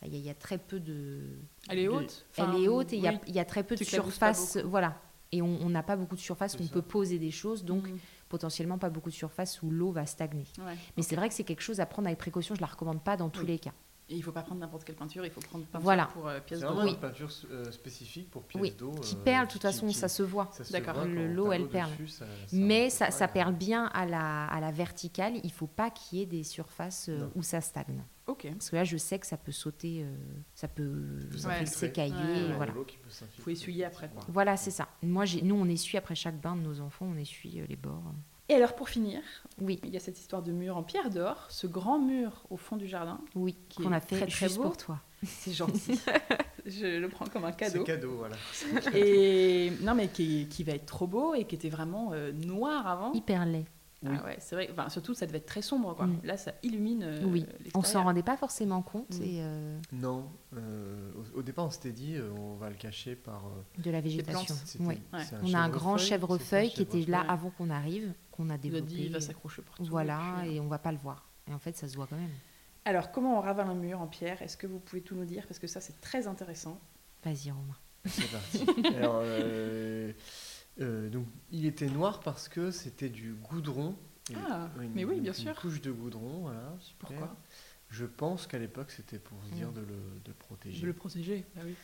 enfin, Il y, a- il y a très peu de. Elle est haute. Enfin, elle est haute et il y a- oui. il y, a très peu de tu te la bouges pas surface. Voilà. Et on on n'a pas beaucoup de surface où C'est on ça. peut poser des choses, donc Mm. potentiellement pas beaucoup de surface où l'eau va stagner. Ouais. Mais c'est vrai que c'est quelque chose à prendre avec précaution, je ne la recommande pas dans tous Oui. les cas. Et il faut pas prendre n'importe quelle peinture, il faut prendre peinture Voilà. pour euh, pièce C'est d'eau. vraiment Oui. une peinture euh, spécifique pour pièces Oui, d'eau. qui euh, perle, de toute qui- façon, qui- ça se voit. ça euh. se D'accord. voit Le quand on lot, tape elle dessus, perle. ça- ça- Mais ça, ouais. ça perle bien à la, à la verticale. Il faut pas qu'il y ait des surfaces euh, Non. où ça stagne. Ok. Parce que là, je sais que ça peut sauter, euh, ça peut, peut ça peut s'infiltrer. s'écailler. Ouais, ouais. voilà, l'eau qui peut s'infiltrer. Faut essuyer après, quoi. voilà c'est ça. Moi, j'ai- nous, on essuie après chaque bain de nos enfants, on essuie euh, les bords. Et alors pour finir, Oui, il y a cette histoire de mur en pierre dehors, ce grand mur au fond du jardin. oui, Qui qu'on est a fait très, très juste beau. pour toi. C'est gentil. Je le prends comme un C'est cadeau. cadeau, voilà. Et non mais qui, qui va être trop beau et qui était vraiment euh, noir avant. Hyper laid. Oui. Ah ouais, c'est vrai. Enfin, surtout ça devait être très sombre quoi. Mm. Là ça illumine. euh, Oui. On l'extérieur. s'en rendait pas forcément compte Mm. et, euh, Non, euh, au, au départ on s'était dit euh, on va le cacher par. euh, de la végétation. plantes. c'était- Ouais. Ouais. c'est On a un grand chèvrefeuille c'est qui était là Ouais. avant qu'on arrive, qu'on Il a a développé. dit il va s'accrocher partout. voilà, et puis, euh. et on va pas le voir. Et en fait, ça se voit quand même. Alors comment on ravale un mur en pierre Est-ce que vous pouvez tout nous dire parce que ça c'est très intéressant. Vas-y, Romain. C'est parti. Alors, euh, euh, donc, il était noir parce que c'était du goudron. Et- Ah, une- mais oui, bien une sûr. couche de goudron, voilà. super. Pourquoi Je pense qu'à l'époque, c'était pour se dire Mm. de, le, de le protéger. Je le protéger. Ah oui.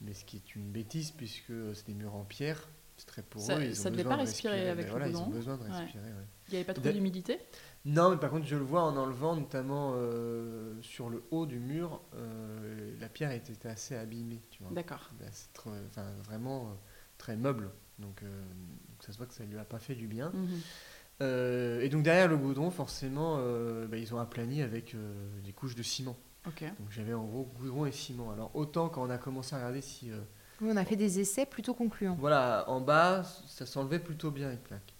Mais ce qui est une bêtise, puisque c'est des murs en pierre, c'est très pour Ça- eux. Ils ça ont devait besoin pas de respirer avec ben le voilà, Ils goudron. ont besoin de Ouais. respirer, ouais. Il n'y avait pas trop D'a- d'humidité Non, mais par contre, je le vois en enlevant notamment euh, sur le haut du mur, euh, la pierre était était assez abîmée, tu vois. D'accord. Bah, c'est trop- enfin, vraiment euh, très meuble. Donc, euh, donc ça se voit que ça lui a pas fait du bien. Mhm. Euh, et donc derrière le goudron, forcément, euh, bah, ils ont aplani avec euh, des couches de ciment. Ok. Donc j'avais en gros goudron et ciment. Alors autant quand on a commencé à regarder si... euh, Oui, on a fait des essais plutôt concluants. voilà, en bas, ça s'enlevait plutôt bien les plaques.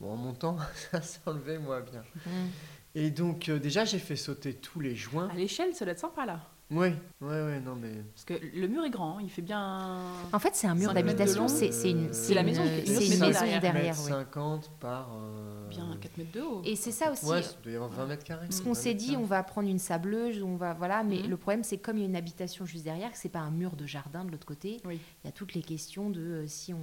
Bon, en montant, ça s'enlevait moins bien. Mm. Et donc euh, déjà, j'ai fait sauter tous les joints. À l'échelle, ça doit être sympa là. Ouais, ouais, ouais, non mais... Parce que le mur est grand, hein, il fait bien. En fait, c'est un mur Cinq mètres de d'habitation, long. c'est c'est une, Euh, c'est C'est la une- maison, c'est une autre une maison maison derrière. derrière. 1,50 ouais. 50 par... euh, Bien 4 mètres de haut. Et c'est ça aussi. Ouais, ça euh, doit y avoir 20 mètres carrés. Ce 20 qu'on s'est mètres dit, on carrés. va prendre une sableuse, on va voilà, mais Mhm. le problème c'est que comme il y a une habitation juste derrière, que c'est pas un mur de jardin de l'autre côté, Oui. il y a toutes les questions de euh, si on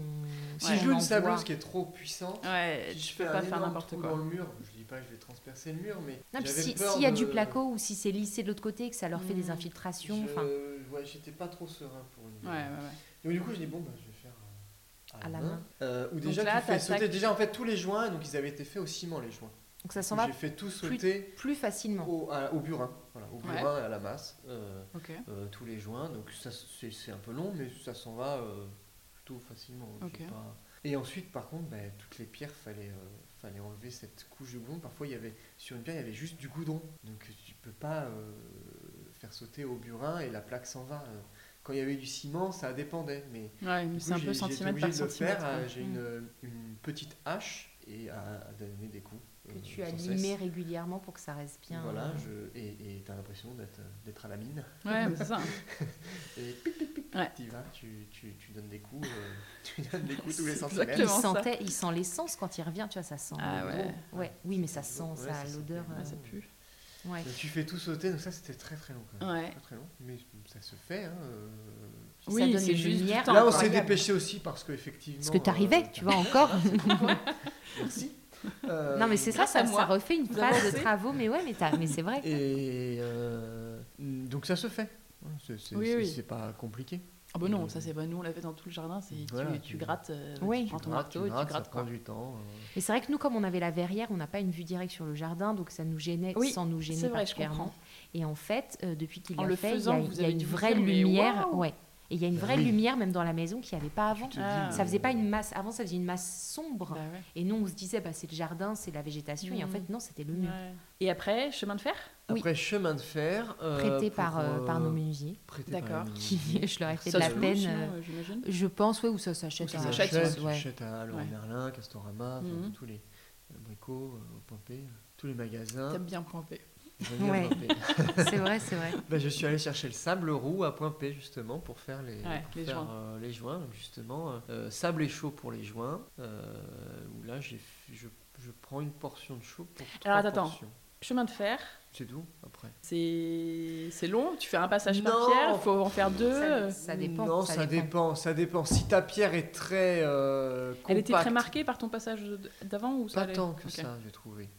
Si Ouais. je veux on une envoie- sableuse qui est trop puissante... Ouais, Si je tu fais peux un pas faire énorme n'importe trou quoi. dans le mur, je dis pas que je vais transpercer le mur, mais Non, puis j'avais si- s'il peur y a de- du placo ou si c'est lissé de l'autre côté et que ça leur fait des Mhm. Je- infiltrations, enfin ouais, j'étais pas trop serein pour une. Ouais, ouais, ouais. Donc du coup, je dis bon, bah, je vais faire euh, à, la main. Euh, ou déjà, là, tu fais t'attaques- sauter. Déjà, en fait, tous les joints, donc ils avaient été faits au ciment les joints. donc ça s'en Donc, va J'ai fait tout plus- sauter plus facilement. au, à- au burin, voilà, au Ouais. burin et à la masse, euh, Ok. euh, tous les joints. Donc ça, c'est c'est un peu long, mais ça s'en va euh, plutôt facilement. J'ai Ok. pas- Et ensuite, par contre, bah, toutes les pierres, fallait. euh, fallait enlever cette couche de goudron. Parfois, il y avait sur une pierre, il y avait juste du goudron. Donc, tu peux pas euh, faire sauter au burin et la plaque s'en va. Euh, Quand il y avait du ciment, ça dépendait, mais Ouais, mais du c'est coup, un j'ai- peu j'ai été centimètre obligé par de le faire, centimètre. euh, ouais. Mm. J'ai une, une petite hache et à, à donner des coups. Que euh, tu as sans limé cesse. régulièrement pour que ça reste bien. euh, Voilà, je, et et t'as l'impression d'être euh, d'être à la mine. Ouais, mais c'est ça. Et pic, pic, pic, Ouais. t'y vas, hein. tu, tu, tu donnes des coups, euh, tu donnes des coups tous les C'est centimètres. Il exactement. Comment ça sentait, il sent l'essence quand il revient, tu vois, ça sent. Ah le ouais. goudron. Ouais, oui, mais ça sent, Ouais, ça a ça sent l'odeur. bien. euh, Ouais, ça pue. ouais. Donc, tu fais tout sauter, donc ça c'était très très long quand même. Ouais. Très, très long, mais ça se fait. hein, euh, Ça Oui, donne c'est une juste du lumière temps, Là, on quoi. s'est incroyable. dépêché aussi parce que effectivement. euh, Parce que t'arrivais, tu vois, encore. Merci. Euh, non, mais c'est ça, Grâce à ça, moi, ça refait une vous phase de avancez. travaux, mais ouais, mais, t'as- mais c'est vrai. Et euh, donc ça se fait. C'est c'est- Oui, c'est- oui. c'est pas compliqué. Ah bah non, ça c'est pas nous, on l'a fait dans tout le jardin. C'est tu- Euh, Voilà, tu, tu- grattes, euh, Oui. tu prends ton grattes, marteau et tu grattes, ça grattes prend quoi. du temps. euh. Mais c'est vrai que nous, comme on avait la verrière, on n'a pas une vue directe sur le jardin, donc ça nous gênait Oui, sans nous C'est gêner vrai, je particulièrement. comprends. Et en fait, euh, depuis qu'il En l'a le fait, il y faisant, a, vous il y a avez une dû vous vraie dire, mais lumière. waouh Ouais. Et il y a une Bah vraie oui. lumière, même dans la maison, qu'il n'y avait pas avant. Tu te Ah. dis, Ça faisait pas euh, une masse. Avant, ça faisait une masse Bah sombre. ouais. Et nous, on se disait, bah, c'est le jardin, c'est la végétation. Et en Mhm. fait, non, c'était le mur. Ouais. Et après, chemin de fer oui. Après chemin de fer. euh, Prêté pour, par, euh, par nos euh, menuisiers, prêté par D'accord. les qui, menuisiers. je leur ai fait Ça de la se loue, peine. sinon, euh, euh, j'imagine. Je pense, ouais, ou ça s'achète. ça hein. Tu à- s'achète, achètes, ouais. tu achètes à Leroy Ouais. Merlin, Castorama, enfin, Mhm. tous les euh, bricots, au Pompé, tous les magasins. T'aimes bien pointer. J'aime bien Ouais. Pompé. C'est vrai, c'est vrai. Bah, je suis allé chercher le sable roux à Point P justement pour faire les, Ouais, pour les faire, joints. euh, les joints. Donc, justement, euh, euh, sable et chaud pour les joints. euh, où là, j'ai, f- je, je prends une portion de chaud pour trois Alors, attends, attends. portions. Chemin de fer, C'est tout après. c'est c'est long. Tu fais un passage par Non. pierre, faut en faire deux. Ça, euh, ça dépend. Non, ça, dépend. ça dépend. Si ta pierre est très euh, compacte, Elle était très marquée par ton passage de- d'avant ou ça Pas allait tant que Ok. ça, j'ai trouvé.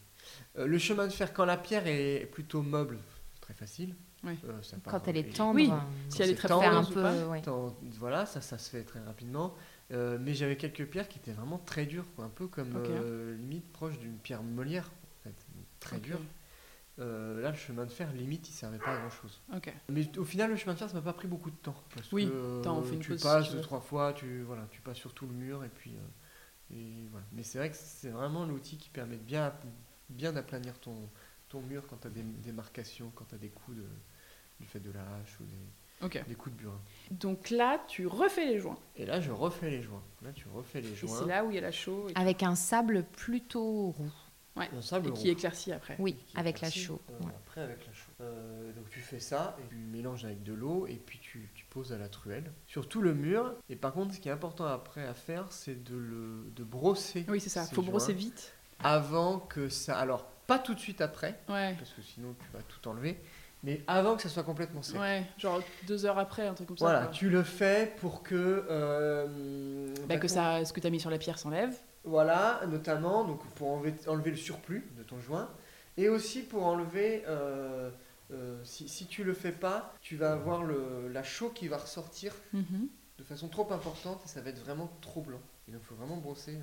Euh, le chemin de fer quand la pierre est plutôt meuble, très très facile. Ouais. Euh, ça part, Quand elle euh, est tendre, Oui, euh, si elle c'est est très tendre, faire un tendre ou peu, pas. euh, ouais. T'en- Voilà, ça, ça se fait très rapidement. Euh, mais j'avais quelques pierres qui étaient vraiment très dures, quoi, un peu comme Ok. euh, limite proche d'une pierre molière, en fait, très Ok. dure. Euh, là, le chemin de fer, limite, il servait pas à grand chose. Ok. Mais au final, le chemin de fer, ça m'a pas pris beaucoup de temps. Parce Oui, que euh, t'as- on fait une tu pause si passes tu deux, veux. trois fois, tu, voilà, tu passes sur tout le mur, et puis. euh, et voilà. Mais c'est vrai que c'est vraiment l'outil qui permet de bien, app- bien d'aplanir ton, ton mur quand tu as des, des marcations, quand tu as des coups de, du fait de la hache ou des, Ok. des coups de burin. Donc là, tu refais les joints. Et là, je refais les joints. Là, tu refais les Et c'est joints. là où il y a la chaux et, avec un sable plutôt roux. Un sable et rond. qui éclaircit après. Oui, Qui avec la éclaircit. chaux. Euh, ouais. Après, avec la chaux. Euh, donc, tu fais ça, et tu mélanges avec de l'eau, et puis tu, tu poses à la truelle sur tout le mur. Et par contre, ce qui est important après à faire, c'est de, le, de brosser. Oui, c'est ça. ces Faut joints brosser vite. Avant que ça. Alors, pas tout de suite après, Ouais. parce que sinon, tu vas tout enlever. Mais avant que ça soit complètement sec. Ouais. Genre deux heures après, un truc comme Voilà, ça. quoi. tu le fais pour que. euh, Bah, que ton- ça, ce que t'as mis sur la pierre s'enlève. Voilà, notamment donc pour enlever, enlever le surplus de ton joint et aussi pour enlever. euh, euh, si, si tu le fais pas, tu vas avoir le, la chaux qui va ressortir Mhm. de façon trop importante et ça va être vraiment trop blanc. Et donc il faut vraiment brosser.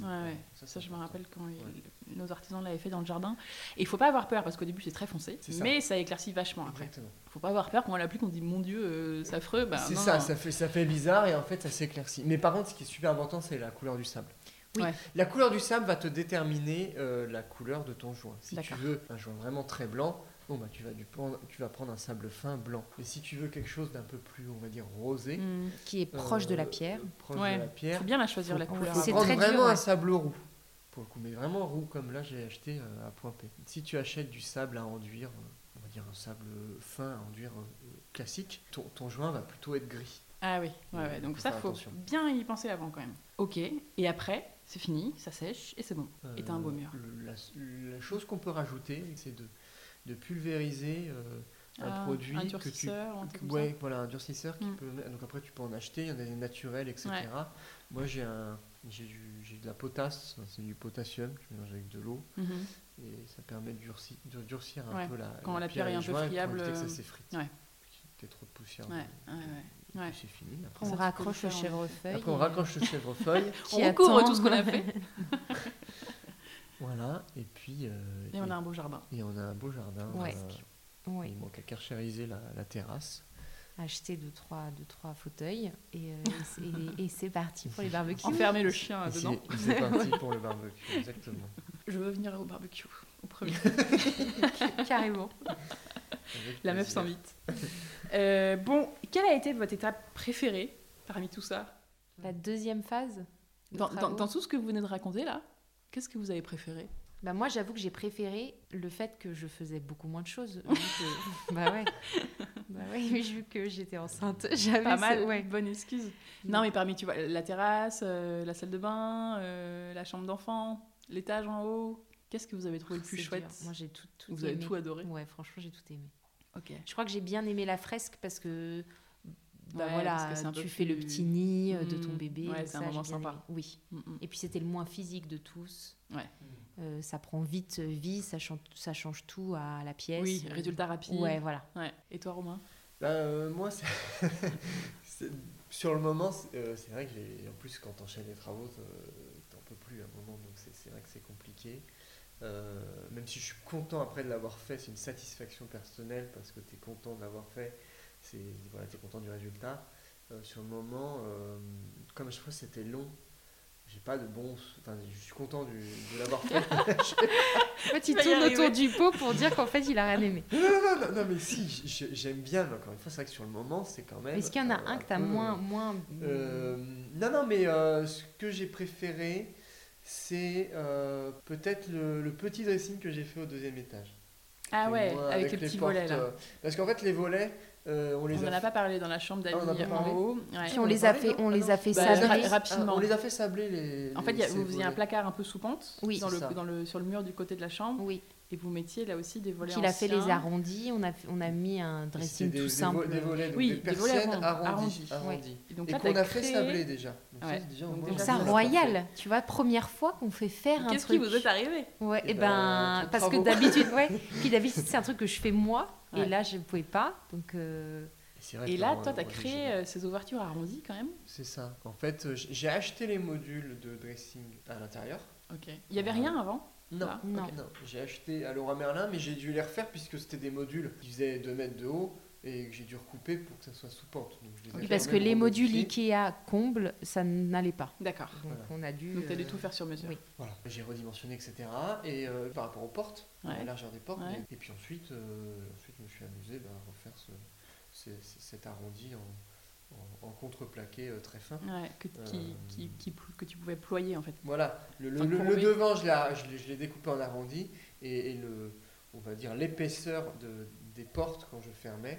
euh, Ouais, ouais. c'est Ça, je me important. rappelle quand il- Ouais. nos artisans l'avaient fait dans le jardin. Et il faut pas avoir peur parce qu'au début c'est très foncé, C'est ça. mais ça éclaircit vachement après. Exactement. Faut pas avoir peur quand on l'applique, on dit mon Dieu, euh, c'est affreux. Bah, c'est non, ça, non. ça fait, ça fait bizarre et en fait ça s'éclaircit. Mais par contre, ce qui est super important, c'est la couleur du sable. Oui. Ouais. La couleur du sable va te déterminer euh, la couleur de ton joint. Si tu D'accord. veux un joint vraiment très blanc, bon bah tu vas, du prendre, tu vas prendre un sable fin blanc. Mais si tu veux quelque chose d'un peu plus, on va dire, rosé, Hmm. Qui est euh, Mm. proche de la pierre. proche Ouais. de la pierre, Faut bien la choisir la Faut- couleur. faut C'est prendre très dur, vraiment un ouais. sable roux pour le coup, mais vraiment roux comme là j'ai acheté euh, à Point P. Si tu achètes du sable à enduire, euh, on va dire un sable fin à enduire euh, classique, ton, ton joint va plutôt être gris. Ah oui, ouais, ouais. donc Faut ça faire faut attention. bien y penser avant quand même. Ok, et après c'est fini, ça sèche et c'est bon. Et t'as un beau mur. le- Euh, la, la chose qu'on peut rajouter, c'est de, de pulvériser euh, un Ah, produit un que tu. durcisseur, un truc comme Ouais, voilà, un durcisseur qui Mm. peut. Donc après, tu peux en acheter, il y en a des naturels, etc. Ouais. Moi, j'ai un. J'ai du- j'ai de la potasse, c'est du potassium, je mélange avec de l'eau, ça. Mhm. et ça permet de, durci- de durcir un Ouais, peu la, quand la pierre et est le un peu joint, et pour friable, éviter que ça euh, s'effrite. ouais. Qu'il y ait trop de poussière. Ouais, Et ouais, ouais. puis ouais. C'est fini. Après, On Ça, tu peux raccroche le le faire en- chèvrefeuille. après, on et- raccroche le chèvrefeuille, On qui recouvre attend. tout ce qu'on a fait voilà, et puis. euh, et on a un beau jardin. et on a un beau jardin. Ouais. euh, Oui. Il manque à carchériser la, la terrasse. acheter deux trois, deux, trois fauteuils et, euh, et c'est- et, et c'est parti pour les barbecues. Enfermer le chien Et c'est Ah, dedans. et c'est parti pour le barbecue, exactement. Je veux venir au barbecue au premier. Carrément. Avec La meuf plaisir. s'invite. Euh, bon, quelle a été votre étape préférée parmi tout ça La deuxième phase de dans, dans- travaux. dans tout ce que vous venez de raconter là, qu'est-ce que vous avez préféré Bah, moi, j'avoue que j'ai préféré le fait que je faisais beaucoup moins de choses. vu que- bah ouais. Bah ouais, vu que j'étais enceinte, j'avais Pas ce- mal, ouais. bonne excuse. Mm. Non, mais parmi, tu vois, la terrasse, euh, la salle de bain, euh, la chambre d'enfant, l'étage en haut, qu'est-ce que vous avez trouvé le plus C'est chouette dur. Moi, j'ai tout, tout Vous avez aimé. tout adoré Ouais, franchement, j'ai tout aimé. Ok. Je crois que j'ai bien aimé la fresque parce que Ouais, bah parce voilà, que c'est un peu tu fais le plus- petit nid euh, de ton Mm. bébé. Ouais, donc c'est un ça, j'ai moment bien sympa. aimé. Oui. Mm, mm. Et puis c'était le moins physique de tous. Ouais. Euh, ça prend vite euh, vie, ça change, ça change tout à la pièce. Oui, Euh, résultat rapide. Ouais, voilà. Ouais. Et toi, Romain Bah, euh, moi, c'est- c'est- sur le moment, c'est euh, c'est vrai que j'ai- en plus, quand t'enchaînes les travaux, t'en- t'en peux plus à un moment, donc c'est c'est vrai que c'est compliqué. Euh, même si je suis content après de l'avoir fait, c'est une satisfaction personnelle parce que t'es content de l'avoir fait, c'est voilà, t'es content du résultat. Euh, sur le moment, euh, comme je trouve que c'était long, j'ai pas de bon. sou- Enfin, je suis content du- de l'avoir fait. En fait, il vas y tourne arriver. autour du pot pour dire qu'en fait, il a rien aimé. Non, non, non, non, non, mais si, j- j- j'aime bien, mais encore une fois, c'est vrai que sur le moment, c'est quand même. Est-ce qu'il y en a euh, un que t'as peu- moins, moins. Euh, non, non, mais euh, ce que j'ai préféré, c'est euh, peut-être le, le petit dressing que j'ai fait au deuxième étage. Ah Et ouais, moi, avec, les, petits volets portes, là. euh, parce qu'en fait, les volets, euh, on les On n'en a. a pas parlé dans la chambre Ah, on en a d'amis pas en parlé haut. Ouais. Puis on on les en a parlait, fait, non on Ah les non. a fait Bah, Ah, sabrer. ra- rapidement. on les a fait sabler les. En fait, il y a- ces vous faisiez un volets. placard un peu sous pente Oui, dans c'est le- ça. dans le- sur le mur du côté de la chambre Oui. et vous mettiez là aussi des volets Donc, il a fait les anciens. arrondis. On a, fait- on a mis un C'était dressing des- tout des simple. vo- Des volets, donc Oui, des des volets persiennes ronds, arrondies. arrondis, arrondies. Et donc Et là, qu'on t'as a fait créé- sabler déjà. Donc ça, Ouais. c'est déjà au Donc moins, déjà, Donc on ça, l'a pas fait. royal. Tu vois, première fois qu'on fait faire un Qu'est-ce truc. qui vous est arrivé Ouais, Eh et ben, ben, trop de parce que travaux. d'habitude, ouais. Puis d'habitude, c'est un truc que je fais moi. Et Ouais. là, je ne pouvais pas. Donc, euh, c'est vrai Et que là, on- toi, t'as on- créé euh, ces ouvertures arrondies quand même. C'est ça. En fait, euh, j- j'ai acheté les modules de dressing à l'intérieur. Ok. Il y avait rien avant. Non, Ah, non. ok. non. J'ai acheté à Leroy Merlin, mais j'ai dû les refaire puisque c'était des modules qui faisaient 2 mètres de haut et que j'ai dû recouper pour que ça soit sous pente. Donc, je les ai oui, fait parce que moi-même les en modules modifié. Ikea comble, ça n'allait pas. D'accord. Donc, Voilà. on a dû. Donc t'as dû euh, tout faire sur mesure. oui. Voilà. J'ai redimensionné, etc. Et euh, par rapport aux portes, Ouais. la largeur des portes. Ouais. Et, et puis ensuite, euh, ensuite, je me suis amusé bah, à refaire ce, ces- ces- cet arrondi en, en- en contreplaqué euh, très fin. Ouais, que, qui, Euh. qui- qui plou- que tu pouvais ployer en fait. Voilà, le, le- Enfin, le- courbé. le devant, je l'ai- je l'ai- je l'ai découpé en arrondi et, et le, on va dire l'épaisseur de, des portes quand je fermais,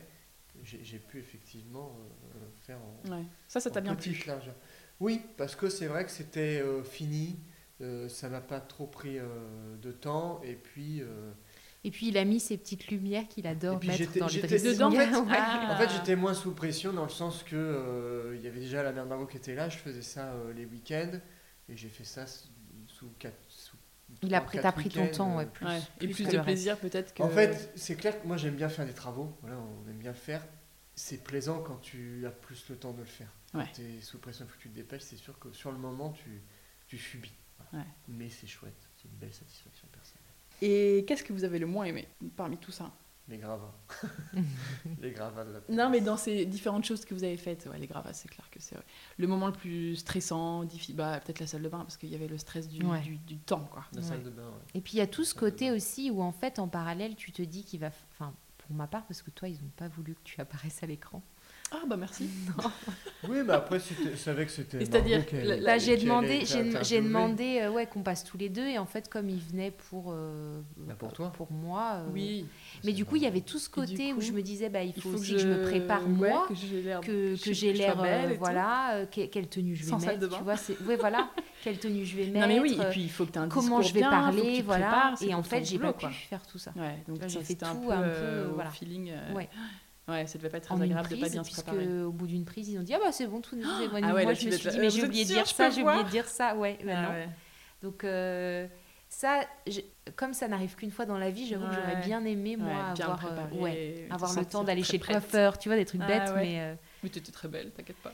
j'ai j'ai pu effectivement euh, faire en, Ouais. Ça, ça t'a en bien plu. petite largeur. Oui, parce que c'est vrai que c'était euh, fini, euh, ça m'a pas trop pris euh, de temps et puis. euh, Et puis, il a mis ces petites lumières qu'il adore Et puis, mettre j'étais- dans les j'étais dressings. dedans, en fait. Ouais. Ah. En fait, j'étais moins sous pression dans le sens que euh, il y avait déjà la mère Margot qui était là. Je faisais ça euh, les week-ends et j'ai fait ça s- sous quatre. sous Il a trois, pris, quatre t'as pris ton week-ends, temps, euh, ouais, plus. Ouais. Et plus que de le reste. plaisir peut-être que. En fait, c'est clair que moi j'aime bien faire des travaux, voilà, on aime bien le faire. C'est plaisant quand tu as plus le temps de le faire. Ouais. Quand tu es sous pression, il faut que tu te dépêches, c'est sûr que sur le moment tu, tu subis. Voilà. Ouais. Mais c'est chouette, c'est une belle satisfaction personnelle. Et qu'est-ce que vous avez le moins aimé parmi tout ça Les gravats. les gravats de la Non, mais dans ces différentes choses que vous avez faites, ouais, les gravats, c'est clair que c'est ouais, le moment le plus stressant, diffi- bah, peut-être la salle de bain, parce qu'il y avait le stress du, Ouais. du, du temps, quoi. La salle de bain, ouais. Et puis il y a tout ce côté aussi où en fait en parallèle tu te dis qu'il va, enfin pour ma part parce que toi ils n'ont pas voulu que tu apparaisses à l'écran. Ah bah merci. Euh, Oui, mais après, c'était- je savais que c'était. Et c'est-à-dire, Margot qui- la- Là Bah, j'ai qui allait demandé, être j'ai j'ai interviewée. demandé euh, ouais qu'on passe tous les deux et en fait comme ils venaient pour euh, Bah, pour toi. pour moi. euh, Oui, Mais du coup il y avait tout ce Et du côté coup, où je me disais bah il il faut, aussi que, je me prépare ouais, moi. que j'ai l'air Que, Ah je- que j'ai je sois l'air belle euh, et tout. voilà euh, que- quelle tenue je vais Sans salle mettre de bain. tu vois c'est ouais voilà quelle tenue je vais mettre Non mais oui, et euh, puis il faut que tu aies un comment discours je vais bien, faut que tu parler te voilà prépares, c'est et en pour ton fait j'ai pas boulot, pu quoi. faire tout ça Ouais, donc Là, j'ai ça, fait c'était un tout peu, un peu, euh, au voilà. feeling. euh, Ouais. ouais, ça devait pas être en très une agréable de prise, pas bien se puisque préparer. au bout d'une prise, ils ont dit ah bah c'est bon tout nous éloignons. Ah ouais, moi là, tu je me vas suis être dit là, mais euh, j'ai vous oublié êtes de sûr, dire je ça, peux j'ai voir oublié de dire ça, ouais. bah Ah non. ouais. Donc euh, ça, je- comme ça n'arrive qu'une fois dans la vie, j'avoue que Ouais. j'aurais bien aimé moi Ouais, bien avoir, euh, préparé, ouais, te avoir le sentir temps d'aller très chez le prête. coiffeur, tu vois des trucs Ah bêtes, ouais. mais euh, Mais t'étais très belle, t'inquiète pas.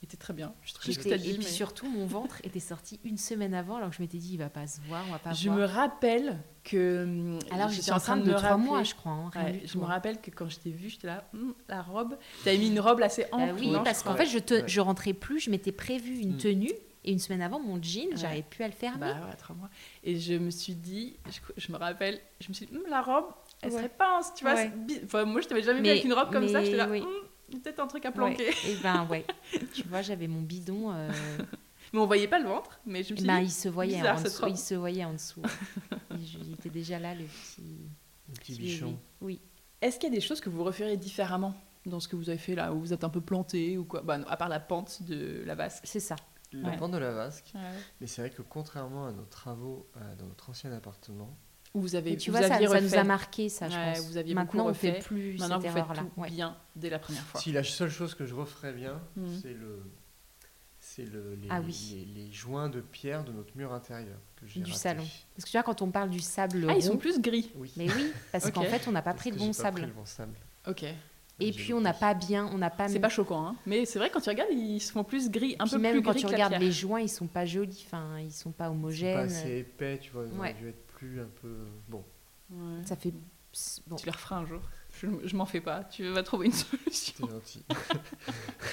T'étais très bien. Je suis très j'étais- triste à et dire, puis mais- surtout mon ventre était sorti une semaine avant, alors que je m'étais dit il va pas se voir, on va pas Je voir. me rappelle que. hum, Alors j'étais j'étais enceinte de me trois mois, rappeler- je crois. hein, rien Ouais, du je tout, me hein. rappelle que quand je t'ai vue, j'étais là, Hum, la robe. T'avais mis une robe assez Bah ample. oui, Ah non, je parce crois. qu'en fait, je, te, Ouais. je rentrais plus, je m'étais prévu une Mm. tenue, et une semaine avant, mon jean, Ouais. j'arrivais plus à le fermer. Bah ouais, trois mois. Et je me suis dit, je, je me rappelle, je me suis dit, Hum, la robe, elle Ouais. serait pince, tu vois. Ouais. c'est bi- Enfin, moi, je t'avais jamais vue Mais- avec une robe comme ça. mais J'étais là, oui. Hum, il y a peut-être un truc à planquer. Et ben ouais. tu vois, j'avais mon bidon. euh, Mais on voyait pas le ventre, mais je me suis ben, dit, il se voyait bizarre, en cette dessous. robe. Il se voyait en dessous. Et je- il était déjà là le petit. Un petit petit bichon. bébé. Oui. est-ce qu'il y a des choses que vous referiez différemment dans ce que vous avez fait là, où vous êtes un peu planté ou quoi Bah non, à part la pente de la vasque. C'est ça. La Ouais. pente de la vasque. Mais c'est vrai que contrairement à nos travaux euh, dans notre ancien appartement, Où vous avez, Et tu vous vois, ça, aviez ça nous refait. a marqué, ça, je Ouais, pense. vous aviez beaucoup Maintenant, on refait. fait plus Maintenant, cette vous faites erreur-là. tout Ouais. bien dès la première fois. si la seule chose que je referais bien, Mhm. c'est le, c'est le, les, Mm. Ah oui. les, les joints de pierre de notre mur intérieur que j'ai Du raté. salon. Parce que tu vois, quand on parle du sable Ah, ils sont rond, plus gris. Oui. mais oui, parce Ok. qu'en fait, on n'a pas Parce pris que de j'ai bon pas sable. pris le bon sable. Ok. Et J'ai puis, on n'a loupé. pas bien, on n'a pas. C'est pas choquant, hein. Mais c'est vrai, quand tu regardes, ils se font plus gris, un Puis peu même plus quand gris tu que la regardes pierre. les joints, ils sont pas jolis. Enfin, ils sont pas C'est pas homogènes. assez épais, tu vois, ils Ouais. auraient dû être plus un peu. Bon. Ouais. Ça fait. Bon. Tu les referas un jour. Je, je m'en fais pas. Tu vas trouver une solution. T'es gentil.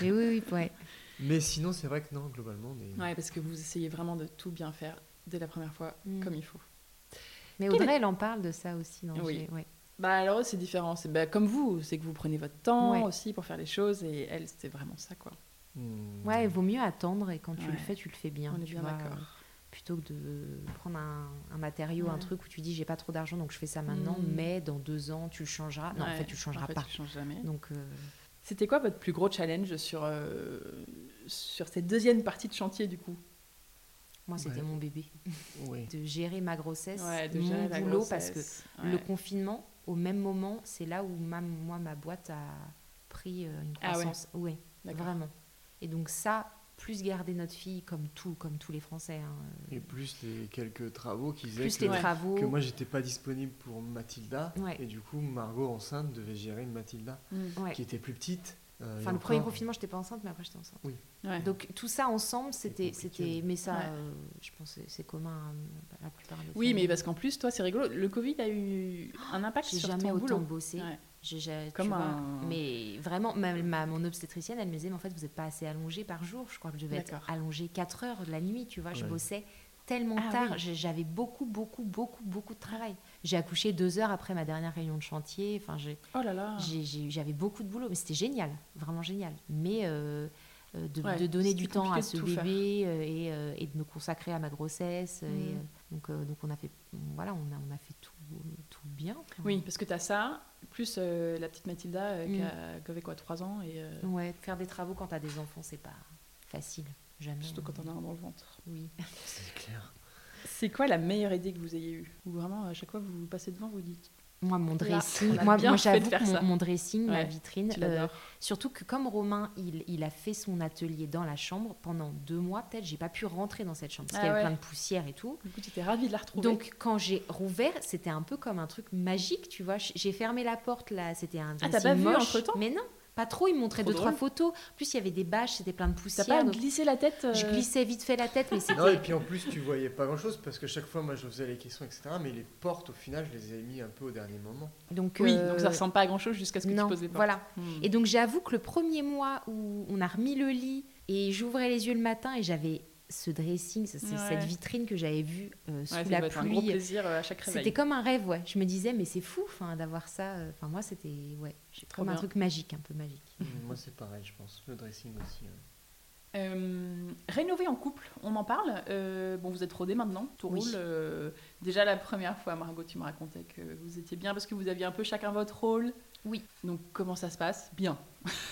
Mais oui, oui, ouais. Mais sinon, c'est vrai que non, globalement, on est- Ouais, parce que vous essayez vraiment de tout bien faire dès la première fois, Mm. comme il faut. Mais Quel Audrey, elle en parle de ça aussi. Dans Oui. G- ouais. Bah alors eux, c'est différent. C'est bah, comme vous, c'est que vous prenez votre temps Ouais. aussi pour faire les choses. Et elle, c'était vraiment ça, quoi. Hmm. Ouais, il vaut mieux attendre et quand tu Ouais. le fais, tu le fais bien. On est tu bien vois, d'accord. Plutôt que de prendre un, un matériau, un Ouais. truc où tu dis j'ai pas trop d'argent donc je fais ça maintenant, Mm. mais dans deux ans tu le changeras. Non, en Ouais. fait tu le changeras En fait, pas. tu changes jamais. Donc euh, C'était quoi votre plus gros challenge sur, euh, sur cette deuxième partie de chantier, du coup moi c'était Ouais. mon bébé. Oui. De gérer ma grossesse, de mon gérer la boulot parce que grossesse. Ouais. le confinement, au même moment, c'est là où ma- moi ma boîte a pris euh, une Ah ouais. croissance. ouais. D'accord. Vraiment. Et donc ça, plus garder notre fille comme tout, comme tous les Français. hein. Et plus les quelques travaux qu'ils faisaient Plus que, les travaux. que moi j'étais pas disponible pour Mathilda. Ouais. Mm. Et du coup, Margot enceinte devait gérer une Mathilda Ouais. qui était plus petite. euh, Enfin, et le premier encore- confinement, j'étais pas enceinte, mais après, j'étais enceinte. Ouais. Donc, tout ça ensemble, c'était. compliqué. c'était Mais ça, Ouais. euh, je pense que c'est commun euh, à la plupart des Oui, mais familles. parce qu'en plus, toi, c'est rigolo. Le Covid a eu un impact J'ai sur jamais ton autant boulot. bossé. Ouais. J'ai- j'ai- tu Comme vois, un- Mais vraiment, ma, ma- mon obstétricienne, elle me disait, mais en fait, vous n'êtes pas assez allongée par jour. Je crois que je devais être D'accord. allongée 4 heures de la nuit, tu vois. Je Ouais. bossais tellement Ah tard. oui. J'ai- J'avais beaucoup, beaucoup, beaucoup, beaucoup de travail. J'ai accouché deux heures après ma dernière réunion de chantier. Enfin, j'ai- Oh là là. j'ai- j'ai- j'avais beaucoup de boulot, mais c'était génial, vraiment génial. Mais euh, euh, de, Ouais, de donner c'était du temps à compliqué de ce tout faire. bébé euh, et, euh, et de me consacrer à ma grossesse. euh, Mhm. et, euh, donc, euh, donc on a fait, voilà, on a, on a fait tout, tout bien. enfin. Oui, parce que t'as ça, plus euh, la petite Mathilda euh, Mm. qui, a, qui avait quoi, 3 ans et euh, Ouais, faire des travaux quand t'as des enfants, c'est pas facile. Jamais. surtout quand on a un dans le ventre. Oui. C'est clair. C'est quoi la meilleure idée que vous ayez eue Ou vraiment, à chaque fois que vous passez devant, vous dites Moi, mon Là, dressing, on a moi, bien moi fait de j'avoue faire que ça. mon, mon dressing, ma Ouais, vitrine, Tu euh, l'adores. surtout que comme Romain, il, il a fait son atelier dans la chambre pendant deux mois, peut-être, j'ai pas pu rentrer dans cette chambre parce Ah qu'il y avait ouais. plein de poussière et tout. Du coup, tu étais ravie de la retrouver. Donc, quand j'ai rouvert, c'était un peu comme un truc magique, tu vois. J- J'ai fermé la porte, là, c'était un Ah, t'as dressing pas vu moche, entre-temps Mais non, pas trop. Il montrait Trop deux, trois drôle. photos. En plus, il y avait des bâches, c'était plein de t'as poussière. pas donc glissé la tête euh, Je glissais vite fait la tête, mais c'était... Non, et puis en plus, tu voyais pas grand chose parce que chaque fois, moi je faisais les questions, etc. Mais les portes, au final, je les ai mis un peu au dernier moment. Donc, Oui, euh, donc ça ressemble pas à grand chose jusqu'à ce que non, tu poses les portes. voilà. Hmm. Et donc j'avoue que le premier mois où on a remis le lit et j'ouvrais les yeux le matin et j'avais ce dressing, ça, c'est Ouais. cette vitrine que j'avais vue euh, sous Ouais, ça la doit être un gros pluie. plaisir euh, à chaque réveil. C'était comme un rêve, ouais. Je me disais mais c'est fou, enfin d'avoir ça. euh, Enfin moi c'était ouais, j'ai- Trop comme un bien. truc magique, un peu magique. Moi, c'est pareil, je pense. Le dressing aussi. hein. Euh, rénover en couple, on en parle. Euh, bon, vous êtes rodés maintenant, tout Oui. roule. Euh, déjà la première fois, Margot, tu me racontais que vous étiez bien parce que vous aviez un peu chacun votre rôle. Oui. Donc comment ça se passe Bien.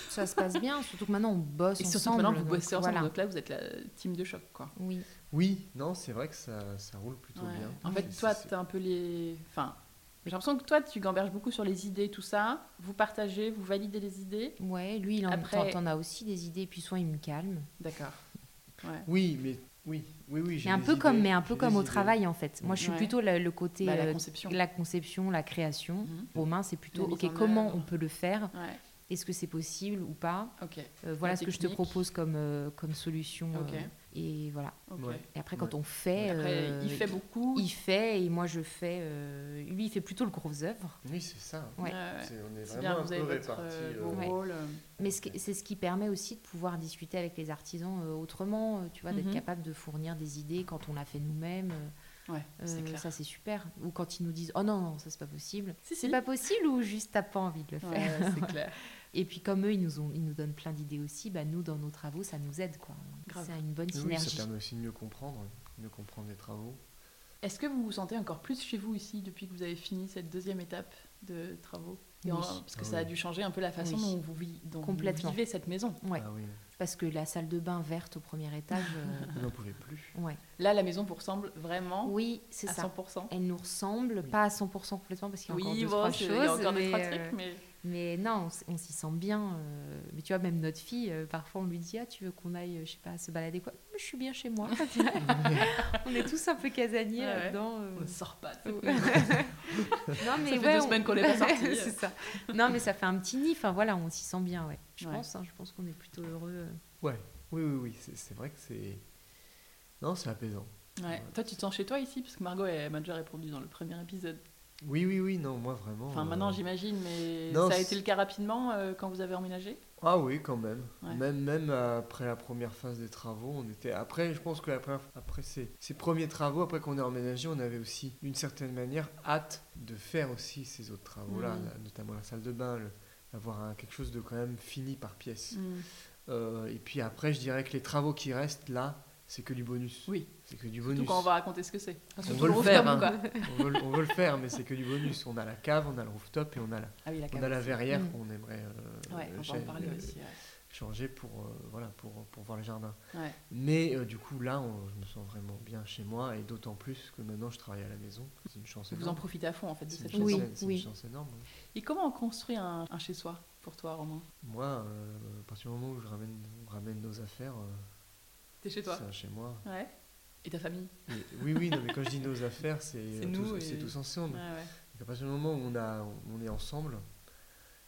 Ça se passe bien, surtout que maintenant on bosse Et ensemble. surtout maintenant, vous donc bossez ensemble. voilà. Donc là, vous êtes la team de choc, quoi. Oui. Oui, non, c'est vrai que ça, ça roule plutôt Ouais. bien. En fait, C'est- toi, c'est- t'es un peu les. Enfin, j'ai l'impression que toi, tu gamberges beaucoup sur les idées, tout ça. Vous partagez, vous validez les idées. Ouais, lui il en Après- t'en- t'en a aussi des idées, puis soit il me calme. D'accord. Ouais. Oui, mais oui, oui, oui. j'ai Mais un des peu comme, idées, mais un peu j'ai comme des au idées. travail en fait. Moi je suis Ouais. plutôt le, le côté Bah, la euh, conception. la conception, la création. Mhm. Romain, c'est plutôt La mise OK, en comment œuvre. on peut le faire Ouais. Est-ce que c'est possible ou pas Ok. Euh, Voilà La ce que je te technique. propose comme, euh, comme solution. Ok. euh, et voilà. Ok. Ouais. Et après, quand Ouais. on fait, Après, euh, il fait beaucoup. il fait et moi je fais. euh, lui, il fait plutôt le gros œuvre. Oui, c'est ça. Ouais. Ouais. C'est- on est C'est vraiment bien, un vous avez peu votre répartis. euh, euh, vos Ouais. rôles. Mais ce qui- c'est ce qui permet aussi de pouvoir discuter avec les artisans euh, autrement, euh, tu vois, d'être Mhm. capable de fournir des idées quand on l'a fait nous-mêmes. euh, Ouais, c'est euh, clair. ça, c'est super. Ou quand ils nous disent Oh non, non, ça, c'est pas possible. Si, C'est pas possible ou juste t'as pas envie de le faire Ouais, c'est clair. Et puis comme eux, ils nous, ont, ils nous donnent plein d'idées aussi, bah, nous, dans nos travaux, ça nous aide. quoi. Grave. C'est une bonne oui, oui, ça synergie. permet aussi de mieux comprendre, mieux comprendre les travaux. Est-ce que vous vous sentez encore plus chez vous ici depuis que vous avez fini cette deuxième étape de travaux Et Oui. en- Parce que Ah ça a oui. dû changer un peu la façon Oui. dont, vous, vi- dont vous Complètement. vivez cette maison. Ouais. Ah oui, Parce que la salle de bain verte au premier étage, euh, on n'en pouvait plus. ouais. Là, la maison vous ressemble vraiment oui, c'est à ça. 100%. Elle nous ressemble, Oui. pas à 100% complètement, parce qu'il y a Oui, encore bon, deux, c'est- il y trois a choses. encore deux, mais, trois euh, trucs, mais... mais non, on s- on s'y sent bien. euh, mais tu vois, même notre fille, euh, parfois, on lui dit, ah, tu veux qu'on aille, euh, je sais pas, se balader quoi Je suis bien chez moi. on est tous un peu casaniers Ouais, ouais. là-dedans. euh. On ne sort pas de cette Ouais. maison. non, mais Ça fait ouais, deux on- semaines qu'on n'est pas sortis. c'est ça. Non, mais ça fait un petit nid. Enfin voilà, on s'y sent bien, ouais. Je Ouais. pense, hein, je pense qu'on est plutôt heureux. euh. Ouais. Oui, oui, oui. C'est, c'est vrai que c'est. Non, c'est apaisant. Ouais. Toi, tu te sens chez toi ici Parce que Margot, elle m'a déjà répondu dans le premier épisode. Oui, oui, oui. Non, moi vraiment. Enfin, euh, maintenant, j'imagine, mais Non, ça a c'est- été le cas rapidement euh, quand vous avez emménagé Ah oui, quand même. Ouais. Même, même après la première phase des travaux, on était. Après, je pense que après, après ces, ces premiers travaux, après qu'on ait emménagé, on avait aussi, d'une certaine manière, hâte de faire aussi ces autres travaux-là, Mhm. là, notamment la salle de bain, le- avoir un- quelque chose de quand même fini par pièce. Hmm. Euh, et puis après, je dirais que les travaux qui restent là, c'est que du bonus. Oui. C'est que du Tout bonus. quand on va raconter ce que c'est. On Surtout veut le rooftop, faire, hein. quoi. On veut, le- on veut le faire, mais c'est que du bonus. On a la cave, on a le rooftop et on a la, Ah oui, la on a cave. la verrière Mhm. qu'on aimerait euh, Ouais, on va en cha- parler euh, aussi. ouais. changer pour, euh, voilà, pour, pour voir le jardin. Ouais. Mais euh, du coup, là, on- je me sens vraiment bien chez moi, et d'autant plus que maintenant je travaille à la maison. C'est une chance Vous en énorme. profitez à fond en fait de C'est une cette chance, maison. Oui, c'est une oui. chance énorme. hein. Et comment on construit un, un chez soi pour toi, Romain Moi, euh, à partir du moment où je ramène, on ramène nos affaires, euh, T'es chez toi Ça, chez moi. Ouais. Et ta famille Mais- oui, oui, non, mais quand je dis nos affaires, c'est C'est euh, nous tous- et- c'est tous ensemble. Ouais, ouais. Donc, à partir du moment où on, a, on est ensemble,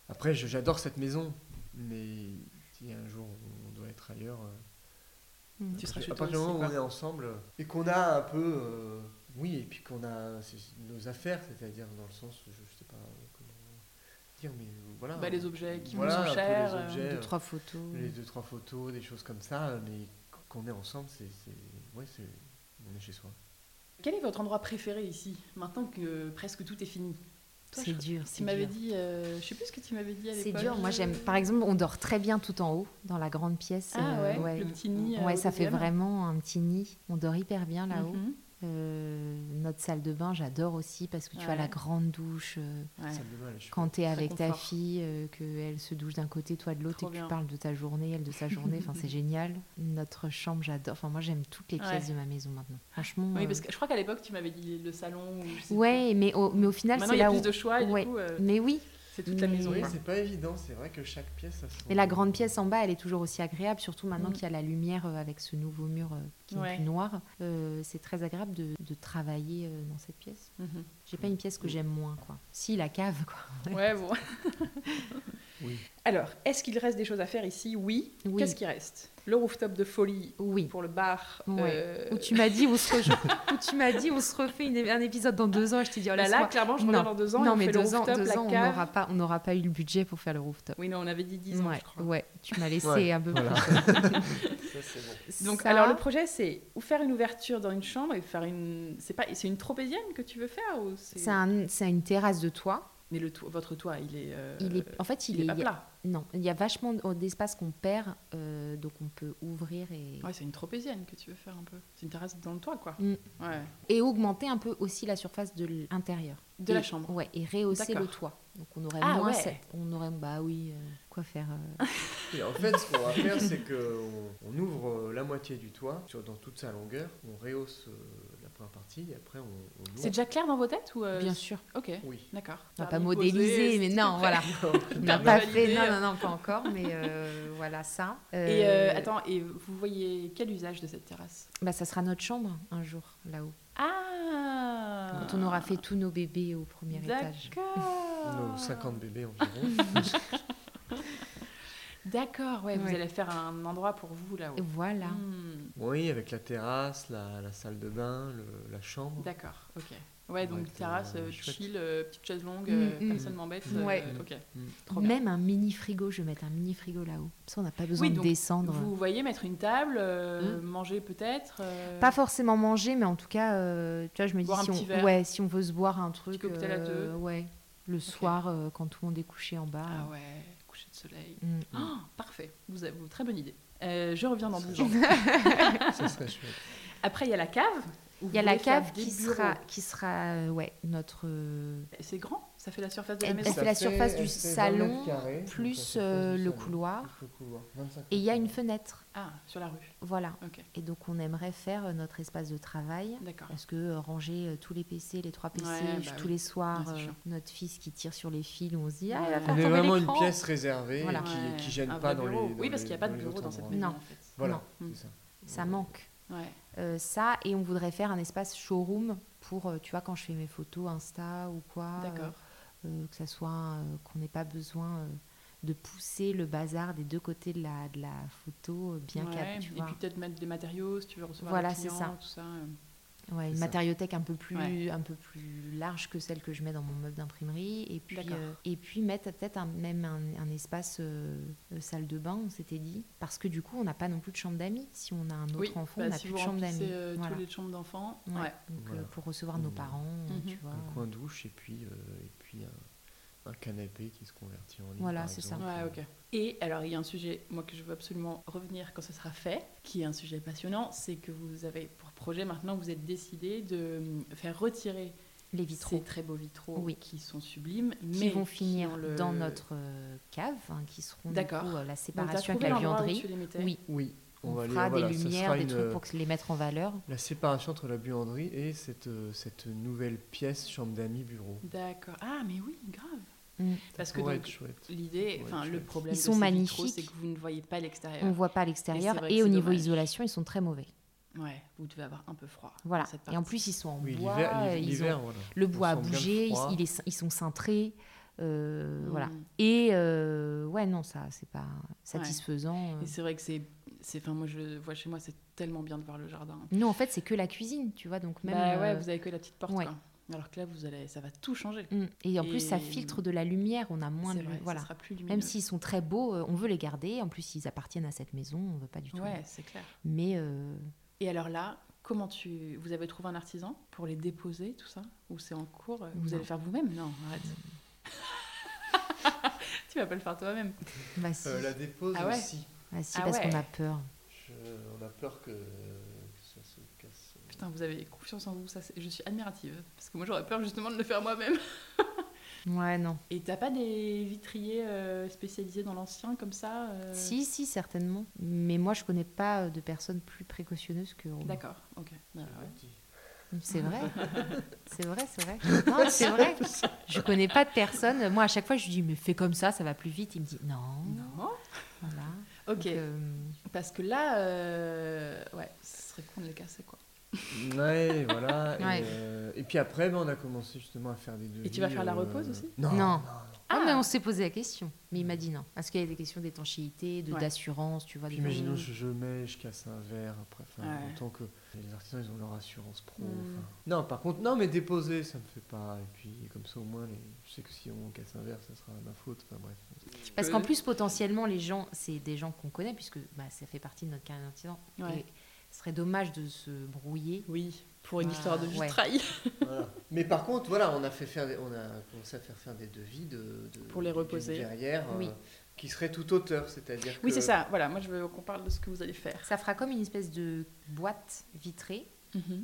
après, je- j'adore cette maison, mais si un jour on doit être ailleurs, euh, Mm. Tu seras chez à toi partir du aussi, moment où quoi. on est ensemble et qu'on a un peu, euh, oui, et puis qu'on a c'est- c'est nos affaires, c'est-à-dire dans le sens, je, je sais pas comment dire, mais voilà. Bah, les objets qui Voilà, nous un sont peu chers. les euh, objets. Deux, euh, trois photos. les deux trois photos, des choses comme ça, mais qu'on est ensemble, c'est, c'est, ouais, c'est, on est chez soi. Quel est votre endroit préféré ici, maintenant que presque tout est fini Toi, C'est je- dur. c'est Tu m'avais dur. dit, euh, je sais plus ce que tu m'avais dit à C'est l'époque. dur. Moi, j'aime. Par exemple, on dort très bien tout en haut, dans la grande pièce. Ah euh, ouais, le petit nid. euh, Ouais, au ça fait deuxième. vraiment un petit nid. On dort hyper bien là-haut. Mhm. Euh, notre salle de bain, j'adore aussi parce que tu as Ouais. la grande douche. euh, Ouais. Ça me va, là, je suis- quand tu es avec ta confort. fille, euh, qu'elle se douche d'un côté, toi de l'autre, et Trop que tu bien. parles de ta journée, elle de sa journée. Enfin, c'est génial. Notre chambre, j'adore. Enfin, moi, j'aime toutes les pièces Ouais. de ma maison maintenant. Franchement. Oui, euh, parce que je crois qu'à l'époque, tu m'avais dit le salon. ou je sais Ouais, mais au, mais au plus. final, Maintenant, c'est il y a là plus où. de choix, et ouais. du coup, euh, Mais oui, c'est toute la Mais- maison. Oui, quoi. c'est pas évident, c'est vrai que chaque pièce a son... mais la grande pièce en bas, elle est toujours aussi agréable, surtout maintenant Mm. qu'il y a la lumière euh, avec ce nouveau mur euh, qui Ouais. est plus noir. Euh, c'est très agréable de, de travailler euh, dans cette pièce. Mhm. J'ai pas une pièce que j'aime moins, quoi. Si, la cave, quoi. Ouais, bon. Oui. Alors, est-ce qu'il reste des choses à faire ici Oui. Oui. Qu'est-ce qui reste Le rooftop de folie Oui. pour le bar. Ouais. euh, Où tu m'as dit, on se rejoint- où tu m'as dit, on se refait une- un épisode dans deux ans. Je t'ai dit, oh Là, là, laisse-moi. clairement, je Non. reviens dans deux ans. et non, on mais fait le deux ans, rooftop, deux la ans, on cave. n'aura pas, on n'aura pas eu le budget pour faire le rooftop. Oui, non, on avait dit 10 ans, ouais, je crois. ouais, tu m'as laissé Ouais, un peu. voilà. plus. Ça, c'est bon. Donc, Ça, alors, le projet, c'est ou faire une ouverture dans une chambre et faire une. C'est pas, c'est une tropézienne que tu veux faire ou c'est. c'est un- c'est une terrasse de toit. Mais le toit- votre toit, il est. euh, Il est, en fait, il, il est est, pas plat. non, il y a vachement d'espace qu'on perd, euh, donc on peut ouvrir et, Ouais, c'est une tropézienne que tu veux faire un peu. C'est une terrasse dans le toit, quoi. Mm. Ouais. et augmenter un peu aussi la surface de l'intérieur. De Et- la chambre. Ouais, et rehausser D'accord. le toit. Donc on aurait Ah moins, ouais. cette- on aurait bah oui, euh, quoi faire. euh, Et en fait, ce qu'on va faire, c'est qu'on on ouvre euh, la moitié du toit sur, dans toute sa longueur, on rehausse euh, la première partie et après on, on ouvre. C'est déjà clair dans vos têtes ou euh, Bien sûr. Ok, Oui. d'accord. On n'a Permis pas de poser, modélisé, mais c'est non, tout voilà. On n'a Permis pas de valider. fait, Bah, non, non, non, pas encore, mais euh, voilà ça. prêt. Et euh, Euh, attends, et vous voyez quel usage de cette terrasse bah, ça sera notre chambre un jour là-haut, Ah quand on aura fait tous nos bébés au premier étage. D'accord. bah. Nos 50 bébés environ. D'accord, ouais, vous Ouais. allez faire un endroit pour vous là-haut. Et voilà. Hmm, oui, avec la terrasse, la, la salle de bain, le- la chambre. D'accord, ok. Ouais, donc Ouais, c'est, terrasse, euh, euh, chouette. chill, euh, petite chaise longue, euh, Mm, mm. personne m'embête. euh, Ouais. ok. Mm. Trop bien. Même un mini frigo, je vais mettre un mini frigo là-haut. Ça, on n'a pas besoin Oui, de donc, descendre. Vous voyez mettre une table, euh, manger peut-être euh, Mm. Pas forcément manger, mais en tout cas, euh, tu vois, je me dis Boire un si petit on, verre. ouais, si on veut se boire un truc, cocktail à euh, ouais, le soir euh, quand tout le monde est couché en bas. Ah ouais, coucher de soleil. Mm. Ah, parfait, vous avez vous- très bonne idée. Euh, je reviens dans Ça, 12 ans. Ça serait chouette. Après, il y a la cave. où Il y a vous la voulez faire cave des qui bureaux. sera, qui sera, euh, ouais, notre euh, C'est grand, ça fait la surface de la Elle- maison. fait la surface du salon, plus euh, le couloir. Et il y a une fenêtre, Ah, sur la rue. voilà. Ok. Et donc on aimerait faire euh, notre espace de travail. D'accord. Parce que euh, ranger euh, tous les PC, les trois PC, Ouais, bah tous oui. les soirs, Ouais, c'est euh, chiant. notre fils qui tire sur les fils, on se dit ah, il Ouais. va faire On est tomber vraiment une l'écran. pièce réservée Voilà. et qui, qui gêne un pas vrai dans les. bureau. dans oui, parce qu'il n'y a les- pas dans de les bureau autres dans cette endroits. maison, Non. en fait. Voilà, Non. c'est ça. Ça manque. Ouais. Euh, ça et on voudrait faire un espace showroom pour euh, tu vois quand je fais mes photos Insta ou quoi euh, D'accord. euh, que ça soit euh, qu'on n'ait pas besoin euh, de pousser le bazar des deux côtés de la, de la photo euh, bien Ouais, cap tu Et vois puis peut-être mettre des matériaux si tu veux recevoir Voilà, des c'est clients, ça. tout ça. euh. Ouais, une C'est ça. matériothèque un peu plus Ouais. un peu plus large que celle que je mets dans mon meuble d'imprimerie et puis D'accord. euh, et puis mettre peut-être un- même un, un espace euh, euh, salle de bain on s'était dit parce que du coup on n'a pas non plus de chambre d'amis si on a un autre oui, enfant bah, on n'a si plus vous de chambre remplissez, d'amis euh, Voilà. tous les chambres d'enfants. Ouais. Ouais. donc euh, Voilà. pour recevoir nos Mhm. parents euh, Mhm. tu vois Un coin douche et puis, euh, et puis un, un canapé qui se convertit en lit. Voilà, par c'est ça. exemple. Ouais, ok. Et alors, il y a un sujet, moi, que je veux absolument revenir quand ce sera fait, qui est un sujet passionnant, c'est que vous avez pour projet maintenant, vous êtes décidé de hum, faire retirer les vitraux ces très beaux vitraux Oui. qui sont sublimes, mais qui vont qui finir ont le- dans notre euh, cave, hein, qui seront du coup, D'accord. euh, la Donc, t'as séparation trouvé avec la l'endroit où buanderie. tu les mettais Oui, Oui, on, on, va aller- fera voilà, des ça lumières, sera des une, euh, trucs pour se les mettre en valeur. La séparation entre la buanderie et cette, euh, cette nouvelle pièce chambre d'amis bureau. D'accord. Ah, mais oui, grave. Mm. Parce que pourrait donc, être chouette. l'idée, enfin Ouais, le chouette. problème Ils de sont ces magnifiques. vitraux, c'est que vous ne voyez pas On l'extérieur. voit pas à l'extérieur vrai que et, euh, c'est au niveau dommage. isolation, ils sont très mauvais. Ouais, vous devez avoir un peu froid. Voilà. dans cette Et en partie. plus, ils sont en Oui, bois. l'hiver, euh, ils ont- l'hiver, voilà. Le On bois a sent bien le bougé, ils, froid. il est- ils sont cintrés. euh, Voilà. Mm. Et euh, ouais, non, ça, c'est pas satisfaisant. euh. Et c'est vrai que c'est, c'est, enfin moi je le vois chez moi, c'est tellement bien de voir le jardin. Non, en fait, c'est que la cuisine, tu vois. Donc même. bah ouais, euh, vous avez que la petite porte. ouais. quoi. Alors que là, vous allez, ça va tout changer. mm. Et en plus, ça Et- filtre de la lumière. On a moins C'est de. vrai, voilà. ça sera plus lumineux. Même s'ils sont très beaux, euh, on veut les garder. En plus, ils appartiennent à cette maison. On veut pas du tout. Ouais, c'est clair. Mais euh, Et alors là, comment tu, vous avez trouvé un artisan pour les déposer, tout ça, ou c'est en cours euh, Vous Non. allez le faire vous-même Non, arrête. tu vas pas le faire toi-même. bah si, Euh, la dépose Ah ouais. aussi. bah si, Ah parce ouais. qu'on a peur. Je- on a peur que, que ça se casse. euh, Putain, vous avez confiance en vous, ça, c'est- je suis admirative. Parce que moi, j'aurais peur justement de le faire moi-même. Ouais, non. Et t'as pas des vitriers euh, spécialisés dans l'ancien comme ça euh Si, si, certainement. Mais moi, je connais pas euh, de personnes plus précautionneuses que Romain. D'accord, ok. Ah ouais. C'est vrai. c'est vrai, c'est vrai. Non, c'est vrai. Je connais pas de personne. Moi, à chaque fois, je lui dis, mais fais comme ça, ça va plus vite. Il me dit, non. Non. Voilà. Ok, Donc, euh, parce que là, euh, ouais, ce serait con de les casser quoi. Ouais, voilà. Ouais. Et, euh, et puis après, ben, on a commencé justement à faire des devis. Et tu vas faire la euh, repose aussi Non. Non. non, Ah, Ah. mais on s'est posé la question. Mais il m'a dit non. Parce qu'il y a des questions d'étanchéité, de- Ouais. d'assurance, tu vois. Puis des- imaginons, je, je mets, je casse un verre. Après, enfin, Ah, bah Ouais. autant que les artisans, ils ont leur assurance pro. Mm. enfin. Non, par contre, non, mais déposer, ça me fait pas. Et puis, comme ça, au moins, les- je sais que si on casse un verre, ça sera ma faute. Enfin, bref. Parce qu'en plus, potentiellement, les gens, c'est des gens qu'on connaît, puisque bah, ça fait partie de notre carrière d'artisan. Ouais. Et ce serait dommage de se brouiller. Oui, pour une Ah, histoire de ouais. vitrail. Voilà. Mais par contre, voilà, on a fait faire, des- on a commencé à faire faire des devis de, de- Pour les d'une reposer. verrière, euh, Oui. qui serait tout hauteur, c'est-à-dire. Oui, que- c'est ça. Voilà, moi je veux qu'on parle de ce que vous allez faire. Ça fera comme une espèce de boîte vitrée,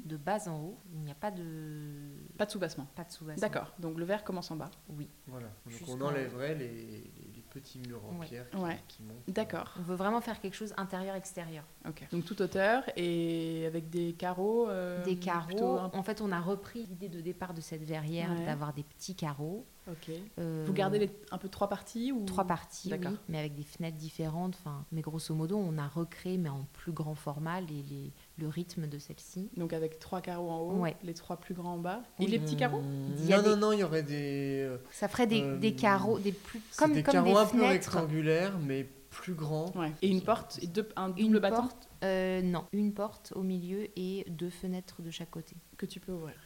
de bas en haut. Il n'y a pas de. Mhm. Pas de soubassement. Pas de sous-bassement. D'accord. Donc le verre commence en bas. Oui. Voilà. Donc on Jusqu'en- enlèverait les, les- les petits murs en Ouais. pierre qui, Ouais. qui montent. D'accord. On veut vraiment faire quelque chose intérieur-extérieur. Ok. Donc toute hauteur et avec des carreaux. euh, des plutôt carreaux. un- En fait, on a repris l'idée de départ de cette verrière Ouais. d'avoir des petits carreaux. Ok. euh, Vous gardez les- un peu trois parties ou trois parties, oui, D'accord. mais avec des fenêtres différentes. Enfin, mais grosso modo, on a recréé, mais en plus grand format, les- les- le rythme de celle-ci. Donc avec trois carreaux en haut, Ouais. les trois plus grands en bas et Oui. les Mmh. petits carreaux. Il y a Hmm, Non, des- non, non, il y aurait des. euh, Ça ferait des, Euh, des carreaux, des plus c'est comme des comme carreaux des un peu fenêtres. rectangulaires, mais plus grands. Ouais. Et une porte et deux, un double Une battant porte, euh, non, une porte au milieu et deux fenêtres de chaque côté, que tu peux ouvrir.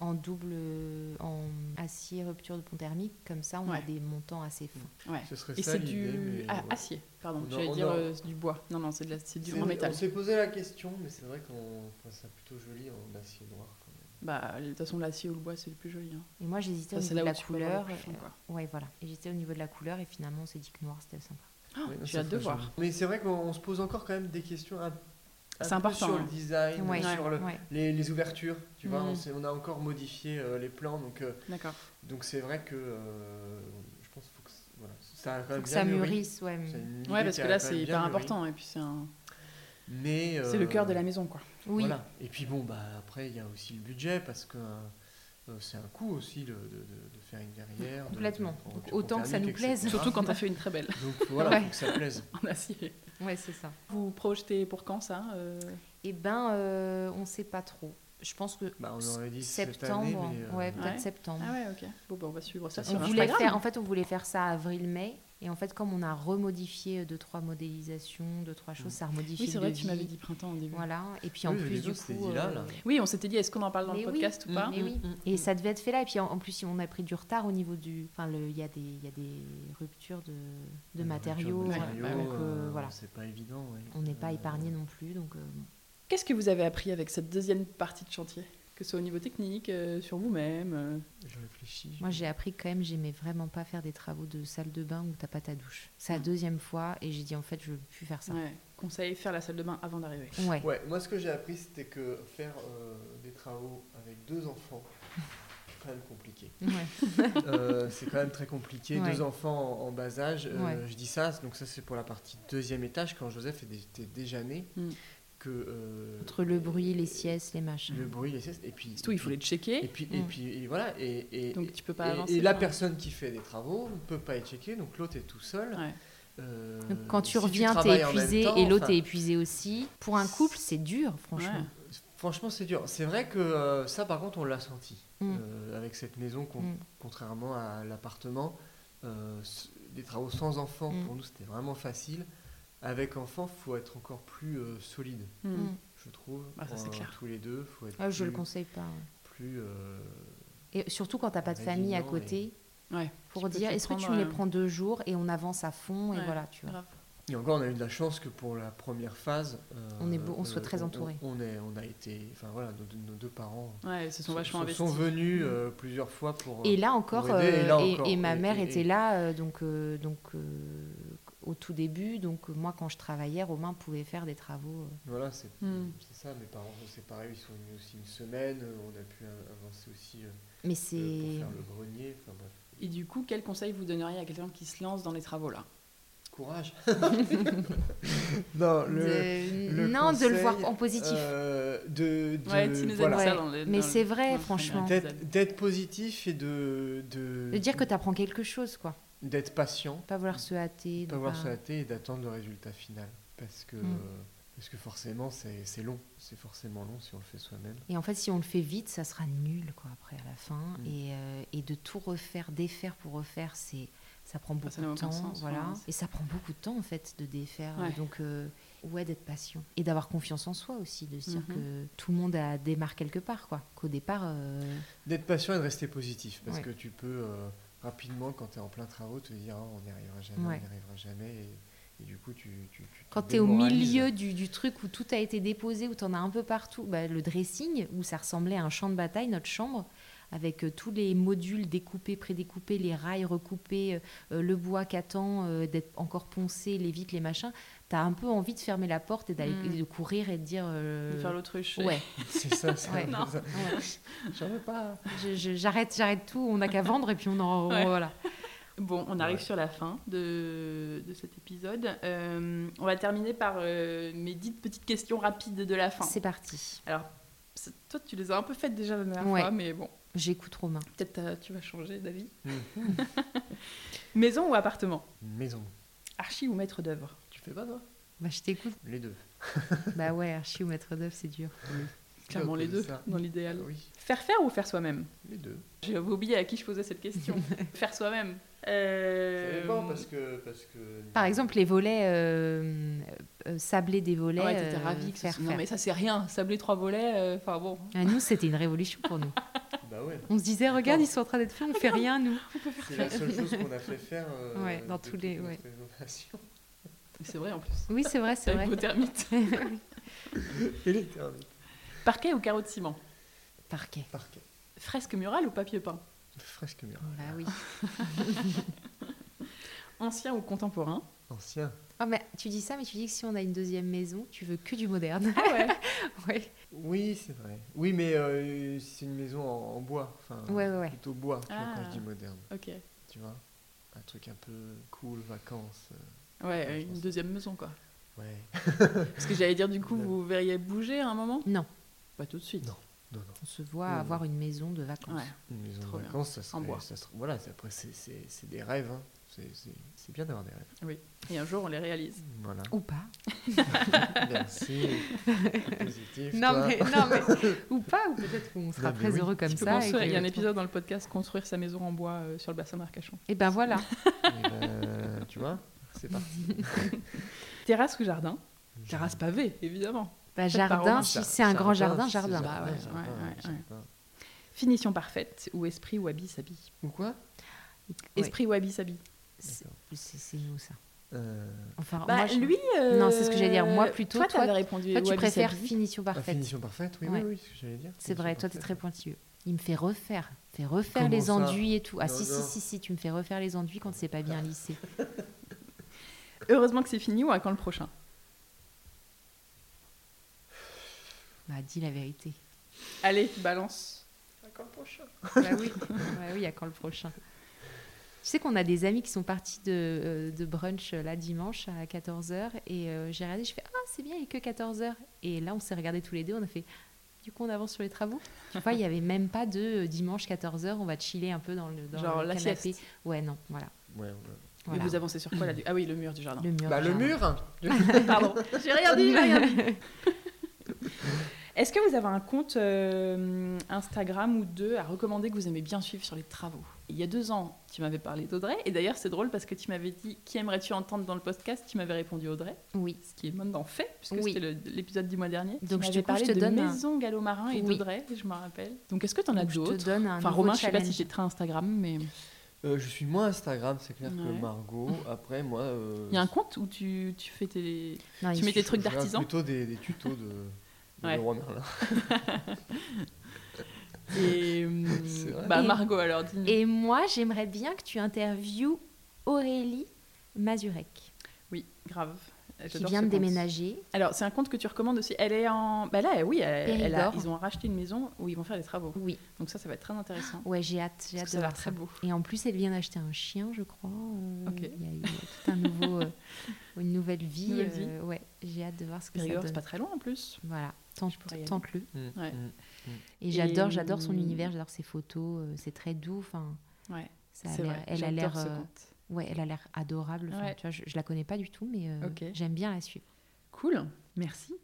en double, euh, en acier rupture de pont thermique. Comme ça, on a Ouais. Mm. des montants assez fins. Ouais. Ce serait Et ça c'est l'idée. du mais, ah, ouais. acier, pardon, On je a- vais on dire a- euh, c'est du bois. Non, non, c'est de la- c'est du C'est- en métal. On s'est posé la question, mais c'est vrai qu'on trouve ça plutôt joli en acier noir. quand même. Bah, de toute façon, l'acier ou le bois, c'est le plus joli. hein. Et moi, j'hésitais Ça, au c'est là niveau de où la tu peux avoir couleur. le plus fin, quoi. euh, ouais, voilà. Et J'étais au niveau de la couleur et finalement, on s'est dit que noir, c'était sympa. Ah, Ouais, non, J'ai ça hâte de ferait voir. joli. Mais c'est vrai qu'on on se pose encore quand même des questions un, un C'est peu important, sur hein. le design, Ouais, Euh, sur le- ouais. les, les ouvertures. Tu vois, Mm. on, s'est- on a encore modifié euh, les plans, donc euh, D'accord. donc c'est vrai que euh, je pense qu'il faut que c- voilà, ça a quand Faut même que bien ça mûri. mûrisse, ouais. C'est une idée Ouais, parce qui que a là, quand même c'est bien hyper mûri. important. Et puis, c'est un- Mais c'est le cœur de euh, la maison, quoi. Oui. Voilà. Et puis bon, bah, après, il y a aussi le budget parce que euh, c'est un coût aussi le- de, de- de faire une verrière. de- Complètement. de prendre Donc, le courant autant que ça thermique, nous plaise. etc. Surtout quand t'as fait une très belle Donc voilà, Ouais. faut que ça plaise. en acier. Ouais, c'est ça. Vous projetez pour quand ça euh, Eh ben, euh, on sait pas trop. Je pense que Bah, on aurait dit cette septembre. année, mais euh, Ouais, peut-être Ouais. septembre. Ah ouais, ok. Bon, bah, on va suivre ça On sur on marche voulait Instagram. faire, en fait, on voulait faire ça avril-mai. Et en fait, comme on a remodifié euh, deux, trois modélisations, deux, trois choses, ça remodifie Oui, c'est vrai que tu le m'avais devis. dit printemps au début. Voilà. Et puis en Mm. Oui, plus, les du autres, c'est coup. dit là, là. Oui, on s'était dit, est-ce qu'on en parle dans Mais le oui. Mm, podcast ou pas Mais Eh oui. Et ça devait être fait là. Et puis en, en plus, on a pris du retard au niveau du. Enfin, le- il y, a des- il y a des ruptures de, de la matériaux. rupture de ouais. matériaux, Ouais, donc, euh, euh, voilà. C'est pas évident. ouais. On n'est pas Euh, épargné non plus. Donc, euh, bon. Qu'est-ce que vous avez appris avec cette deuxième partie de chantier Que ce soit au niveau technique, euh, sur vous-même euh. Je réfléchis. Moi, j'ai appris que quand même, j'aimais vraiment pas faire des travaux de salle de bain où t'as pas ta douche. C'est la deuxième fois et j'ai dit en fait, je veux plus faire ça. Ouais. Conseil, faire la salle de bain avant d'arriver. Ouais. Ouais, moi ce que j'ai appris c'était que faire euh, des travaux avec deux enfants, c'est quand même compliqué. Ouais. Euh, c'est quand même très compliqué. Ouais. Deux enfants en, en bas âge, euh, Ouais. je dis ça, donc ça c'est pour la partie deuxième étage quand Joseph était- était déjà né. Mm. que euh, Entre le bruit, les siesses, les machins. le bruit, les siestes, et puis C'est tout, il faut les checker. et puis et Mm. puis et voilà et, et- donc tu peux pas et- avancer. et la quoi. personne qui fait des travaux ne peut pas être checkée, donc l'autre est tout seul. Ouais. Euh, Donc, quand tu si reviens, t'es travailles en même épuisé temps, et l'autre enfin, est épuisé aussi. Pour un couple, c'est dur, franchement. Ouais. Franchement, c'est dur. C'est vrai que euh, ça, par contre, on l'a senti. Mm. Euh, avec cette maison, con- Mm. contrairement à l'appartement, euh, s- des travaux sans enfants, Mm. pour nous, c'était vraiment facile. Avec enfants, faut être encore plus euh, solide, Hmm. je trouve. Ah, ça, Euh, c'est clair. Tous les deux, faut être Ah, plus, je le conseille pas. ouais. plus, euh, Et surtout quand t'as pas de famille à Résilient et- côté. Ouais. Pour Tu peux dire, tout est-ce que tu prendre, me les euh, prends deux jours et on avance à fond et Ouais. voilà, tu vois. Grave. Et encore, on a eu de la chance que pour la première phase, euh, On est beau- on soit très entourés. On, on est, on a été, enfin voilà, nos, deux- nos deux parents Ouais, ils se sont sont, vachement sont- investis. sont venus euh, plusieurs fois pour. euh, Mm. Et là encore, aider, et euh, là et, encore, et ma et- mère et- était et- là, euh, donc, euh, donc euh, au tout début. Donc euh, moi, quand je travaillais, Romain pouvait faire des travaux. euh. Voilà, c'est Hmm. c'est ça. Mes parents sont séparés, ils sont venus aussi une semaine. euh, On a pu euh, avancer aussi euh, Mais euh, pour c'est faire le grenier. Enfin bref, Et du coup, quel conseil vous donneriez à quelqu'un qui se lance dans les travaux là courage. non, le. de- le non de le conseil, voir en positif. euh, de, de- Ouais, tu nous as dit voilà. ça dans les. Mais dans c'est le- vrai, dans le franchement. premier épisode. D'être d'être positif et de de- De dire que tu apprends quelque chose, quoi. d'être patient. Pas vouloir se hâter. de pas voir pas- se hâter et d'attendre le résultat final. Parce que, Mm. euh, parce que forcément, c'est c'est long. C'est forcément long si on le fait soi-même. Et en fait, si on le fait vite, ça sera nul, quoi, après, à la fin. Mm. Et, euh, et de tout refaire, défaire pour refaire, c'est ça prend beaucoup n'a de aucun temps, sens, voilà. hein, c'est- Et ça prend beaucoup de temps, en fait, de défaire. Ouais. Donc, euh, ouais, d'être patient. Et d'avoir confiance en soi aussi, de se dire Mhm. que tout le monde a démarre quelque part, quoi. Qu'au départ, euh, D'être patient et de rester positif. Parce Ouais. que tu peux euh, rapidement, quand tu es en plein travaux, te dire Oh, on n'y arrivera jamais, Ouais. on n'y arrivera jamais. Et, et du coup, tu. tu, tu te quand tu es au démoralises. milieu du, du truc où tout a été déposé, où tu en as un peu partout, bah, le dressing, où ça ressemblait à un champ de bataille, notre chambre, avec euh, tous les modules découpés, prédécoupés, les rails recoupés, euh, le bois qui attend euh, d'être encore poncé, les vitres, les machins, tu as un peu envie de fermer la porte et d'aller Mm. et de courir et de dire... euh, De faire l'autruche. Ouais, C'est ça, c'est Ouais. un peu ça. ouais. J'en veux pas. Je- je- j'arrête, j'arrête tout, on n'a qu'à vendre et puis on en... Ouais. Voilà. Bon, on arrive Ouais. sur la fin de, de cet épisode. Euh, on va terminer par euh, mes dix petites questions rapides de la fin. C'est parti. Alors, c'est- toi, tu les as un peu faites déjà la dernière Ouais. fois, mais bon, J'écoute Romain. peut-être euh, tu vas changer d'avis. Mm. Maison ou appartement Maison. Archi ou maître d'œuvre Tu fais pas, toi Bah, je t'écoute. Les deux. bah ouais, archi ou maître d'œuvre, c'est dur. Clairement J'ai les deux, opposé ça. dans Ah l'idéal. oui, Faire faire ou faire soi-même les deux. J'avais oublié à qui je posais cette question. faire soi-même. Ça Euh, dépend parce que, parce que. Par exemple, les volets, euh, euh, sabler des volets, Ah Ouais, t'étais euh, ravie. que ce faire soit- Non, faire. mais ça, c'est rien. Sabler trois volets, euh, enfin bon, À nous, c'était une révolution pour nous. Bah ouais. On se disait, regarde, ils Attends. sont en train d'être faits, on fait rien, nous. C'est la seule chose qu'on a fait faire. euh, Ouais, dans de tous toute les- notre ouais. rénovation. c'est vrai en plus. Oui, c'est vrai, c'est C'est vrai. vos termites. Et les termites. Parquet ou carreau de ciment Parquet. Parquet. Fresque murale ou papier peint Fresque mur. Bah oui. Ancien ou contemporain Ancien. Oh, mais tu dis ça, mais tu dis que si on a une deuxième maison, tu veux que du moderne. Ah ouais ouais. Oui, c'est vrai. Oui, mais euh, c'est une maison en, en bois. Enfin, Ouais, ouais, ouais. Plutôt bois, tu vois, quand Ah. je dis moderne. Ok. Tu vois Un truc un peu cool, vacances. euh, Ouais, je pense. une deuxième maison quoi. Ouais. Parce que j'allais dire, du coup, Ouais. vous verriez bouger à un moment Non, Pas tout de suite. Non. Non, non. on se voit Non. avoir une maison de vacances. Ouais. Une maison Trop de bien. vacances, ça serait. En bois. ça serait- voilà, c'est- après, c'est- c'est c'est des rêves. hein. C'est- C'est c'est bien d'avoir des rêves. Et un jour, on les réalise. Voilà. Ou pas. Merci. Positif. Non toi. mais, non, mais. Ou pas, ou peut-être qu'on sera Non, mais très oui. heureux comme Tu peux ça. et construire- que- Il y a un épisode dans le podcast Construire sa maison en bois euh, sur le bassin d'Arcachon. Et ben voilà. Et ben, tu vois C'est parti. Terrasse ou jardin Terrasse pavée, évidemment. Bah, Faites par jardin, Romain, si c'est un grand jardin, jardin. jardin. Bah ouais, ouais, ouais, jardin. Finition parfaite ou esprit wabi-sabi Ou quoi Ouais. Esprit wabi-sabi. C'est- D'accord. C'est c'est nous ça. Euh, Enfin, Bah, moi, je- lui. euh, Non, c'est ce que j'allais dire. Moi, plutôt, Toi, toi, t'avais répondu. Toi, tu wabi-sabi. préfères finition la parfaite. Ah, finition parfaite, oui, Ouais. oui, oui, c'est ce que j'allais dire. C'est finition vrai, toi, tu es parfaite. très pointilleux. Il me fait refaire. Fait refaire Comment les ça enduits et tout. Ah, Non, si, si, non. si, si, tu me fais refaire les enduits quand c'est pas bien lissé. Heureusement que c'est fini ou à quand le prochain Bah, dis la vérité. Allez, balance. D'accord, prochain. Bah oui, bah oui, à quand le prochain sais qu'on a des amis qui sont partis de, euh, de brunch euh, là dimanche à 14h et euh, j'ai regardé, je fais Ah, c'est bien, il est que 14h. Et là, on s'est regardés tous les deux, on a fait Du coup, on avance sur les travaux. Tu vois, il n'y avait même pas de euh, dimanche 14h, on va chiller un peu dans le, dans Genre le la canapé. sieste. Ouais, non, voilà. Ouais, ouais. Mais Voilà. vous avancez sur quoi là du- Ah oui, le mur du jardin. Le mur. Bah, le genre. mur Pardon, j'ai rien dit, j'ai rien dit. Est-ce que vous avez un compte euh, Instagram ou deux à recommander que vous aimez bien suivre sur les travaux Il y a deux ans, tu m'avais parlé d'Audrey. Et d'ailleurs, c'est drôle parce que tu m'avais dit qui aimerais-tu entendre dans le podcast Tu m'avais répondu Audrey, Oui. ce qui est maintenant fait, puisque Oui. c'était le- l'épisode du mois dernier. Donc, Tu je te m'avais parle, parlé je te de donne un- Maison Gallo-Marin et Oui. d'Audrey, je me rappelle. Donc, est-ce que tu en as Donc, je d'autres te donne un Enfin, nouveau Romain, je sais pas si challenge. j'ai très Instagram, mais Euh, Je suis moins Instagram, c'est clair Ouais. que Margot. Après, moi. euh, il y a un compte où tu, tu fais tes. Non, Tu il mets tes trucs je regarde d'artisan plutôt des, des tutos de, de Ouais. Leroy Merlin. Et. hum, C'est vrai. bah, Et- Margot, alors, dis-nous. Et moi, j'aimerais bien que tu interviewes Aurélie Mazurek, Oui, grave. qui J'adore vient ce de compte. déménager. Alors, c'est un compte que tu recommandes aussi. Elle est en. Bah là, oui, elle, elle a- Périgord. ils ont racheté une maison où ils vont faire des travaux. Oui, Donc, ça, ça va être très intéressant. ouais, j'ai hâte, j'ai Parce que hâte de ça a l'air voir très ça. beau. Et en plus, elle vient d'acheter un chien, je crois. euh, Ok. Il y a eu tout un nouveau, euh, une nouvelle vie. Nouvelle vie. euh, ouais, j'ai hâte de voir ce que Périgord, ça c'est donne. pas très loin en plus. Voilà, tente, pourrais y aller. tente-le. Mm, Ouais. mm. Et j'adore, Et, j'adore son hum, univers, j'adore ses photos. euh, c'est très doux. Enfin, Ouais, ça a c'est l'air- vrai. elle a j'adore l'air, ce euh, compte. ouais, elle a l'air adorable. Enfin, Ouais. tu vois, je, je la connais pas du tout, mais euh, Ok. j'aime bien la suivre. Cool, Merci.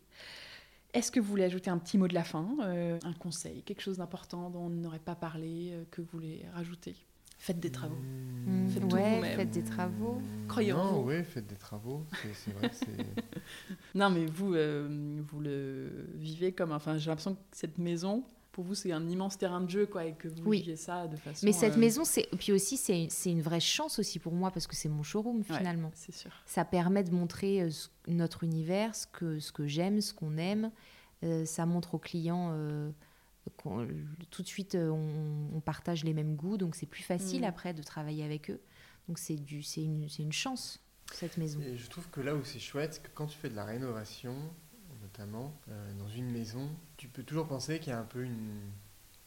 Est-ce que vous voulez ajouter un petit mot de la fin, euh, un conseil, quelque chose d'important dont on n'aurait pas parlé, euh, que vous voulez rajouter Faites des travaux. Mmh. Mm. Faites tout ouais, vous-même. faites des travaux. Croyez en Non, vous. ouais, faites des travaux. C'est- C'est vrai que c'est. Non, mais vous, euh, vous le vivez comme. Enfin, j'ai l'impression que cette maison, pour vous, c'est un immense terrain de jeu, quoi, et que vous Oui. vivez ça de façon. Mais cette euh, maison, c'est puis aussi c'est c'est une vraie chance aussi pour moi parce que c'est mon showroom ouais, finalement. C'est sûr. Ça permet de montrer euh, ce- notre univers, ce que ce que j'aime, ce qu'on aime. Euh, ça montre aux clients euh, qu'on- tout de suite euh, on, on partage les mêmes goûts, donc c'est plus facile Mm. après de travailler avec eux. Donc c'est du c'est une c'est une chance cette maison. Et je trouve que là où c'est chouette, c'est que quand tu fais de la rénovation, notamment euh, dans une maison, tu peux toujours penser qu'il y a un peu une,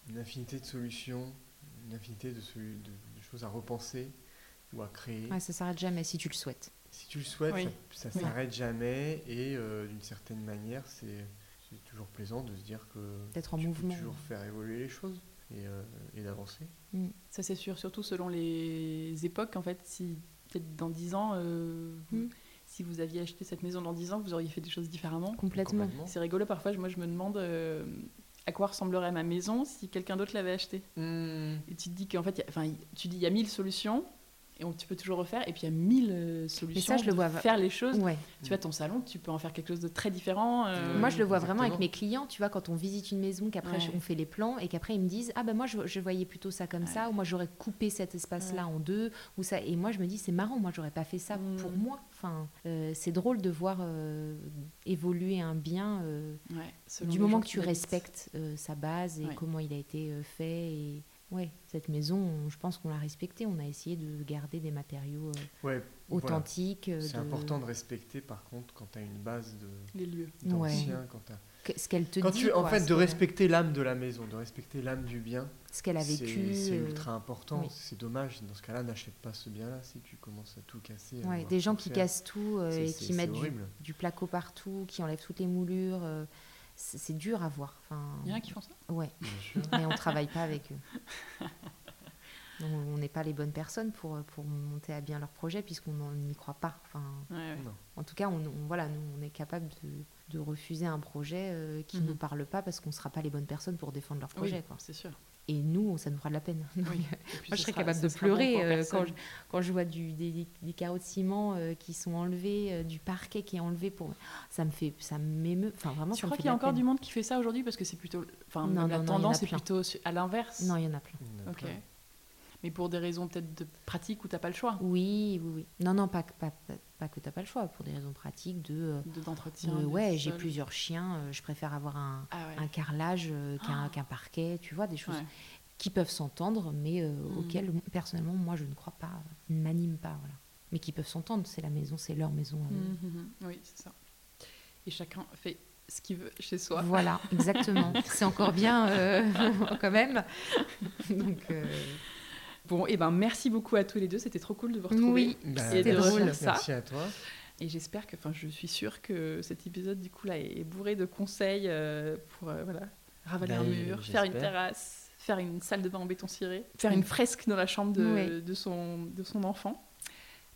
une infinité de solutions, une infinité de, solu- de- de choses à repenser ou à créer. Ouais, ça s'arrête jamais si tu le souhaites. Si tu le souhaites, Oui. ça, ça Oui. s'arrête jamais et euh, d'une certaine manière, c'est c'est toujours plaisant de se dire que D'être en tu mouvement. peux toujours faire évoluer les choses et, euh, et d'avancer. Ça, c'est sûr, surtout selon les époques, en fait, si peut-être dans 10 ans, euh, vous- Mm. si vous aviez acheté cette maison dans 10 ans, vous auriez fait des choses différemment. Complètement. C'est rigolo, parfois, je- moi, je me demande euh, à quoi ressemblerait ma maison si quelqu'un d'autre l'avait achetée. Mm. Et tu te dis qu'en fait, il y a- enfin, il- tu dis il y a mille solutions et on, tu peux toujours refaire. Et puis il y a mille euh, solutions. je le de vois. Mm. Faire les choses. Ouais. Tu vois ton salon, tu peux en faire quelque chose de très différent. euh, Mm. Moi, je le vois vraiment avec Exactement. mes clients, tu vois, quand on visite une maison, qu'après Ouais. je- on fait les plans et qu'après ils me disent Ah ben moi je, je voyais plutôt ça comme ça, ou moi j'aurais coupé cet espace-là en deux, ou ça. Et moi je me dis C'est marrant, moi j'aurais pas fait ça Mm. pour moi. Enfin, euh, c'est drôle de voir euh, évoluer un bien euh, ouais, selon du les gens moment que qui tu l'habitent. respectes euh, sa base et Ouais. comment il a été euh, fait. Et ouais, cette maison, on- je pense qu'on l'a respectée, on a essayé de garder des matériaux euh, Ouais, voilà. authentiques. euh, C'est de- important de respecter par contre quand tu as une base de, les lieux. Ouais. d'anciens, quand t'as- que- ce qu'elle te quand dit. tu, en quoi, fait, ce de qu'elle- respecter l'âme de la maison, de respecter l'âme du bien, Ce qu'elle a c'est vécu. c'est euh, ultra important. oui. C'est dommage, dans ce cas-là, n'achète pas ce bien-là si tu commences à tout casser. à Ouais, vouloir des gens tout qui faire. cassent tout euh, C'est- et c'est- qui mettent C'est du, horrible. du placo partout, qui enlèvent toutes les moulures. euh, c'est c'est dur à voir. Enfin, Il y en a qui font ça. ouais, bien sûr. mais on travaille pas avec eux. Donc, on n'est pas les bonnes personnes pour, euh, pour monter à bien leur projet puisqu'on n'en- n'y croit pas. Enfin, Ouais, ouais. en tout cas, on, on- voilà, nous, on est capable de, de refuser un projet euh, qui ne Mhm. nous parle pas parce qu'on ne sera pas les bonnes personnes pour défendre leur projet. Oui, quoi. c'est sûr. Et nous, ça nous fera de la peine. Donc, Oui. Et puis, moi, ce je serais sera- capable ce de sera bon pour pleurer euh, personne. quand, je, quand je vois du, des, des- des carreaux de ciment euh, qui sont enlevés, euh, du parquet qui est enlevé pour. Ça me fait, ça m'émeut. Enfin, vraiment, Tu ça me crois fait qu'il y a de la encore du peine. monde qui fait ça aujourd'hui parce que c'est plutôt, enfin, Non, même non, la non, il y en a tendance est plein. plutôt su- à l'inverse. Non, il y en a plein. Il y en a Ok. plein. Mais pour des raisons peut-être de pratique où t'as pas le choix Oui, oui, oui. Non, non, pas, que- pas, pas, pas que t'as pas le choix, pour des raisons pratiques de. euh, de d'entretien. euh, de ouais, j'ai sol. plusieurs chiens, euh, je préfère avoir un, Ah ouais. un carrelage euh, qu'un Ah. qu'un parquet, tu vois, des choses Ouais. qui peuvent s'entendre, mais euh, Mm. auxquelles, personnellement, moi, je ne crois pas, euh, ne m'anime pas, voilà. Mais qui peuvent s'entendre, c'est la maison, c'est leur maison. à eux. Mhm, mhm. Oui, c'est ça. Et chacun fait ce qu'il veut chez soi. Voilà, exactement. C'est encore bien euh, quand même. Donc, euh, Bon, et ben merci beaucoup à tous les deux, c'était trop cool de vous retrouver. Oui, Bah, c'est c'était merci. drôle drôle. ça. Merci à toi. Et j'espère que, enfin, je suis sûre que cet épisode du coup là est bourré de conseils euh, pour euh, voilà, ravaler Bah, un euh, mur, faire une j'espère. terrasse, faire une salle de bain en béton ciré, faire une fresque dans la chambre de, Mm. Oui. Mm. de son, de son enfant.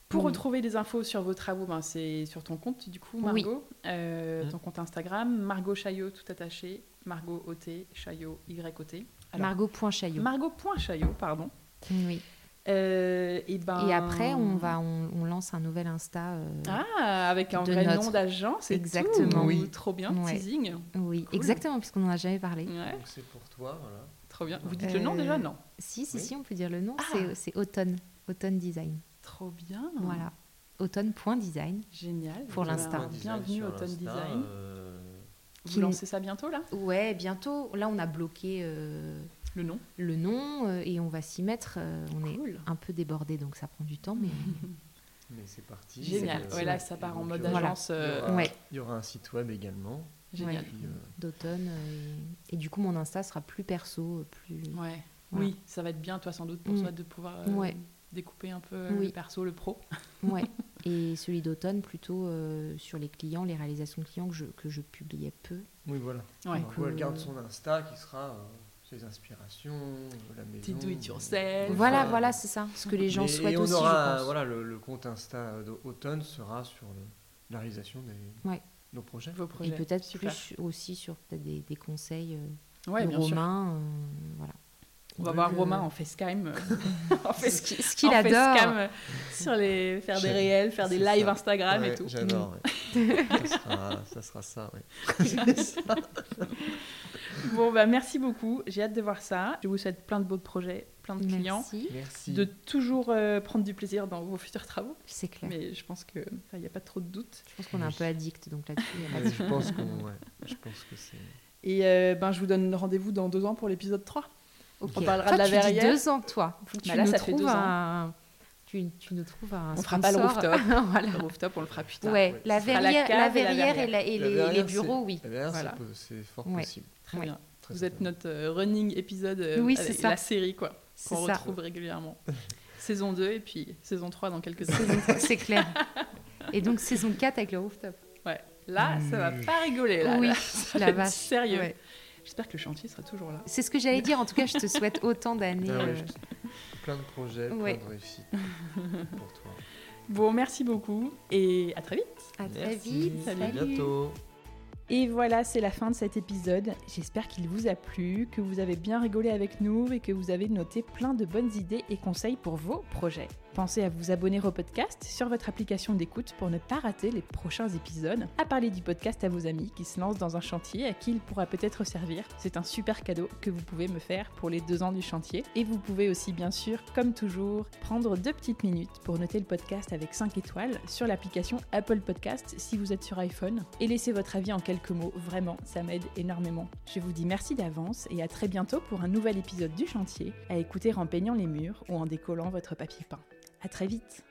Pour Oui. retrouver des infos sur vos travaux, ben, c'est sur ton compte du coup, Margot, euh, Mm. ton compte Instagram, Margot Chaillot tout attaché, Margot OT, Chaillot Y OT. Alors, Margot.chaillot. Margot.chaillot, pardon. Oui. Euh, et, ben... Et après, on, va, on, on lance un nouvel Insta. euh, Ah, avec un de vrai notre- nom d'agence et Exactement. tout. Oui. Trop bien, Ouais. teasing. Oui, Cool. exactement, puisqu'on n'en a jamais parlé. Ouais, Donc c'est pour toi, voilà. trop bien. Vous dites le nom Euh, déjà Non. Si, si, Oui. si, on peut dire le nom. Ah. c'est- C'est Automne. Automne Design. Trop bien. Voilà. Automne.design. Génial. Pour Eh ben, l'instant. Bienvenue au Tone Design. Vous euh, Qui- lancez ça bientôt là Ouais, bientôt. Là, on a bloqué euh, Le nom. le nom euh, et on va s'y mettre. euh, on est Cool. un peu débordé, donc ça prend du temps, mais Mais c'est parti. Génial. c'est- Ouais, là, ça part en donc, mode il y aura- agence. euh, Il y, aura, Ouais. il y aura un site web également. Génial. Puis, euh, d'automne. euh, et... et du coup, mon Insta sera plus perso, euh, plus. Ouais. Voilà. Oui, ça va être bien, toi, sans doute, pour Mm. toi, de pouvoir euh, Ouais. découper un peu euh, le Oui. perso, le pro. Ouais. Et celui d'automne, plutôt euh, sur les clients, les réalisations clients que je, que je publiais peu. Oui, voilà. Ouais. Donc, Cool. elle garde son Insta qui sera euh, ses inspirations, euh, la maison. Petit do it yourself. Voilà, Ouais. voilà, c'est ça. Ce que les gens Mais- souhaitent et on aussi, aura, je euh, pense. Voilà, le, le compte Insta d'automne sera sur le- la réalisation des, Ouais. nos projets. Vos Et projets. peut-être Super. plus aussi sur peut-être des, des conseils euh, Ouais, de bien sûr. Romain. euh, voilà. On va voir Donc, euh, Romain en facecam. euh, en face- Ce qui- ce qu'il en adore. facecam, euh, sur les, faire des J'aime. réels, faire des C'est lives ça. Instagram Ouais, et tout. J'adore. ouais. Ah, ça, sera, ça sera ça, ouais. Bon, bah merci beaucoup. J'ai hâte de voir ça. Je vous souhaite plein de beaux projets, plein de clients. Merci. Merci. De toujours euh, prendre du plaisir dans vos futurs travaux. C'est clair. Mais je pense qu'il n'y a pas trop de doute. Je pense qu'on est un peu addict, donc là-dessus, il y a pas de Mais je pense qu'on- ouais, je pense que c'est. Et euh, ben, je vous donne rendez-vous dans deux ans pour l'épisode 3. Ok. On parlera Toi, de la tu verrière. dis deux ans, toi. Faut que Bah tu là, nous ça fait trouves deux ans. un... Tu, tu nous trouves un On fera pas le sponsor. rooftop. voilà. Le rooftop, on le fera plus tard. Ouais, la Ce sera la verrière, la cave et la verrière et, la- et La les, verrière, les bureaux, oui. Eh bien, c'est Voilà. peu- c'est fort Ouais. possible. Très Ouais. bien. Très Vous êtes certainement. notre euh, running épisode euh, Oui, c'est avec ça. la série quoi C'est qu'on ça. retrouve régulièrement. saison 2 et puis saison 3 dans quelques années. Saison- C'est clair. Et donc saison 4 avec le rooftop. Ouais. Là, ça va pas rigoler. Là, oui, là. Ça va la être vache. Sérieux. Ouais. J'espère que le chantier sera toujours là. C'est ce que j'allais dire. En tout cas, je te souhaite autant d'années. Ah ouais, euh, je- Plein de projets, Ouais. plein de réussites pour toi. Bon, merci beaucoup et à très vite. euh, À très Merci. vite. À bientôt. Et voilà, c'est la fin de cet épisode. J'espère qu'il vous a plu, que vous avez bien rigolé avec nous et que vous avez noté plein de bonnes idées et conseils pour vos projets. Pensez à vous abonner au podcast sur votre application d'écoute pour ne pas rater les prochains épisodes, à parler du podcast à vos amis qui se lancent dans un chantier à qui il pourra peut-être servir. C'est un super cadeau que vous pouvez me faire pour les deux ans du chantier. Et vous pouvez aussi, bien sûr, comme toujours, prendre deux petites minutes pour noter le podcast avec 5 étoiles sur l'application Apple Podcast si vous êtes sur iPhone et laissez votre avis en quelques mots. Vraiment, ça m'aide énormément. Je vous dis merci d'avance et à très bientôt pour un nouvel épisode du chantier à écouter en peignant les murs ou en décollant votre papier peint. À très vite